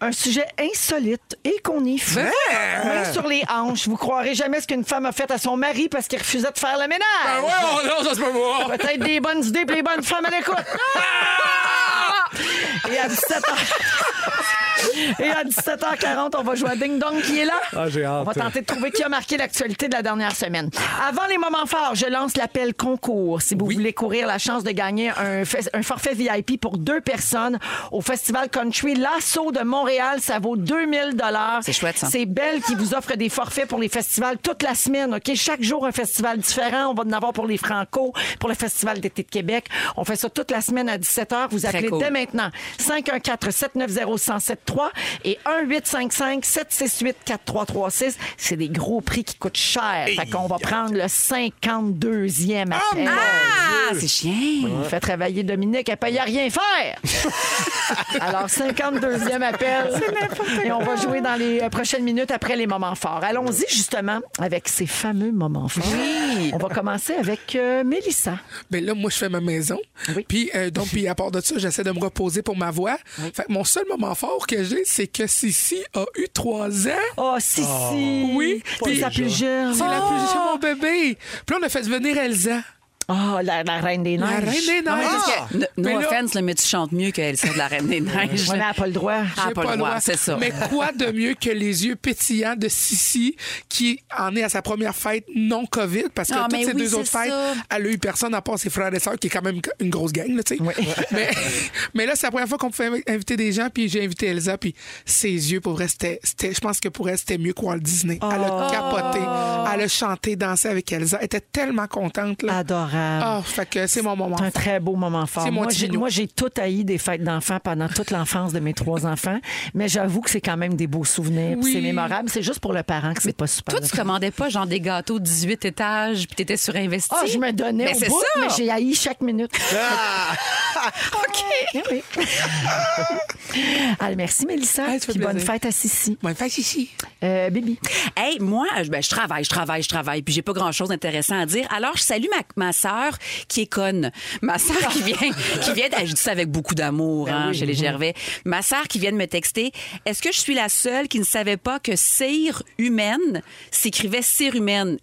Speaker 3: un sujet insolite et qu'on y fou. Main sur les hanches. Vous croirez jamais ce qu'une femme a fait à son mari parce qu'il refusait de faire le ménage.
Speaker 5: Ah ouais, oh non, ça se peut pas.
Speaker 3: Peut-être des bonnes idées
Speaker 2: Ah!
Speaker 3: pour les bonnes femmes à l'écoute. Et à 17h. Et à 17h40, on va jouer à Ding Dong qui est là.
Speaker 2: Ah, j'ai hâte.
Speaker 3: On va tenter de trouver qui a marqué l'actualité de la dernière semaine. Avant les moments forts, je lance l'appel concours. Si vous voulez courir la chance de gagner un, fes- un forfait VIP pour deux personnes au Festival Country Lasso de Montréal, ça vaut 2000 dollars.
Speaker 4: C'est chouette, ça.
Speaker 3: C'est Belle qui vous offre des forfaits pour les festivals toute la semaine. Ok, chaque jour un festival différent. On va en avoir pour les Franco, pour le Festival d'été de Québec. On fait ça toute la semaine à 17h. Vous appelez
Speaker 4: cool.
Speaker 3: dès maintenant 514 790 1073 et 1855 768 4336. C'est des gros prix qui coûtent cher. Fait qu'on va prendre le 52e
Speaker 5: Oh
Speaker 3: appel.
Speaker 4: Ah, c'est chien.
Speaker 3: Il fait travailler Dominique, elle paye à rien faire. Alors, 52e appel. Et on va jouer dans les euh, prochaines minutes après les moments forts. Allons-y justement avec ces fameux moments forts. On va commencer avec euh, Mélissa.
Speaker 5: Ben là, moi, je fais ma maison.
Speaker 3: Oui.
Speaker 5: Puis, euh, donc, puis à part de ça, j'essaie de me reposer pour ma voix. Fait que mon seul moment fort que j'ai, c'est que Sissi a eu trois ans.
Speaker 3: Oh, si, si.
Speaker 5: Oui.
Speaker 3: Puis la plus jeune.
Speaker 5: C'est
Speaker 4: Ah!
Speaker 5: la plus jeune, mon bébé. Puis là, on a fait venir Elsa.
Speaker 3: Oh, la, la reine des neiges.
Speaker 5: La reine des
Speaker 4: Non, Ah, mais
Speaker 5: neiges.
Speaker 4: parce que, no-
Speaker 5: Mais
Speaker 4: no
Speaker 5: là-
Speaker 4: offense, là, mais tu chantes mieux qu'elle sort de la Reine des Neiges.
Speaker 3: Ah. Ouais, mais elle n'a pas le droit.
Speaker 4: Ah,
Speaker 5: J'ai
Speaker 4: pas le droit,
Speaker 5: droit.
Speaker 4: c'est ça.
Speaker 5: Mais quoi de mieux que les yeux pétillants de Sissi qui en est à sa première fête non COVID parce que
Speaker 4: Ah,
Speaker 5: toutes
Speaker 4: mais
Speaker 5: ses
Speaker 4: oui,
Speaker 5: deux autres
Speaker 4: c'est
Speaker 5: fêtes,
Speaker 4: ça.
Speaker 5: elle a eu personne à part ses frères et sœurs qui est quand même une grosse gang, là, tu sais. Mais, mais là, c'est la première fois qu'on pouvait invi- inviter des gens, puis j'ai invité Elsa, puis ses yeux, pour vrai, c'était, c'était- je pense que pour elle, c'était mieux que Walt Disney. Elle
Speaker 4: Oh.
Speaker 5: a capoté, elle a chanté, dansé avec Elsa, elle était tellement contente, là.
Speaker 3: Adorable.
Speaker 5: Ah, fait que c'est mon moment.
Speaker 3: C'est un très beau moment fort.
Speaker 5: C'est mon
Speaker 3: Moi, j'ai-
Speaker 5: Tino.
Speaker 3: Moi, j'ai tout haï des fêtes d'enfants pendant toute l'enfance de mes trois enfants, mais j'avoue que c'est quand même des beaux souvenirs, puis
Speaker 5: Oui.
Speaker 3: c'est mémorable. C'est juste pour le parent que c'est pas super.
Speaker 4: Toi, tu commandais pas genre des gâteaux 18 étages, puis t'étais surinvesti.
Speaker 3: Ah, je me donnais
Speaker 4: Mais
Speaker 3: au
Speaker 4: c'est
Speaker 3: bout,
Speaker 4: ça.
Speaker 3: mais j'ai haï chaque minute.
Speaker 5: Ah!
Speaker 4: OK.
Speaker 3: Eh oui. Alors, merci, Mélissa.
Speaker 5: Ah, ça fait
Speaker 3: Puis bonne
Speaker 5: plaisir.
Speaker 3: fête à Sissi.
Speaker 5: Bonne fête, Sissi.
Speaker 3: Euh, Bibi.
Speaker 4: Hey, moi, je- ben, je travaille, je travaille, je travaille, puis j'ai pas grand-chose d'intéressant à dire. Alors, je salue ma, ma sœur qui est conne. Ma sœur qui vient, qui vient, de- je dis ça avec beaucoup
Speaker 3: Ben
Speaker 4: d'amour, hein, chez les Gervais. Ma sœur qui vient de me texter, est-ce que je suis la seule qui ne savait pas que cire humaine s'écrivait cire humaine?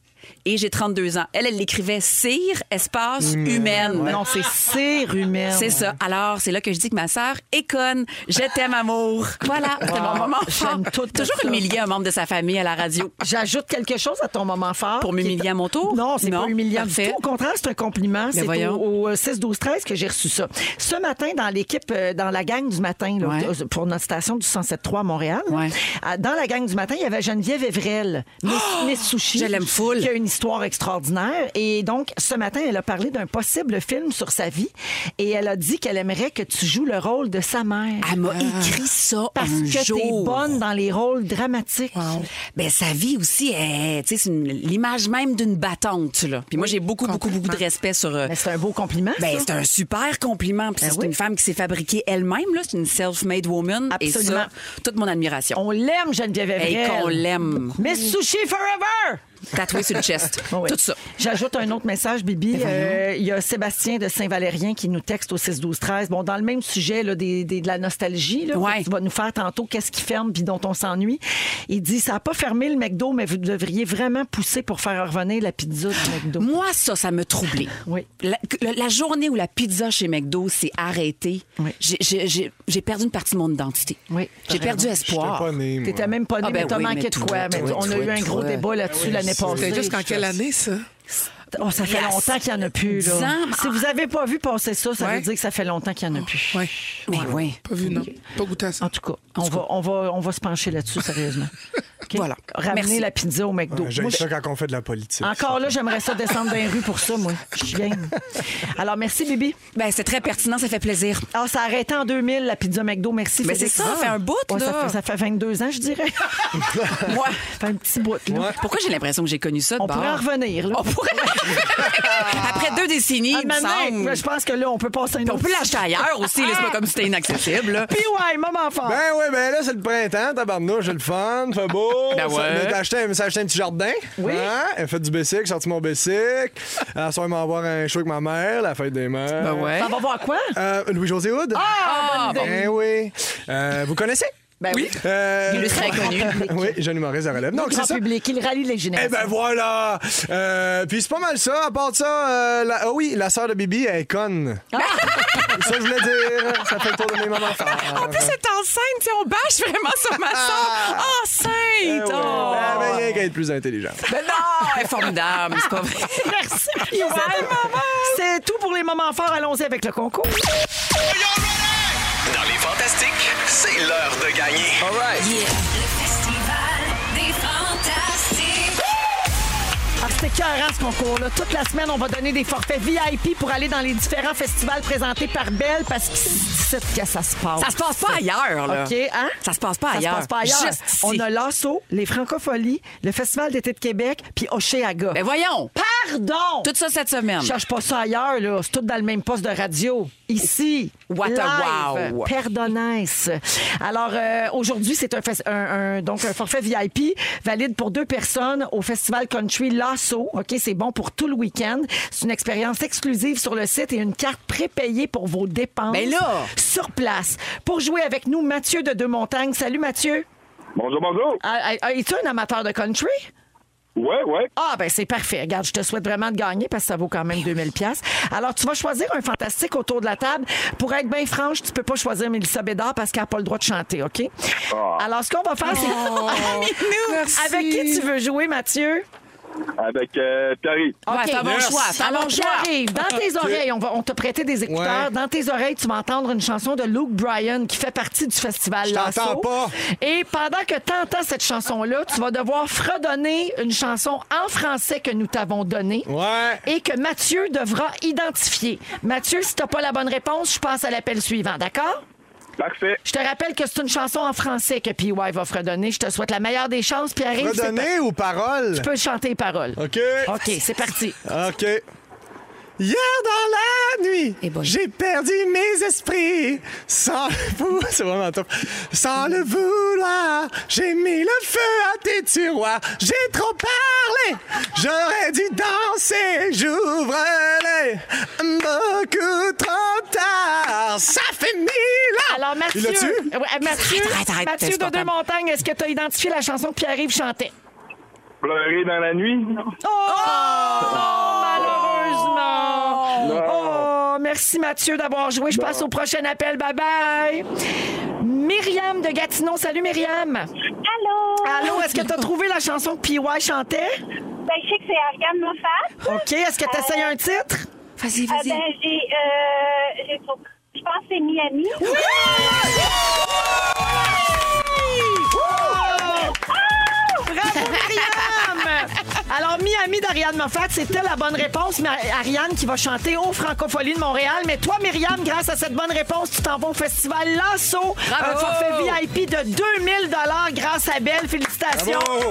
Speaker 4: Et j'ai 32 ans. Elle, elle l'écrivait cire, espace, humaine.
Speaker 3: Non, c'est cire humaine.
Speaker 4: C'est ça. Alors, c'est là que je dis que ma sœur est conne. Je t'aime, amour. Voilà, c'est mon moment fort.
Speaker 3: Ah, J'aime tout de
Speaker 4: Toujours
Speaker 3: ça.
Speaker 4: humilier un membre de sa famille à la radio.
Speaker 3: J'ajoute quelque chose à ton moment fort.
Speaker 4: Pour
Speaker 3: qui
Speaker 4: m'humilier
Speaker 3: est-
Speaker 4: à mon tour?
Speaker 3: Non, c'est
Speaker 4: Non,
Speaker 3: pas humiliant du
Speaker 4: parfait. Ben
Speaker 3: tout. Au contraire, c'est un compliment. C'est
Speaker 4: voyons.
Speaker 3: au, euh, au 6, 12, 13 que j'ai reçu ça. Ce matin, dans l'équipe, euh, dans la gang du matin, là,
Speaker 4: Ouais.
Speaker 3: euh, pour notre station du 107.3 à Montréal,
Speaker 4: Ouais.
Speaker 3: euh, dans la gang du matin, il y avait Geneviève Evrel, Miss, Miss Sushi.
Speaker 4: Oh! Je l'aime full.
Speaker 3: Qui a une histoire extraordinaire. Et donc, ce matin, elle a parlé d'un possible film sur sa vie. Et elle a dit qu'elle aimerait que tu joues le rôle de sa mère. Ah.
Speaker 4: Elle m'a écrit ça
Speaker 3: Parce
Speaker 4: un
Speaker 3: que
Speaker 4: jour.
Speaker 3: t'es bonne dans les rôles dramatiques.
Speaker 4: Ben, sa vie aussi, elle- tu sais, c'est une- l'image même d'une battante, là. Puis moi, j'ai beaucoup, beaucoup, beaucoup de respect sur... euh,
Speaker 3: Mais c'est un beau compliment.
Speaker 4: Ben,
Speaker 3: ça. Ben
Speaker 4: c'est un super compliment. Puis c'est
Speaker 3: oui.
Speaker 4: une femme qui s'est fabriquée elle-même, là. C'est une self-made woman.
Speaker 3: Absolument.
Speaker 4: Et ça, toute mon admiration.
Speaker 3: On l'aime, Geneviève Evrel.
Speaker 4: Hey, qu'on l'aime.
Speaker 3: Miss Sushi Forever!
Speaker 4: Tatouée sur le chest.
Speaker 3: Oh oui.
Speaker 4: Tout ça.
Speaker 3: J'ajoute un autre message, Bibi. Euh, Il y a Sébastien de Saint-Valérien qui nous texte au 6-12-13. Bon, dans le même sujet là, des, des- de la nostalgie, là,
Speaker 4: Ouais.
Speaker 3: que tu vas nous faire tantôt qu'est-ce qui ferme puis dont on s'ennuie. Il dit Ça n'a pas fermé le McDo, mais vous devriez vraiment pousser pour faire revenir la pizza du McDo.
Speaker 4: Moi, ça, ça me troublait.
Speaker 3: Oui.
Speaker 4: La, la- la journée où la pizza chez McDo s'est arrêtée,
Speaker 3: Oui.
Speaker 4: j'ai- j'ai j'ai- j'ai perdu une partie de mon identité.
Speaker 3: Oui,
Speaker 4: J'ai
Speaker 3: t'as
Speaker 4: perdu
Speaker 2: J'étais
Speaker 4: espoir.
Speaker 2: pas né, moi.
Speaker 3: T'étais même pas né,
Speaker 4: Ah, ben
Speaker 3: mais t'as
Speaker 4: oui,
Speaker 3: manqué
Speaker 4: mais
Speaker 3: de
Speaker 4: toi,
Speaker 3: quoi. mais
Speaker 4: toi,
Speaker 3: on a
Speaker 4: toi,
Speaker 3: eu un gros
Speaker 4: toi.
Speaker 3: débat là-dessus l'année passée.
Speaker 5: C'était juste en quelle année, ça?
Speaker 3: Oh, ça fait
Speaker 4: Yes.
Speaker 3: longtemps qu'il n'y en a plus. là.
Speaker 4: Dix ans. Ah,
Speaker 3: Si vous avez pas vu passer ça, ça
Speaker 5: Ouais.
Speaker 3: veut dire que ça fait longtemps qu'il n'y en a plus.
Speaker 5: Ouais.
Speaker 4: Mais oui.
Speaker 5: Pas vu, non. Pas goûté à ça.
Speaker 3: En tout cas, on, va, on, va, on va se pencher là-dessus sérieusement. OK?
Speaker 4: Voilà.
Speaker 3: Ramener
Speaker 4: Merci.
Speaker 3: la pizza au McDo.
Speaker 2: Ouais, J'ai
Speaker 3: Moi,
Speaker 2: ça quand on fait de la politique.
Speaker 3: encore là, j'aimerais ça descendre dans les rues pour ça, moi. Je suis game. Alors, merci, Bibi.
Speaker 4: Ben, c'est très pertinent, ça fait plaisir.
Speaker 3: Ah, ça a arrêté en 2000, la pizza McDo. Merci.
Speaker 4: Mais
Speaker 3: Félix.
Speaker 4: c'est ça, ça fait un bout,
Speaker 3: Ouais, Ça
Speaker 4: là.
Speaker 3: fait, ça fait 22 ans, je dirais.
Speaker 4: Moi,
Speaker 3: Ça fait un petit bout, là.
Speaker 4: pourquoi j'ai l'impression que j'ai connu ça de
Speaker 3: On
Speaker 4: bord?
Speaker 3: pourrait en revenir, là.
Speaker 4: On pourrait. Après deux décennies,
Speaker 3: À
Speaker 4: Oh, il me
Speaker 3: maintenant,
Speaker 4: semble.
Speaker 3: je pense que là, on peut passer une
Speaker 4: Puis On peut l'acheter ailleurs aussi, là, c'est pas comme si c'était inaccessible. là.
Speaker 3: Puis ouais, maman fort.
Speaker 2: Ben ouais, ben là, c'est le printemps, tabarnouche, j'ai le fun, fait beau.
Speaker 4: Ben ouais.
Speaker 2: Ça- T'as acheté, un- ça a acheté un petit jardin.
Speaker 3: Oui.
Speaker 2: Hein? Elle fait du bicycle, sorti mon bicycle. À soir, elle m'a voir un show avec ma mère, la fête des mères.
Speaker 4: Ben ouais.
Speaker 3: Ça va voir quoi?
Speaker 2: Euh, Louis-José Hood.
Speaker 3: Ah, bonne idée.
Speaker 2: Ben oui. Euh, vous connaissez?
Speaker 3: Ben oui.
Speaker 2: Euh,
Speaker 4: Illustre inconnu.
Speaker 2: oui, jeune humoriste de relève. Donc, c'est
Speaker 3: Grand
Speaker 2: ça.
Speaker 3: public, il rallie les
Speaker 2: Eh
Speaker 3: générations.
Speaker 2: ben voilà! Euh, Puis c'est pas mal ça. À part de ça, euh, la- ah oui, la sœur de Bibi, elle est conne.
Speaker 3: Ah!
Speaker 2: ça, je voulais dire. Ça fait le tour de mes moments forts.
Speaker 3: Ah, ben,
Speaker 4: En plus, elle est enceinte, tu sais, on bâche vraiment sur ma soeur.
Speaker 3: Ah,
Speaker 2: Eh ouais.
Speaker 4: Enceinte! oh.
Speaker 2: Ben, ben, rien qu'à être plus intelligente.
Speaker 4: Ben non, elle est formidable, c'est pas vrai.
Speaker 3: Merci, Pierre. C'est tout pour les moments forts. Allons-y avec le concours.
Speaker 7: Dans les fantastiques, c'est l'heure de gagner.
Speaker 6: Le festival des fantastiques.
Speaker 3: Ah, C'était écœurant ce concours-là. Toute la semaine, on va donner des forfaits VIP pour aller dans les différents festivals présentés par Belle parce que c'est ici que ça se passe.
Speaker 4: Ça se passe pas ailleurs, là.
Speaker 3: OK, hein?
Speaker 4: Ça se passe pas ailleurs.
Speaker 3: Ça se passe pas ailleurs.
Speaker 4: Juste ici.
Speaker 3: On a l'Asso, les Francopholies, le Festival d'été de Québec, puis Oceaga.
Speaker 4: Ben voyons,
Speaker 3: Pardon!
Speaker 4: tout ça cette semaine.
Speaker 3: Je cherche pas ça ailleurs, là. C'est tout dans le même poste de radio. Ici.
Speaker 4: What a
Speaker 3: live,
Speaker 4: wow.
Speaker 3: Perdonance. Alors, euh, aujourd'hui, c'est un, fes- un- un- donc un forfait VIP valide pour deux personnes au Festival Country Lasso. OK, c'est bon pour tout le week-end. C'est une expérience exclusive sur le site et une carte prépayée pour vos dépenses.
Speaker 4: Ben là!
Speaker 3: Sur place. Pour jouer avec nous, Mathieu de Deux-Montagnes. Salut, Mathieu.
Speaker 10: Bonjour, bonjour.
Speaker 3: Ah, ah, Es-tu un amateur de country?
Speaker 10: Ouais, ouais.
Speaker 3: Ah, ben c'est parfait. Regarde, je te souhaite vraiment de gagner parce que ça vaut quand même 2000 pièces. Alors, tu vas choisir un fantastique autour de la table. Pour être bien franche, tu peux pas choisir Mélissa Bédard parce qu'elle n'a pas le droit de chanter, OK?
Speaker 2: Ah.
Speaker 3: Alors, ce qu'on va faire,
Speaker 4: Oh.
Speaker 3: c'est...
Speaker 5: Merci.
Speaker 3: Avec qui tu veux jouer, Mathieu?
Speaker 10: Avec euh, Pierre.
Speaker 4: Ouais,
Speaker 3: OK.
Speaker 4: c'est un bon
Speaker 2: Yes.
Speaker 4: choix, c'est un
Speaker 3: Alors,
Speaker 4: bon choix.
Speaker 3: j'arrive. Dans tes oreilles, on va on t'a prêter des écouteurs.
Speaker 2: Ouais.
Speaker 3: Dans tes oreilles, tu vas entendre une chanson de Luke Bryan qui fait partie du festival
Speaker 2: Je
Speaker 3: Lasso.
Speaker 2: t'entends pas.
Speaker 3: Et pendant que tu entends cette chanson-là, tu vas devoir fredonner une chanson en français que nous t'avons donnée
Speaker 2: Ouais.
Speaker 3: et que Mathieu devra identifier. Mathieu, si t'as pas la bonne réponse, je passe à l'appel suivant, d'accord?
Speaker 10: Parfait.
Speaker 3: Je te rappelle que c'est une chanson en français que PY va fredonner. Je te souhaite la meilleure des chances, puis arrive.
Speaker 2: Redonner ou parole?
Speaker 3: Tu peux chanter les paroles.
Speaker 2: OK.
Speaker 3: OK, c'est parti.
Speaker 2: OK. Hier dans la nuit,
Speaker 4: Eh boy.
Speaker 2: j'ai perdu mes esprits. Sans le vou- c'est vraiment top. Sans le vouloir, j'ai mis le feu à tes tiroirs. J'ai trop parlé, j'aurais dû danser. J'ouvre les beaucoup trop tard. Ça fait mille ans.
Speaker 3: Alors, Mathieu,
Speaker 2: Il l'a-tu?
Speaker 3: Ouais, Mathieu,
Speaker 4: Arrête, arrête, arrête,
Speaker 3: Mathieu
Speaker 4: c'est
Speaker 3: de
Speaker 4: pas
Speaker 3: Deux
Speaker 4: grave.
Speaker 3: Montagnes, est-ce que tu as identifié la chanson que Pierre-Yves chantait?
Speaker 10: Pleurer dans la nuit.
Speaker 3: Oh! Malheureusement! Oh! Merci, Mathieu, d'avoir joué. Je passe au prochain appel. Bye-bye! Myriam de Gatineau. Salut, Myriam!
Speaker 11: Allô?
Speaker 3: Allô, est-ce que tu as trouvé la chanson que P.Y. chantait?
Speaker 11: Ben, je sais que c'est Ariane Moffat.
Speaker 3: OK, est-ce que tu essayes un titre?
Speaker 4: Vas-y,
Speaker 2: Eh
Speaker 11: Euh,
Speaker 4: vas-y.
Speaker 11: ben, j'ai. Euh, j'ai trop- Je pense que c'est Miami.
Speaker 3: Oh!
Speaker 11: Ah!
Speaker 3: Bravo, Myriam! Alors, Miami d'Ariane Moffat, c'était la bonne réponse. Mais Ariane qui va chanter au Francophonie de Montréal. Mais toi, Myriam, grâce à cette bonne réponse, tu t'en vas au festival Lasso. Un forfait VIP de 2000 grâce à Belle. Félicitations.
Speaker 2: Bravo.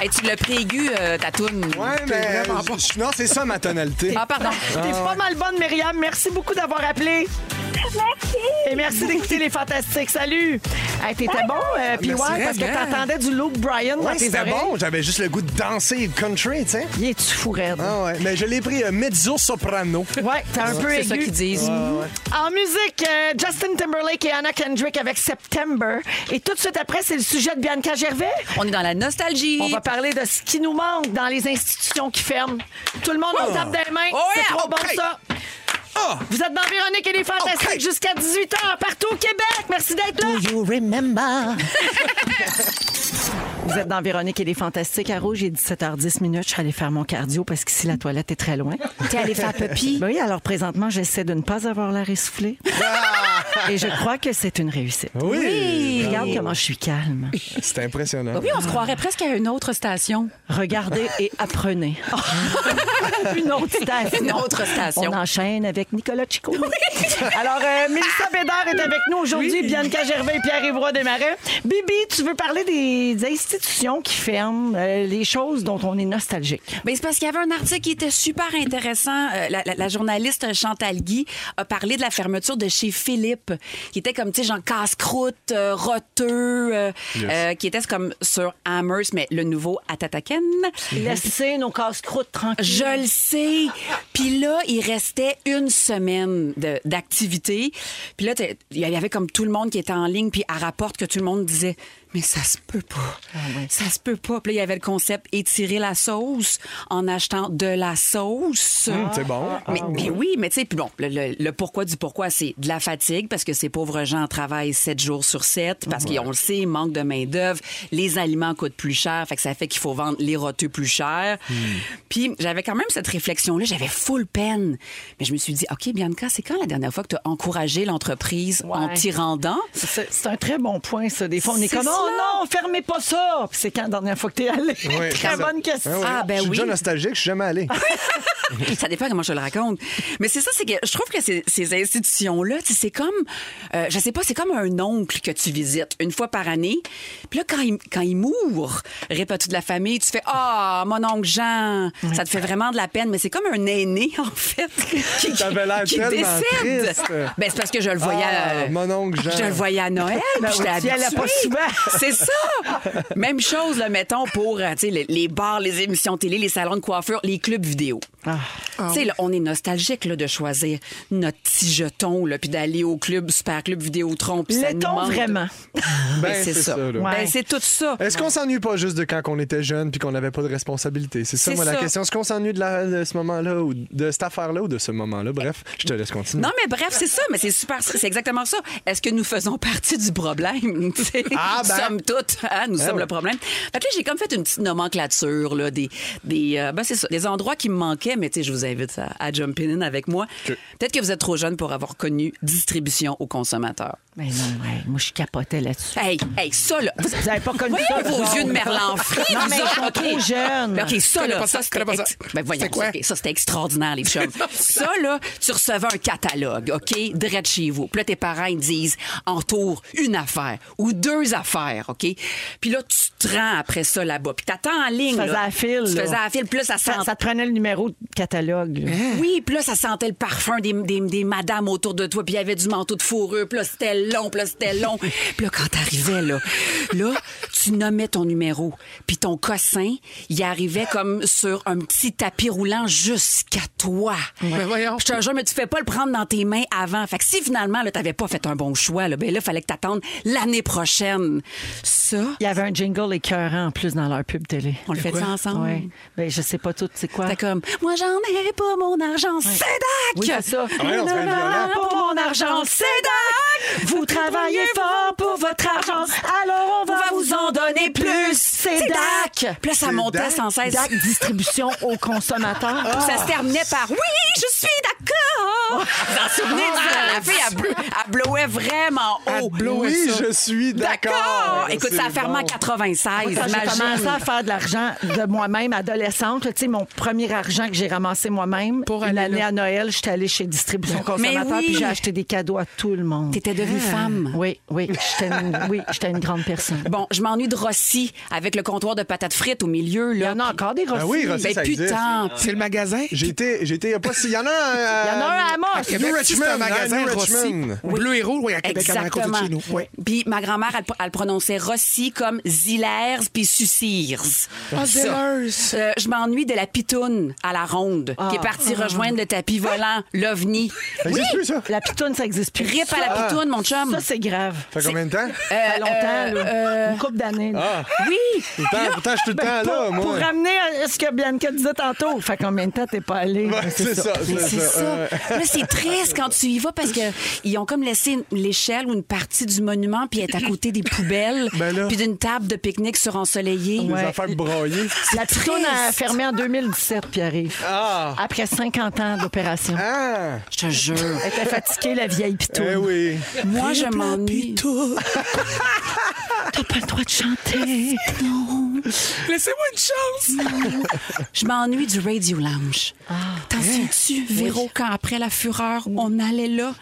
Speaker 4: Hey, tu l'as pris aigu, euh, ta toune.
Speaker 2: Ouais, mais. je- Non, c'est ça ma tonalité.
Speaker 4: Ah, pardon.
Speaker 3: T'es pas mal bonne, Myriam. Merci beaucoup d'avoir appelé.
Speaker 11: Merci!
Speaker 3: Et merci d'écouter les fantastiques. Salut. Hey, T'étais bon, euh, PY,
Speaker 5: Merci,
Speaker 3: parce que
Speaker 5: vraiment.
Speaker 3: t'entendais du Luke Bryan dans
Speaker 2: Ouais,
Speaker 3: tes
Speaker 2: c'était
Speaker 3: oreilles.
Speaker 2: bon. J'avais juste le goût de danser et de country, tu sais.
Speaker 3: Il est tu fou, raide?
Speaker 2: Ah ouais, mais je l'ai pris euh, mezzo soprano.
Speaker 3: Ouais, t'es un peu
Speaker 4: C'est ça
Speaker 3: aigu.
Speaker 4: qu'ils disent.
Speaker 3: En musique, euh, Justin Timberlake et Anna Kendrick avec September. Et tout de suite après, c'est le sujet de Bianca Gervais.
Speaker 4: On est dans la nostalgie.
Speaker 3: On va parler de ce qui nous manque dans les institutions qui ferment. Tout le monde, on tape des mains.
Speaker 4: Oh yeah,
Speaker 3: c'est trop
Speaker 2: ok.
Speaker 3: bon, ça.
Speaker 2: Ah!
Speaker 3: Vous êtes dans Véronique et les Fantastiques
Speaker 2: Ok.
Speaker 3: jusqu'à 18h partout au Québec. Merci d'être là. Vous êtes dans Véronique et les Fantastiques à Rouge. Il est 17h10 minutes. Je suis allée faire mon cardio parce qu'ici, la toilette est très loin.
Speaker 4: T'es allé faire papy.
Speaker 3: Ben oui, alors présentement, j'essaie de ne pas avoir l'air essoufflé. Et je crois que c'est une réussite.
Speaker 2: Ah! Oui!
Speaker 3: Regarde comment je suis calme.
Speaker 2: C'est impressionnant.
Speaker 4: Bah Oui, on se croirait presque à une autre station.
Speaker 3: Regardez et apprenez. Une autre station.
Speaker 4: Une autre station.
Speaker 3: On enchaîne avec Nicolas Chico. Alors, euh, Mélissa Bédard est avec nous aujourd'hui, Bianca Gervais et Pierre-Yves Roy Desmarais. Bibi, tu veux parler des institutions institutions qui ferment, euh, les choses dont on est nostalgique.
Speaker 4: Ben, c'est parce qu'il y avait un article qui était super intéressant. Euh, la, la- la journaliste Chantal Guy a parlé de la fermeture de chez Philippe, qui était comme, tu sais, genre casse-croûte, euh, roteux, euh,
Speaker 3: Yes.
Speaker 4: euh, qui était comme sur Amherst, mais le nouveau Atataken.
Speaker 3: Mhm. Laissez nos casse-croûtes tranquilles.
Speaker 4: Je le sais. Puis là, il restait une semaine de- d'activité. Puis là, t'es- il y avait comme tout le monde qui était en ligne, puis à rapporte que tout le monde disait, mais ça se peut pas. Ça se peut pas. Puis là, il y avait le concept étirer la sauce en achetant de la sauce.
Speaker 2: Hum, c'est bon.
Speaker 4: Mais,
Speaker 2: Ah,
Speaker 4: mais oui, mais tu sais, puis bon, le, le- le pourquoi du pourquoi, c'est de la fatigue parce que ces pauvres gens travaillent 7 jours sur 7 parce
Speaker 3: Ouais.
Speaker 4: qu'on le sait, manque de main-d'œuvre, les aliments coûtent plus cher, fait que ça fait qu'il faut vendre les roteux plus cher. Puis j'avais quand même cette réflexion-là, j'avais full peine. Mais je me suis dit, OK, Bianca, c'est quand la dernière fois que tu as encouragé l'entreprise en tirant dents?
Speaker 3: C'est c'est un très bon point, ça. Des fois, on est,
Speaker 4: C'est
Speaker 3: comme,
Speaker 4: ça.
Speaker 3: oh non, fermez pas ça. Puis c'est quand la dernière fois que t'es allé?
Speaker 2: Ouais,
Speaker 3: très
Speaker 2: c'est ça. Ah
Speaker 3: bonne question.
Speaker 2: Ouais, ouais.
Speaker 4: Ah, ben
Speaker 2: je suis déjà nostalgique, je suis jamais allé.
Speaker 4: ça dépend comment je le raconte. Mais c'est ça, c'est que je trouve que ces, ces institutions-là, tu sais, c'est comme, euh, je sais pas, c'est comme un oncle que tu visites une fois par année. Puis là, quand il, quand il mourt, répète de la famille, tu fais Ah, mon oncle Jean, ça te fait vraiment de la peine. Mais c'est comme un aîné, en fait, qui,
Speaker 2: T'avais l'air
Speaker 4: qui
Speaker 2: tellement
Speaker 4: décède.
Speaker 2: triste.
Speaker 4: Ben, c'est parce que je le voyais.
Speaker 2: Ah,
Speaker 4: euh,
Speaker 2: mon oncle Jean.
Speaker 4: Je le voyais à Noël,
Speaker 3: Ben
Speaker 4: puis j'étais
Speaker 3: oui, tu y allais
Speaker 4: habituée.
Speaker 3: pas souvent.
Speaker 4: C'est ça. Même chose, là, mettons, pour euh, tu sais, les, les bars, les émissions de télé, les salons de coiffure, les clubs vidéo. Tu sais, là, on est nostalgique là, de choisir notre petit jeton, là, puis d'aller au club, super club Vidéotron.
Speaker 3: Ah,
Speaker 4: puis ça nous
Speaker 3: L'est-on
Speaker 4: manque de-
Speaker 3: vraiment?
Speaker 4: Ben, c'est ça.
Speaker 2: là.
Speaker 4: Ben, c'est tout ça.
Speaker 2: Est-ce qu'on s'ennuie pas juste de quand on était jeune puis qu'on n'avait pas de responsabilité? C'est ça,
Speaker 4: C'est
Speaker 2: moi, la
Speaker 4: ça.
Speaker 2: question. Est-ce qu'on s'ennuie de, la- de ce moment-là ou de cette affaire-là ou de ce moment-là? Bref, je te laisse continuer.
Speaker 4: Non, mais bref, c'est ça, mais c'est super, c'est exactement ça. Est-ce que nous faisons partie du problème? tu sais?
Speaker 2: Ah, ben.
Speaker 4: Nous sommes toutes, hein, nous
Speaker 2: Ah,
Speaker 4: sommes
Speaker 2: ouais.
Speaker 4: le problème. Fait que là, j'ai comme fait une petite nomenclature, là, des, des, euh, ben, c'est ça, des endroits qui me manquaient, mais tu sais, je vous invite à, à jump in avec moi. Peut-être que vous êtes trop jeune pour avoir connu distribution aux consommateurs.
Speaker 3: Mais non, ouais, moi, je capotais là-dessus.
Speaker 4: Hey, hey, ça, là. Vous
Speaker 3: n'avez pas connu
Speaker 4: Voyez
Speaker 3: ça, vous
Speaker 4: vos yeux
Speaker 3: autres.
Speaker 4: de merlan frit.
Speaker 3: Non, mais
Speaker 4: vous
Speaker 3: ils sont
Speaker 4: autres, OK.
Speaker 3: trop jeunes.
Speaker 4: OK, ça,
Speaker 3: Connais
Speaker 4: là, ça,
Speaker 3: pas ça,
Speaker 4: c'était...
Speaker 3: connais pas ça.
Speaker 4: Ben voyons,
Speaker 3: C'est quoi?
Speaker 4: ça, OK, ça, c'était extraordinaire, les chums.
Speaker 3: Non, c'est-
Speaker 4: ça, là, tu recevais un catalogue, OK, direct chez vous. Puis là, tes parents, ils disent, entoure une affaire ou deux affaires, OK? Puis là, tu te rends après ça là-bas. Puis t'attends en ligne,
Speaker 3: Tu faisais
Speaker 4: là.
Speaker 3: la file.
Speaker 4: Tu
Speaker 3: là.
Speaker 4: faisais la file, puis là, ça sent...
Speaker 3: ça, ça te prenait le numéro de catalogue. là.
Speaker 4: Oui, puis là, ça sentait le parfum des, des, des madames autour de toi, puis il y avait du manteau de fourrure, puis là, c'était long, puis là, c'était long. puis là, quand t'arrivais, là, là, tu nommais ton numéro, puis ton cossin, il arrivait comme sur un petit tapis roulant jusqu'à toi.
Speaker 5: Mais voyons.
Speaker 4: Je te jure, mais tu fais pas le prendre dans tes mains avant. Fait que si finalement, là, t'avais pas fait un bon choix, là, ben là, fallait que t'attendes l'année prochaine. Ça,
Speaker 3: Il y avait un jingle écœurant en plus dans leur pub télé.
Speaker 4: On le fait ça ensemble?
Speaker 3: Oui. Ben, je sais pas tout, c'est quoi.
Speaker 4: t'es comme, moi, j'en ai pas mon argent, c'est dac!
Speaker 3: Oui, c'est ça.
Speaker 4: Ah ouais, on se fait violent.
Speaker 3: pour mon argent, c'est dingue. Vous travaillez fort pour votre argent, alors on va, vous en donner plus. C'est DAC.
Speaker 4: Puis là, ça montait sans cesse.
Speaker 3: DAC, Ah. distribution aux consommateurs.
Speaker 4: Ça se terminait par Oui, je suis d'accord. Vous en souvenez
Speaker 3: Ah,
Speaker 4: la fille, elle, bleu- elle blowait vraiment haut.
Speaker 2: Ah, Oui, je suis d'accord.
Speaker 4: Oh, D'accord. Écoute, ça a
Speaker 2: C'est
Speaker 4: fermé en
Speaker 2: bon.
Speaker 4: 96.
Speaker 3: Moi, quand j'ai
Speaker 4: imagine.
Speaker 3: commencé à faire de l'argent de moi-même, adolescente, là, tu sais, mon premier argent que j'ai ramassé moi-même, pour l'année à Noël, j'étais allée chez Distribution Consommateur,
Speaker 4: oui.
Speaker 3: puis j'ai acheté des cadeaux à tout le monde.
Speaker 4: T'étais devenue
Speaker 3: Ah.
Speaker 4: femme.
Speaker 3: Oui, oui, j'étais une, oui, j'étais une grande personne.
Speaker 4: Bon, je m'ennuie de Rossi avec le comptoir de patates frites au milieu.
Speaker 3: Il y
Speaker 4: Là.
Speaker 3: en a encore des Rossi.
Speaker 2: Ben oui, Rossi,
Speaker 4: Mais
Speaker 2: ça existe.
Speaker 4: putain.
Speaker 5: C'est le magasin.
Speaker 2: J'ai été, j'ai été, y a pas si. Il y en a un. euh,
Speaker 3: Il y en a un à Amos.
Speaker 5: À Québec,
Speaker 2: New
Speaker 5: si c'est
Speaker 2: Richmond,
Speaker 5: un magasin
Speaker 2: New
Speaker 5: Rossi.
Speaker 2: Richmond.
Speaker 5: Bleu et rouge, oui, à Québec, à côté de
Speaker 4: Exactement.
Speaker 5: chez nous. Oui.
Speaker 4: Puis ma grand-mère, elle, elle prononçait Rossi comme Zillers puis Sucires.
Speaker 5: Ah,
Speaker 4: Ça.
Speaker 5: Zellers.
Speaker 4: Euh, je m'ennuie de la pitoune à la ronde qui est partie rejoindre le tapis volant, l'OVNI.
Speaker 2: Ça existe plus, ça?
Speaker 3: La pitoune, ça existe plus.
Speaker 4: Rip à la pitoune, mon chum.
Speaker 3: Ça, c'est grave.
Speaker 2: Fait combien de temps?
Speaker 3: Ça fait longtemps,
Speaker 4: euh,
Speaker 3: là.
Speaker 4: euh,
Speaker 3: une couple d'années. là.
Speaker 2: Ah,
Speaker 4: Oui!
Speaker 2: pourtant, pourtant, je suis tout le
Speaker 4: Ben,
Speaker 2: temps
Speaker 3: Ben, pour,
Speaker 2: là,
Speaker 3: pour
Speaker 2: moi.
Speaker 3: ramener à ce que Bianca disait tantôt, fait combien de temps t'es pas allé? Ben,
Speaker 2: Ouais, C'est ça,
Speaker 4: Mais
Speaker 2: c'est
Speaker 4: c'est
Speaker 2: ça.
Speaker 4: ça.
Speaker 2: ouais.
Speaker 4: Là, c'est triste quand tu y vas parce que ils ont comme laissé une- l'échelle ou une partie du monument puis être à côté des poubelles
Speaker 2: Ben là.
Speaker 4: puis d'une table de pique-nique sur ensoleillée.
Speaker 2: Les affaires broyées.
Speaker 3: La pitoune a fermé en 2017, puis arrive.
Speaker 2: Ah!
Speaker 3: Après 50 ans d'opération.
Speaker 2: Ah!
Speaker 4: Je te jure.
Speaker 3: Elle était fatiguée, la vieille pitoune.
Speaker 2: Eh oui.
Speaker 4: Moi, je m'ennuie.
Speaker 3: T'as pas le droit de chanter.
Speaker 5: Laissez-moi une chance.
Speaker 4: Je m'ennuie du Radio Lounge. T'as T'en souviens-tu, Véro, quand après la fureur, on allait là?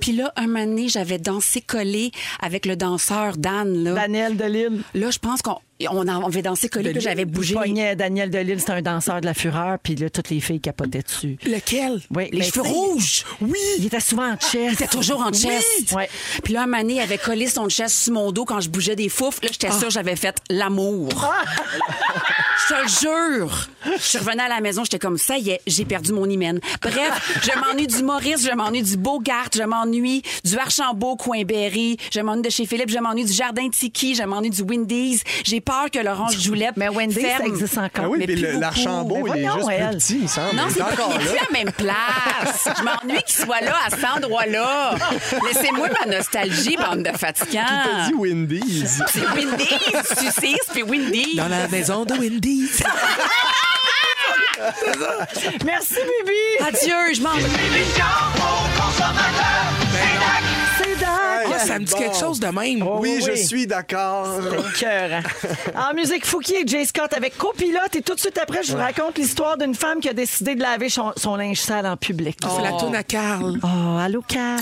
Speaker 4: Puis là, un moment donné, j'avais dansé collé avec le danseur Dan. Là.
Speaker 3: Daniel Delille.
Speaker 4: Là, je pense qu'on on en- on avait dansé collé, puis j'avais bougé.
Speaker 3: Je pognais Daniel Delille, c'était un danseur de la fureur, puis là, toutes les filles capotaient dessus.
Speaker 5: Lequel?
Speaker 3: Oui, ben,
Speaker 4: Les
Speaker 3: mais
Speaker 4: cheveux
Speaker 3: c'est-
Speaker 4: rouges! Ah,
Speaker 5: Oui!
Speaker 3: Il était souvent en chest.
Speaker 4: Il était toujours en chest.
Speaker 3: Ouais.
Speaker 4: Puis là, un moment donné, il avait collé son chest sur mon dos quand je bougeais des foufles. Là, j'étais
Speaker 3: Ah.
Speaker 4: sûre que j'avais fait l'amour. Je te le jure. Je revenais à la maison, j'étais comme ça y est, j'ai perdu mon hymen. Bref, je m'ennuie du Maurice, je m'ennuie du Bogart, je m'ennuie du Archambault, Coinberry, je m'ennuie de chez Philippe, je m'ennuie du Jardin Tiki, je m'ennuie du Wendy's. J'ai peur que Laurence Joulette.
Speaker 3: Mais Wendy,
Speaker 4: ferme.
Speaker 3: ça existe encore.
Speaker 2: Ah oui,
Speaker 4: mais
Speaker 2: puis
Speaker 4: plus
Speaker 2: le-
Speaker 4: beaucoup.
Speaker 2: l'Archambault,
Speaker 3: Mais
Speaker 2: il est
Speaker 3: voyons,
Speaker 2: juste
Speaker 3: elle.
Speaker 2: plus petit, il me semble.
Speaker 4: Non,
Speaker 2: Il est
Speaker 4: c'est pas
Speaker 2: encore
Speaker 4: qu'il est
Speaker 2: là.
Speaker 4: plus à la même place. Je m'ennuie qu'il soit là, à cet endroit-là. Laissez-moi ma nostalgie, bande de
Speaker 2: T'as dit
Speaker 4: fatigants.
Speaker 2: Wendy's.
Speaker 4: C'est Wendy's, sucice, puis Wendy's.
Speaker 5: Dans la maison de Wendy.
Speaker 3: Merci, Bibi!
Speaker 4: Adieu, je m'ennuie.
Speaker 3: C'est dingue!
Speaker 5: Ah, Oh. ça me dit
Speaker 2: Bon.
Speaker 5: quelque chose de même.
Speaker 2: oui,
Speaker 3: oui,
Speaker 2: je
Speaker 3: oui.
Speaker 2: suis d'accord.
Speaker 3: Cœur. hein. En musique, Fouki et Jay Scott avec copilote. Et tout de suite après, je vous raconte l'histoire d'une femme qui a décidé de laver son, son linge sale en public.
Speaker 5: C'est la tourne à Carl.
Speaker 3: Oh, allô, Carl.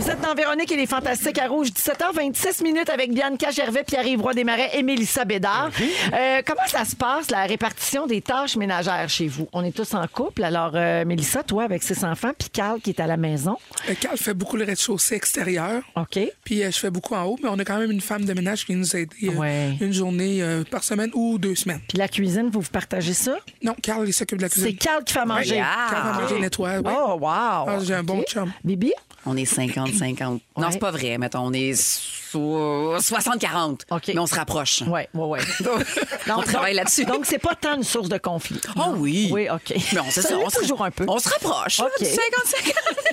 Speaker 3: Vous êtes dans Véronique et les Fantastiques à Rouge, 17h26 minutes avec Bianca Gervais, Pierre-Yves Roy Desmarais et Mélissa Bédard. Euh, comment ça se passe, la répartition des tâches ménagères chez vous? On est tous en couple. Alors, euh, Mélissa, toi, avec ses enfants, puis Carl qui est à la maison.
Speaker 5: Euh, Carl fait beaucoup le rez-de-chaussée extérieur.
Speaker 3: OK.
Speaker 5: Puis euh, je fais beaucoup en haut, mais on a quand même une femme de ménage qui nous aide euh,
Speaker 3: Ouais.
Speaker 5: une journée euh, par semaine ou deux semaines.
Speaker 3: Puis la cuisine, vous vous partagez ça?
Speaker 5: Non, Carl, il s'occupe de la
Speaker 3: C'est
Speaker 5: cuisine.
Speaker 3: Carl qui fait à manger.
Speaker 4: Ah,
Speaker 5: Carl va
Speaker 4: ok.
Speaker 5: manger, nettoie. ouais.
Speaker 3: Oh, wow.
Speaker 5: Ah, j'ai un bon
Speaker 3: OK.
Speaker 5: chum.
Speaker 3: Bibi?
Speaker 4: On est 50-50. Non,
Speaker 3: Ouais.
Speaker 4: c'est pas vrai, mettons. On est so- 60-40.
Speaker 3: OK.
Speaker 4: Mais on se rapproche.
Speaker 3: Oui, oui, oui.
Speaker 4: on travaille là-dessus.
Speaker 3: Donc, c'est pas tant une source de conflit.
Speaker 4: Oh oui.
Speaker 3: Oui, OK.
Speaker 4: Mais on, c'est ça,
Speaker 3: l'est
Speaker 4: on se-
Speaker 3: toujours un peu.
Speaker 4: On se rapproche.
Speaker 3: OK.
Speaker 4: 50-50.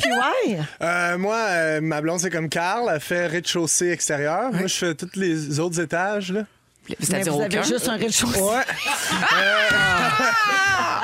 Speaker 3: Puis ouais.
Speaker 2: Euh, moi, euh, ma blonde, c'est comme Carl, elle fait rez-de-chaussée extérieur. Moi, je fais tous les autres étages. Là.
Speaker 3: Mais
Speaker 4: C'est-à-dire
Speaker 3: Ben, vous avez
Speaker 4: aucun.
Speaker 3: juste un rez-de-chaussée.
Speaker 2: Ouais.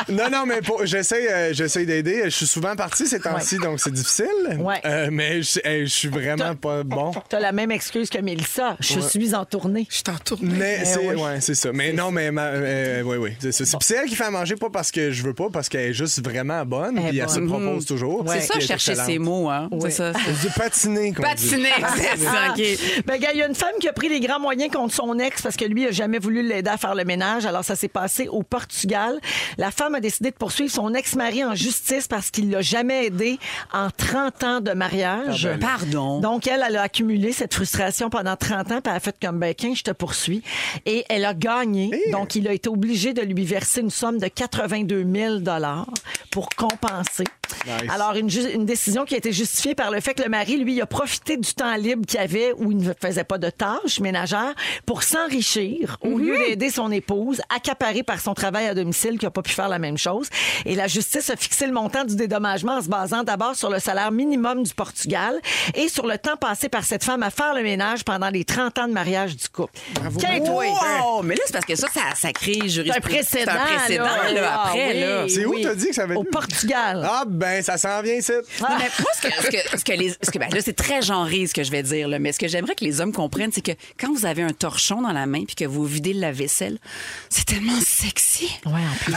Speaker 2: non, non, mais pour- j'essaie euh, j'essaie d'aider. Je suis souvent parti ces temps-ci, donc c'est difficile.
Speaker 3: Ouais.
Speaker 2: Euh, mais je hey, je suis vraiment pas bon.
Speaker 3: T'as la même excuse que Mélissa. Je suis en tournée.
Speaker 5: Je t'en tourne.
Speaker 2: Mais c'est
Speaker 3: oui.
Speaker 2: ouais, c'est ça. Mais non, mais ma- euh, oui, oui, c'est ça. C'est- puis c'est elle qui fait à manger, pas parce que je veux pas, parce qu'elle est juste vraiment bonne.
Speaker 3: Elle est
Speaker 2: Puis elle se
Speaker 3: bonne. Mhm.
Speaker 2: propose toujours.
Speaker 3: Ouais.
Speaker 4: C'est ça,
Speaker 2: Puis elle est
Speaker 4: chercher
Speaker 2: excellente.
Speaker 4: ses mots. Hein.
Speaker 3: Ouais.
Speaker 4: C'est ça.
Speaker 2: Du patiné, comme on dit.
Speaker 4: Patiner, Ah, c'est ça. OK.
Speaker 3: Ben, gars, il y a une femme qui a pris les grands moyens contre son ex parce que lui a jamais voulu l'aider à faire le ménage. Alors, ça s'est passé au Portugal. La femme a décidé de poursuivre son ex-mari en justice parce qu'il l'a jamais aidé en 30 ans de mariage.
Speaker 4: Ah ben, Pardon.
Speaker 3: Donc, elle, elle a accumulé cette frustration pendant 30 ans, puis elle a fait comme, ben, Ken, je te poursuis. Et elle a gagné. Donc, il a été obligé de lui verser une somme de 82 000 pour compenser. Alors, une, ju- une décision qui a été justifiée par le fait que le mari, lui, il a profité du temps libre qu'il avait où il ne faisait pas de tâches ménagères pour s'enrichir au lieu d'aider son épouse, accaparée par son travail à domicile qui n'a pas pu faire la même chose. Et la justice a fixé le montant du dédommagement en se basant d'abord sur le salaire minimum du Portugal et sur le temps passé par cette femme à faire le ménage pendant les 30 ans de mariage du couple. Quinte-toi!
Speaker 4: Wow! Mais là, c'est parce que ça, ça, ça crée
Speaker 3: Ben C'est un
Speaker 4: jurisprudence. C'est
Speaker 3: précédent,
Speaker 4: un précédent, là,
Speaker 3: Ah
Speaker 4: après,
Speaker 3: oui,
Speaker 4: là.
Speaker 2: C'est où
Speaker 3: oui.
Speaker 2: t'as dit que ça avait
Speaker 3: Au
Speaker 2: lieu?
Speaker 3: Portugal.
Speaker 2: Ah, ben, ça s'en vient, ici.
Speaker 4: Non, mais
Speaker 3: Ah.
Speaker 4: moi, ce que, ce que- ce que les, ce que- ben, là, c'est très genré ce que je vais dire, là, mais ce que j'aimerais que les hommes comprennent, c'est que quand vous avez un torchon dans la main puis que vous videz le lave-vaisselle, c'est tellement sexy.
Speaker 3: Ouais, en plus.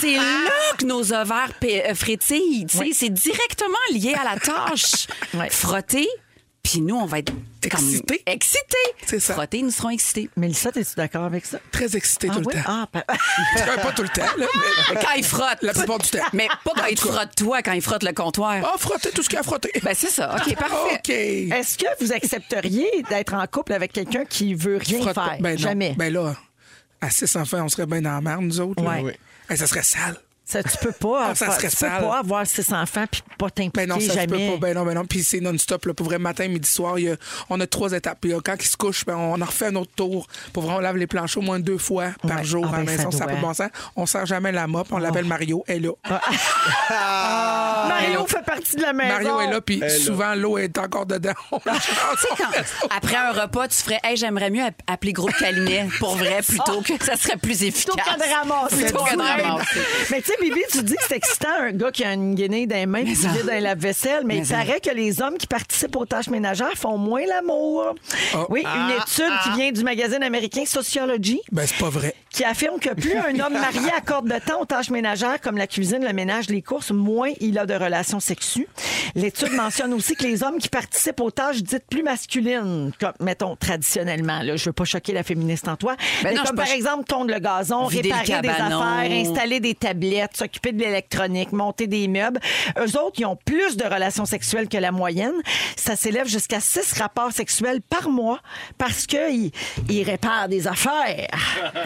Speaker 4: C'est là que nos ovaires pé- euh, frétillent. tu sais. C'est directement lié à la tâche.
Speaker 3: Ouais.
Speaker 4: Frotter, puis nous, on va être comme-
Speaker 5: Excités.
Speaker 4: Excités.
Speaker 5: C'est ça.
Speaker 4: Frotter, nous serons excités.
Speaker 3: Mélissa, es-tu d'accord avec ça?
Speaker 5: Très excité
Speaker 3: Ah
Speaker 5: tout
Speaker 3: oui?
Speaker 5: le temps.
Speaker 3: Ah, pa-
Speaker 5: Euh, pas tout le temps, là, mais...
Speaker 4: Quand ils frottent.
Speaker 5: La plupart du temps.
Speaker 4: Mais pas quand ils frottent toi, quand ils frottent le comptoir.
Speaker 5: Ah, frotter tout ce qu'il y a à frotter.
Speaker 4: Ben, c'est ça. OK, parfait.
Speaker 5: OK.
Speaker 3: Est-ce que vous accepteriez d'être en couple avec quelqu'un qui veut rien
Speaker 5: Frotte pas.
Speaker 3: faire?
Speaker 5: Ben non.
Speaker 3: Euh, Jamais.
Speaker 5: Ben là, à six enfants, on serait bien dans la merde, nous autres. là.
Speaker 3: Ouais.
Speaker 2: Oui.
Speaker 5: Eh, ça serait sale.
Speaker 3: Ça, tu peux pas,
Speaker 5: Ah, ça
Speaker 3: avoir-
Speaker 5: serait
Speaker 3: tu peux
Speaker 5: sale.
Speaker 3: pas avoir six enfants puis pas t'impliquer
Speaker 5: Ben non, ça se peut
Speaker 3: jamais.
Speaker 5: pas. Ben non, ben non. Puis c'est non-stop. là. Pour vrai, matin, midi, soir, il y a- on a trois étapes. Puis là, quand ils se couchent, ben, on en refait un autre tour. Pour vrai, on lave les planchers au moins deux fois par
Speaker 3: Ouais.
Speaker 5: jour
Speaker 3: Ah,
Speaker 5: à la
Speaker 3: ben,
Speaker 5: maison.
Speaker 3: ça
Speaker 5: Ça n'a pas de
Speaker 3: doit. Oh. Ah,
Speaker 5: bon sens. On sert jamais la mop. On l'appelle Mario. Elle est là.
Speaker 3: Mario fait partie de la maison.
Speaker 5: Ah. Mario est là, puis souvent, l'eau est encore dedans. On
Speaker 3: Ah,
Speaker 5: la
Speaker 4: Tu sais,
Speaker 5: change, on reste-
Speaker 4: quand- après un repas, tu ferais Hey, j'aimerais mieux app- appeler groupe Calinet pour vrai plutôt que ça serait plus efficace.
Speaker 3: Plutôt que de ramasser.
Speaker 4: Plutôt que de
Speaker 3: Ouais.
Speaker 4: ramasser.
Speaker 3: Mais tu sais, Bibi, tu dis que c'est excitant, un gars qui a une guinée dans les mains puis qui vit dans la vaisselle, mais,
Speaker 4: Mais
Speaker 3: il
Speaker 4: ça.
Speaker 3: paraît que les hommes qui participent aux tâches ménagères font moins l'amour.
Speaker 5: Oh.
Speaker 3: oui,
Speaker 5: Ah,
Speaker 3: une étude qui vient du magazine américain Sociology
Speaker 5: Ben, c'est pas vrai.
Speaker 3: qui affirme que plus un homme marié accorde de temps aux tâches ménagères comme la cuisine, le ménage, les courses, moins il a de relations sexuelles. L'étude mentionne aussi que les hommes qui participent aux tâches dites plus masculines, comme, mettons, traditionnellement, là, je veux pas choquer la féministe en toi,
Speaker 4: Ben
Speaker 3: mais
Speaker 4: non, je
Speaker 3: comme
Speaker 4: pas-
Speaker 3: par exemple tondre le gazon,
Speaker 4: Vider le
Speaker 3: réparer des
Speaker 4: cabanon.
Speaker 3: affaires, installer des tablettes, s'occuper de l'électronique, monter des meubles. Eux autres, ils ont plus de relations sexuelles que la moyenne. Ça s'élève jusqu'à six rapports sexuels par mois parce qu'ils ils réparent des affaires.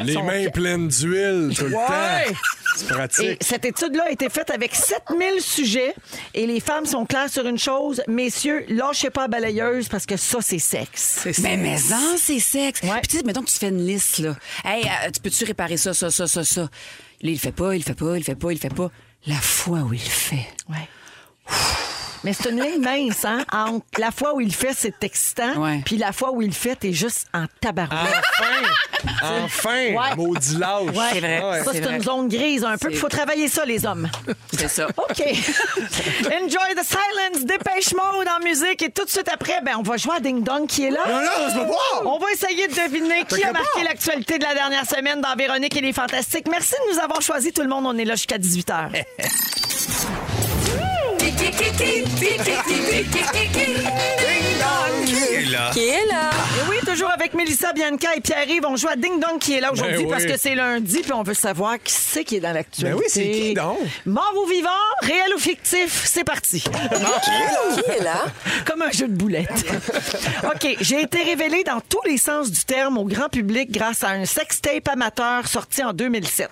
Speaker 2: Les
Speaker 3: Son-
Speaker 2: mains pleines d'huile tout le
Speaker 3: Ouais.
Speaker 2: temps. C'est
Speaker 3: Et
Speaker 2: pratique.
Speaker 3: cette étude-là a été faite avec 7000 sujets et les femmes sont claires sur une chose, messieurs, lâchez pas la balayeuse parce que ça, c'est sexe.
Speaker 4: Mais maison, c'est sexe. Puis tu sais, mettons que tu fais une liste, là. Hey, euh, tu peux-tu réparer ça, ça, ça, ça, ça? Là, il le fait pas, il le fait pas, il le fait pas, il le fait pas. La fois où il le fait.
Speaker 3: Ouais. Mais c'est une ligne mince, hein? Entre la fois où il le fait, c'est excitant,
Speaker 4: Ouais.
Speaker 3: puis la fois où il le fait, t'es juste en tabarouette.
Speaker 2: Enfin! Enfin!
Speaker 3: Ouais.
Speaker 2: Maudit lâche.
Speaker 3: Ouais.
Speaker 4: C'est vrai,
Speaker 2: Ah ouais.
Speaker 3: Ça,
Speaker 4: c'est
Speaker 3: c'est
Speaker 4: vrai.
Speaker 3: une zone grise un peu, puis il faut travailler ça, les hommes.
Speaker 4: C'est ça.
Speaker 3: OK. Enjoy the silence, dépêche mode en musique. Et tout de suite après, ben, on va jouer à Ding Dong qui est là.
Speaker 2: Non, non, laisse-moi voir.
Speaker 3: On va essayer de deviner qui a marqué l'actualité de la dernière semaine dans Véronique et les Fantastiques. Merci de nous avoir choisi tout le monde. On est là jusqu'à 18h.
Speaker 7: Qui est là?
Speaker 3: Et oui, toujours avec Mélissa, Bianca et Pierre-Yves. On joue à Ding Dong qui est là aujourd'hui
Speaker 2: Ben oui.
Speaker 3: parce que c'est lundi puis on veut savoir qui c'est qui est dans l'actualité.
Speaker 2: Ben oui, c'est qui donc?
Speaker 3: Mort ou vivant, réel ou fictif, c'est parti.
Speaker 12: Qui est là?
Speaker 3: Comme un jeu de boulettes. OK, j'ai été révélée dans tous les sens du terme au grand public grâce à un sextape amateur sorti en 2007.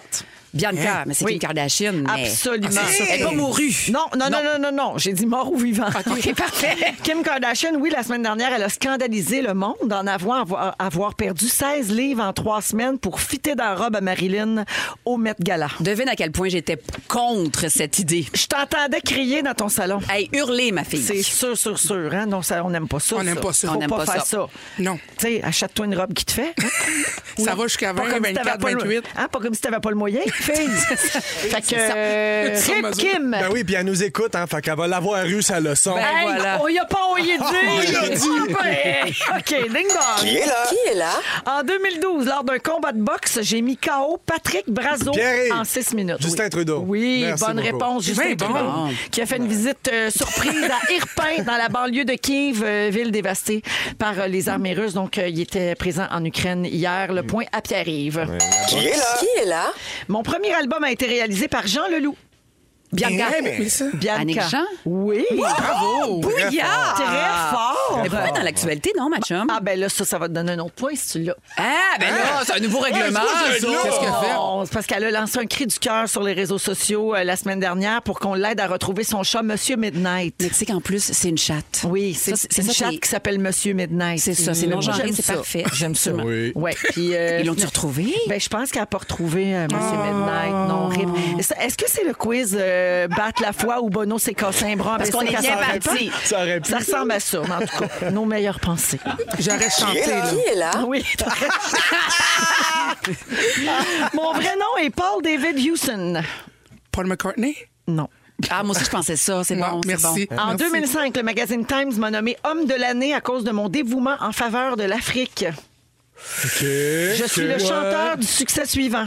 Speaker 4: Bianca, mais c'est
Speaker 3: Oui.
Speaker 4: Kim Kardashian. mais-
Speaker 3: Absolument.
Speaker 4: Ah, c'est ça. Elle n'est pas mourue.
Speaker 3: Non, non, non, non, non, non. J'ai dit mort ou vivant.
Speaker 4: OK, parfait.
Speaker 3: Kim Kardashian, oui, la semaine dernière, elle a scandalisé le monde en avoir, avoir- avoir perdu 16 livres en trois semaines pour fitter dans la robe à Marilyn au Met Gala.
Speaker 4: Devine à quel point j'étais contre cette idée.
Speaker 3: Je t'entendais crier dans ton salon.
Speaker 4: Hey, hurler, ma fille.
Speaker 3: C'est sûr, sûr, sûr. Hein? Non, ça, on n'aime pas ça.
Speaker 5: On n'aime pas ça.
Speaker 3: Faut
Speaker 4: On n'aime pas
Speaker 3: pas faire ça.
Speaker 4: ça.
Speaker 5: Non.
Speaker 3: Tu sais, achète-toi une robe qui te fait. hein,
Speaker 5: Ça va jusqu'à 20,
Speaker 3: Pas comme si
Speaker 5: 24,
Speaker 3: t'avais pas le-
Speaker 5: 28.
Speaker 3: Hein, pas comme si t'avais pas le moyen, fille. fait que... euh,
Speaker 5: Sur
Speaker 3: Rip
Speaker 5: mesure.
Speaker 3: Kim!
Speaker 2: Ben oui, puis elle nous écoute, hein, fait qu'elle va l'avoir eu sa leçon.
Speaker 4: Ben,
Speaker 3: Hey,
Speaker 4: voilà.
Speaker 3: On y a pas, on y est dit.
Speaker 2: y a dit.
Speaker 3: Ah, ben, OK, ding dong.
Speaker 12: Qui est là?
Speaker 3: En 2012, lors d'un combat de boxe, j'ai mis KO Patrick Brazo
Speaker 2: Pierre-Yves.
Speaker 3: en 6 minutes.
Speaker 2: Justin
Speaker 3: Oui.
Speaker 2: Trudeau.
Speaker 3: Oui,
Speaker 2: Merci
Speaker 3: bonne
Speaker 2: beaucoup.
Speaker 3: réponse, Justin
Speaker 5: Ben bon.
Speaker 3: Trudeau, qui a fait une visite euh, surprise à Irpin, dans la banlieue de Kiev, euh, ville dévastée par euh, les armées russes. Donc, euh, il était présent en Ukraine hier. Le point à Pierre-Yves.
Speaker 12: Qui est là? Qui est là?
Speaker 3: Mon premier album a été réalisé par Jean Leloup.
Speaker 4: Bianca.
Speaker 5: Eh, mais- mais ça-
Speaker 3: Bianca.
Speaker 4: Annick Jean?
Speaker 3: Oui.
Speaker 5: Bravo!
Speaker 4: Bouillard!
Speaker 3: Très fort.
Speaker 4: Mais pourquoi dans l'actualité, non, ma chum?
Speaker 3: Ah ben là, ça, ça va te donner un autre point si tu l'as.
Speaker 4: Ah, ben là, c'est un nouveau règlement.
Speaker 5: c'est
Speaker 4: ça.
Speaker 5: là.
Speaker 4: Qu'est-ce que fait?
Speaker 3: Non, c'est parce qu'elle a lancé un cri du cœur sur les réseaux sociaux euh, la semaine dernière pour qu'on l'aide à retrouver son chat Monsieur Midnight.
Speaker 4: Mais tu sais qu'en plus, c'est une chatte.
Speaker 3: Oui, c'est
Speaker 4: Ça,
Speaker 3: c'est une
Speaker 4: ça,
Speaker 3: chatte qui s'appelle Monsieur Midnight.
Speaker 4: C'est ça, c'est
Speaker 3: Mm.
Speaker 4: non-genré,
Speaker 3: J'aime
Speaker 4: c'est
Speaker 3: ça.
Speaker 4: parfait.
Speaker 3: J'aime ça.
Speaker 4: Absolument.
Speaker 2: Oui.
Speaker 3: Ouais, puis, euh,
Speaker 4: Ils l'ont-tu retrouvé?
Speaker 3: Ben, je pense qu'elle n'a pas retrouvé euh, Monsieur
Speaker 4: Ah.
Speaker 3: Midnight. Non, rip. Est-ce- Est-ce que c'est le quiz euh, Battre la foi ou Bono s'est cassé un bras?
Speaker 4: Parce qu'on est bien parti.
Speaker 2: Ça aurait pu.
Speaker 3: Ça ressemble à ça, mais en tout cas, nos meilleures pensées.
Speaker 5: J'aurais chanté, là.
Speaker 12: Qui est là?
Speaker 3: Ah Oui. Mon vrai nom est Paul David Hewson.
Speaker 5: Paul McCartney?
Speaker 3: Non.
Speaker 4: Ah, moi aussi, je pensais ça. C'est
Speaker 5: Ouais,
Speaker 4: bon, c'est bon.
Speaker 5: merci.
Speaker 2: Euh,
Speaker 3: En
Speaker 5: Merci.
Speaker 3: 2005, le magazine Times m'a nommé homme de l'année à cause de mon dévouement en faveur de l'Afrique. Je suis le chanteur du succès suivant.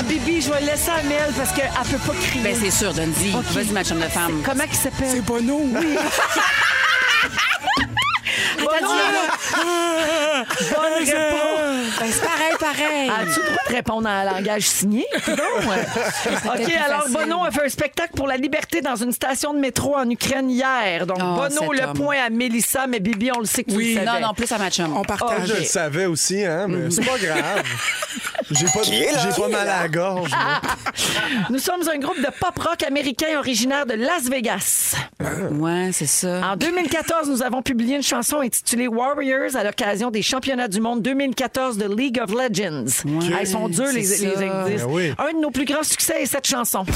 Speaker 3: Ah, Bibi, je vais le laisser à Mel parce qu'elle ne peut pas crier.
Speaker 4: Ben, c'est sûr, Dundee.
Speaker 3: Ok.
Speaker 4: Vas-y, ma chum de femme.
Speaker 3: Comment il s'appelle?
Speaker 5: C'est Bono.
Speaker 3: Bonne, bonne réponse.
Speaker 4: Ben, c'est pareil, pareil.
Speaker 3: As-tu le droit de répondre en langage signé? Non. OK,
Speaker 4: plus
Speaker 3: alors
Speaker 4: facile.
Speaker 3: Bono a fait un spectacle pour la liberté dans une station de métro en Ukraine hier. Donc,
Speaker 4: Oh,
Speaker 3: Bono,
Speaker 4: cet
Speaker 3: le
Speaker 4: homme.
Speaker 3: point à Mélissa, mais Bibi, on le sait que tu
Speaker 4: oui,
Speaker 3: le savais.
Speaker 4: non, non, plus à ma chum.
Speaker 5: On
Speaker 2: Ah,
Speaker 5: partage.
Speaker 2: Je le savais aussi, hein,
Speaker 4: Mm-hmm.
Speaker 2: mais c'est pas grave. J'ai pas, j'ai pas mal à la gorge.
Speaker 4: Ah,
Speaker 2: là.
Speaker 3: Nous sommes un groupe de pop-rock américain originaire de Las Vegas.
Speaker 4: Ouais, c'est ça.
Speaker 3: En 2014, nous avons publié une chanson intitulée Warriors à l'occasion des championnats du monde 2014 de League of Legends. Ah, ils sont durs, les,
Speaker 4: c'est
Speaker 3: les
Speaker 4: ça.
Speaker 3: indices.
Speaker 2: Ben oui.
Speaker 3: Un de nos plus grands succès est cette chanson.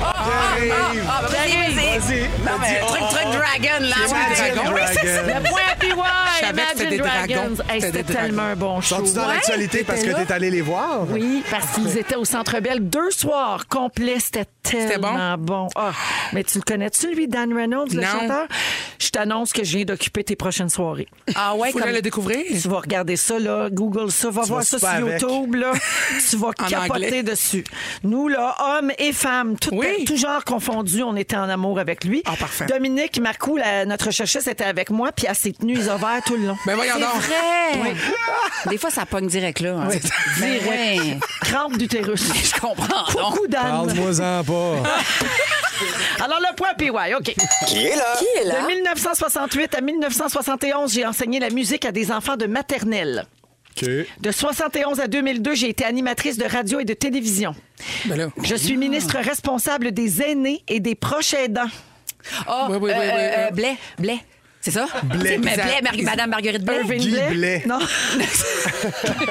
Speaker 2: J'arrive.
Speaker 4: Ah, vas-y, vas-y. Non, mais truc, truc, dragon, là.
Speaker 2: Imagine
Speaker 4: dragon. Oui, c'est ça.
Speaker 3: Le point happy Hour,
Speaker 5: Je savais que c'était des
Speaker 3: Imagine Dragons.
Speaker 5: dragons.
Speaker 3: Hey,
Speaker 5: C'était
Speaker 3: C'était
Speaker 5: des dragons.
Speaker 3: tellement un bon show.
Speaker 2: Sont-tu dans
Speaker 3: Ouais,
Speaker 2: l'actualité parce que
Speaker 3: t'étais là.
Speaker 2: t'es allé les voir?
Speaker 3: Oui, parce qu'ils étaient au Centre Bell deux soirs complets. C'était tellement bon. Ah, mais tu le connais-tu, lui, Dan Reynolds, le
Speaker 5: Non.
Speaker 3: chanteur? Je t'annonce que je viens d'occuper tes prochaines soirées.
Speaker 4: Ah ouais,
Speaker 5: Faudrait
Speaker 4: comme...
Speaker 5: le découvrir.
Speaker 3: Tu vas regarder ça, là, Google ça, va voir
Speaker 2: vas
Speaker 3: ça sur
Speaker 2: super avec.
Speaker 3: YouTube, là. tu vas
Speaker 5: En
Speaker 3: capoter
Speaker 5: anglais.
Speaker 3: dessus. Nous, là, hommes et femmes, tout,
Speaker 5: Oui.
Speaker 3: tout genre confondu, on était en amour avec lui.
Speaker 5: Ah, parfait.
Speaker 3: Dominique Marcoux, la- notre chercheuse, était avec moi, puis elle s'est tenue les ovaires tout le long.
Speaker 5: Ben voyons
Speaker 4: C'est
Speaker 5: donc.
Speaker 4: vrai. Des fois, ça pogne direct là. hein. Ben ouais.
Speaker 3: Crampe d'utérus.
Speaker 4: Je comprends. donc.
Speaker 3: Coucou, Dan.
Speaker 2: Parle-moi-en pas.
Speaker 3: Alors, le point PY, OK.
Speaker 7: Qui est là?
Speaker 12: Qui est là?
Speaker 3: De 1968 à 1971, j'ai enseigné la musique à des enfants de maternelle.
Speaker 2: OK.
Speaker 3: De 71 à 2002, j'ai été animatrice de radio et de télévision.
Speaker 5: Ben là.
Speaker 3: Je suis ministre responsable des aînés et des proches aidants.
Speaker 4: Ah,
Speaker 5: Oui, oui, oui,
Speaker 4: euh,
Speaker 5: oui,
Speaker 4: euh,
Speaker 5: oui.
Speaker 4: Blais, Blais. C'est ça?
Speaker 2: Blais.
Speaker 4: C'est- mais Blais, Mar- Madame Marguerite Blais.
Speaker 3: Irving
Speaker 2: Ben, Guy
Speaker 3: Blais.
Speaker 2: Blais.
Speaker 3: Non.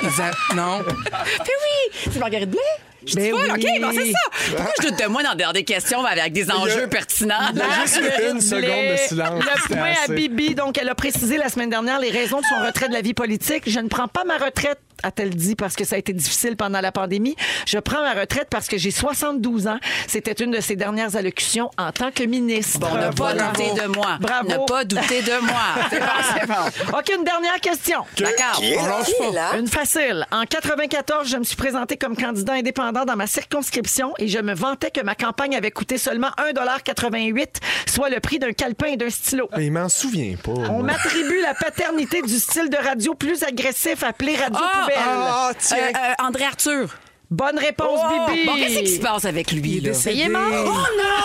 Speaker 5: Isa- Non.
Speaker 4: Mais oui, c'est Marguerite Blais. Je
Speaker 3: Ben
Speaker 4: dis pas,
Speaker 3: oui.
Speaker 4: OK, bon, c'est ça. Pourquoi je doute de moi dans des questions avec des enjeux pertinents?
Speaker 2: Il y a juste une
Speaker 3: Blais.
Speaker 2: seconde de silence.
Speaker 3: Le
Speaker 2: C'était
Speaker 3: point à
Speaker 2: assez.
Speaker 3: Bibi. Donc, elle a précisé la semaine dernière les raisons de son retrait de la vie politique. Je ne prends pas ma retraite, a-t-elle dit, parce que ça a été difficile pendant la pandémie. Je prends ma retraite parce que j'ai 72 ans. C'était une de ses dernières allocutions en tant que ministre.
Speaker 4: Bon, ne pas
Speaker 3: Voilà.
Speaker 4: douter de moi.
Speaker 3: Bravo.
Speaker 4: Ne pas douter de moi. C'est bon, c'est bon.
Speaker 3: OK, une dernière question.
Speaker 4: D'accord.
Speaker 7: Qui est là?
Speaker 12: Qui est là?
Speaker 3: Une facile. En 94, je me suis présenté comme candidat indépendant dans ma circonscription et je me vantais que ma campagne avait coûté seulement 1,88 soit le prix d'un calepin et d'un stylo.
Speaker 2: Mais il m'en souvient pas. Ah,
Speaker 3: On
Speaker 2: moi.
Speaker 3: m'attribue la paternité du style de radio plus agressif appelé radio
Speaker 4: Ah,
Speaker 3: poubelle.
Speaker 2: Ah,
Speaker 4: Euh,
Speaker 2: tiens.
Speaker 4: euh, André Arthur.
Speaker 3: Bonne réponse,
Speaker 4: Oh,
Speaker 3: Bibi.
Speaker 4: Bon, qu'est-ce qui se passe avec lui? là?
Speaker 5: décédé.
Speaker 4: Il est mort? Oh non!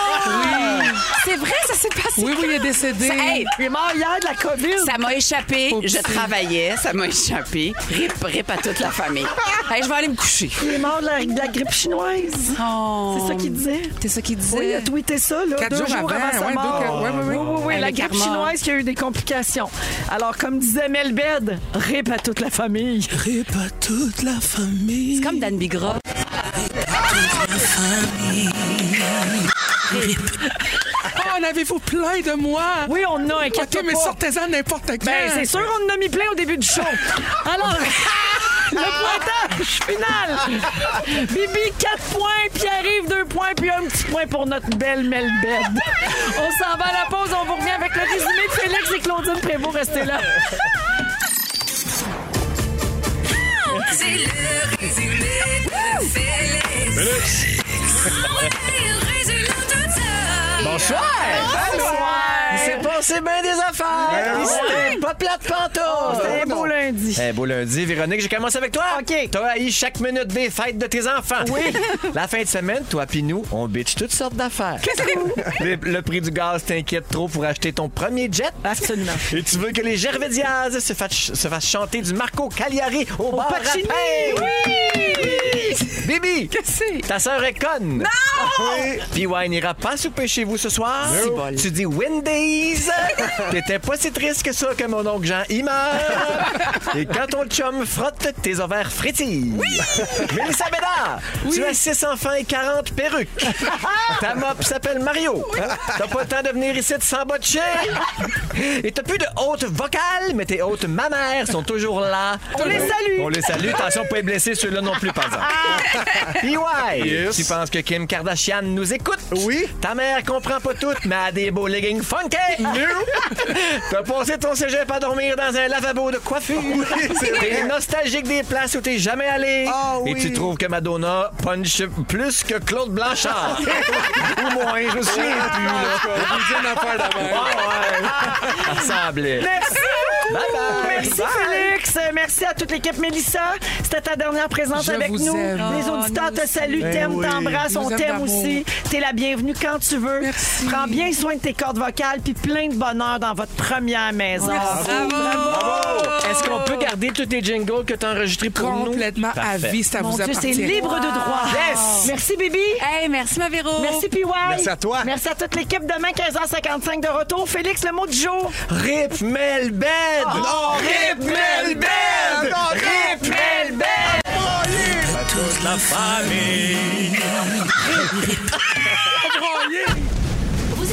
Speaker 4: C'est vrai, ça s'est passé.
Speaker 5: Oui, oui, il est décédé.
Speaker 4: Ça, hey,
Speaker 3: Il est mort hier de la COVID.
Speaker 4: ça m'a échappé.
Speaker 5: Oups.
Speaker 4: Je travaillais, ça m'a échappé. Rip, rip à toute la famille. Hey, je vais aller me coucher.
Speaker 3: Il est mort de la, de la grippe chinoise.
Speaker 4: Oh.
Speaker 3: C'est ça qu'il disait.
Speaker 4: C'est ça qu'il disait.
Speaker 3: Oui, il a tweeté ça, là,
Speaker 5: Quatre
Speaker 3: deux jours,
Speaker 5: jours
Speaker 3: avant,
Speaker 5: avant,
Speaker 3: sa
Speaker 5: ouais,
Speaker 3: mort.
Speaker 5: deux, quatre- ouais, ouais, ouais.
Speaker 3: Oui, oui, oui,
Speaker 4: Elle
Speaker 3: la
Speaker 4: est
Speaker 3: grippe
Speaker 4: carmante.
Speaker 3: chinoise qui a eu des complications. Alors, comme disait Melbed, rip à toute la famille.
Speaker 4: C'est comme Dan Bigra.
Speaker 5: Ah, en avez-vous plein de moi?
Speaker 3: Oui, on en a, inquiète
Speaker 5: OK, mais
Speaker 3: pas.
Speaker 5: sortez-en n'importe quand.
Speaker 3: Ben, c'est sûr, on en a mis plein au début du show. Alors, le pointage final. Bibi, 4 points, puis arrive 2 points, puis un petit point pour notre belle Melbed. On s'en va à la pause, on vous revient avec le résumé de Félix et Claudine Prévost. Restez là.
Speaker 6: C'est le résumé de Félix. Ouais, il résume tout ça.
Speaker 4: Bonsoir!
Speaker 3: Bonsoir.
Speaker 13: C'est passé bien des affaires! C'était Pas plate pantoute!
Speaker 3: C'est un beau lundi.
Speaker 13: Eh, beau lundi, Véronique, je commence avec toi.
Speaker 3: OK.
Speaker 13: T'as haï chaque minute des fêtes de tes enfants. Oui. La fin de semaine, toi pis nous, on bitch toutes sortes d'affaires. le, le prix du gaz t'inquiète trop pour acheter ton premier jet.
Speaker 3: Absolument.
Speaker 13: Et tu veux que les Gervais Diaz se fassent se fassent chanter du Marco Cagliari au, bar à
Speaker 3: Pacini,
Speaker 13: pain. Bibi! Ta sœur est conne! Non! Puis ouais, n'ira pas souper chez vous ce soir. Tu dis Wendy's! T'étais pas si triste que ça que mon oncle Jean y meurt! Et quand ton chum frotte, tes ovaires frétillent! Oui! Mélissa Bédard! Tu as 6 enfants et 40 perruques! Ta mop s'appelle Mario! T'as pas le temps de venir ici de s'embotcher! Et t'as plus de haute vocale, mais tes hautes mammaires sont toujours là!
Speaker 3: On les salue.
Speaker 13: On les salue. Attention, pas les blesser ceux-là non plus, par exemple.
Speaker 3: Ah.
Speaker 13: EY,
Speaker 2: Yes.
Speaker 13: tu penses que Kim Kardashian nous écoute?
Speaker 2: Oui.
Speaker 13: Ta mère comprend pas tout, mais elle a des beaux leggings funky. T'as passé ton cégep à dormir dans un lavabo de coiffure. t'es nostalgique des places où t'es jamais allé.
Speaker 2: Ah
Speaker 13: Et
Speaker 2: oui.
Speaker 13: tu trouves que Madonna punch plus que Claude Blanchard. Ou moins, je me souviens plus. là. Ah ouais. Ça ressemblait.
Speaker 3: Merci beaucoup.
Speaker 13: Bye bye.
Speaker 3: Merci
Speaker 13: Bye.
Speaker 3: Félix. Merci à toute l'équipe. Mélissa, c'était ta dernière présence
Speaker 5: Je
Speaker 3: avec
Speaker 5: vous
Speaker 3: nous.
Speaker 5: aime. Ben
Speaker 3: Les auditeurs te saluent, t'aiment,
Speaker 2: oui.
Speaker 3: t'embrassent.
Speaker 5: Nous
Speaker 3: On
Speaker 5: aime
Speaker 3: t'aime
Speaker 5: d'amour.
Speaker 3: aussi. T'es la bienvenue quand tu veux.
Speaker 5: Merci.
Speaker 3: Prends bien soin de tes cordes vocales puis plein de bonheur dans votre première maison.
Speaker 13: Est-ce qu'on peut garder tous les jingles que t'as enregistrés pour nous?
Speaker 5: complètement à
Speaker 13: Parfait.
Speaker 5: vie, ça
Speaker 3: Mon
Speaker 5: vous
Speaker 3: Dieu,
Speaker 5: appartient.
Speaker 3: c'est libre de droit.
Speaker 13: Yes.
Speaker 3: Merci, Bibi.
Speaker 4: Hey, merci, ma Véro.
Speaker 3: Merci, PY. Merci
Speaker 2: à toi.
Speaker 3: Merci à toute l'équipe. Demain, 15h55 de retour. Félix, le mot du jour.
Speaker 13: Rip Oh, Melbed! Ah.
Speaker 2: Non, Rip Melbed!
Speaker 13: Ah, Rip Melbed!
Speaker 7: Tous
Speaker 6: la famille.
Speaker 1: Vous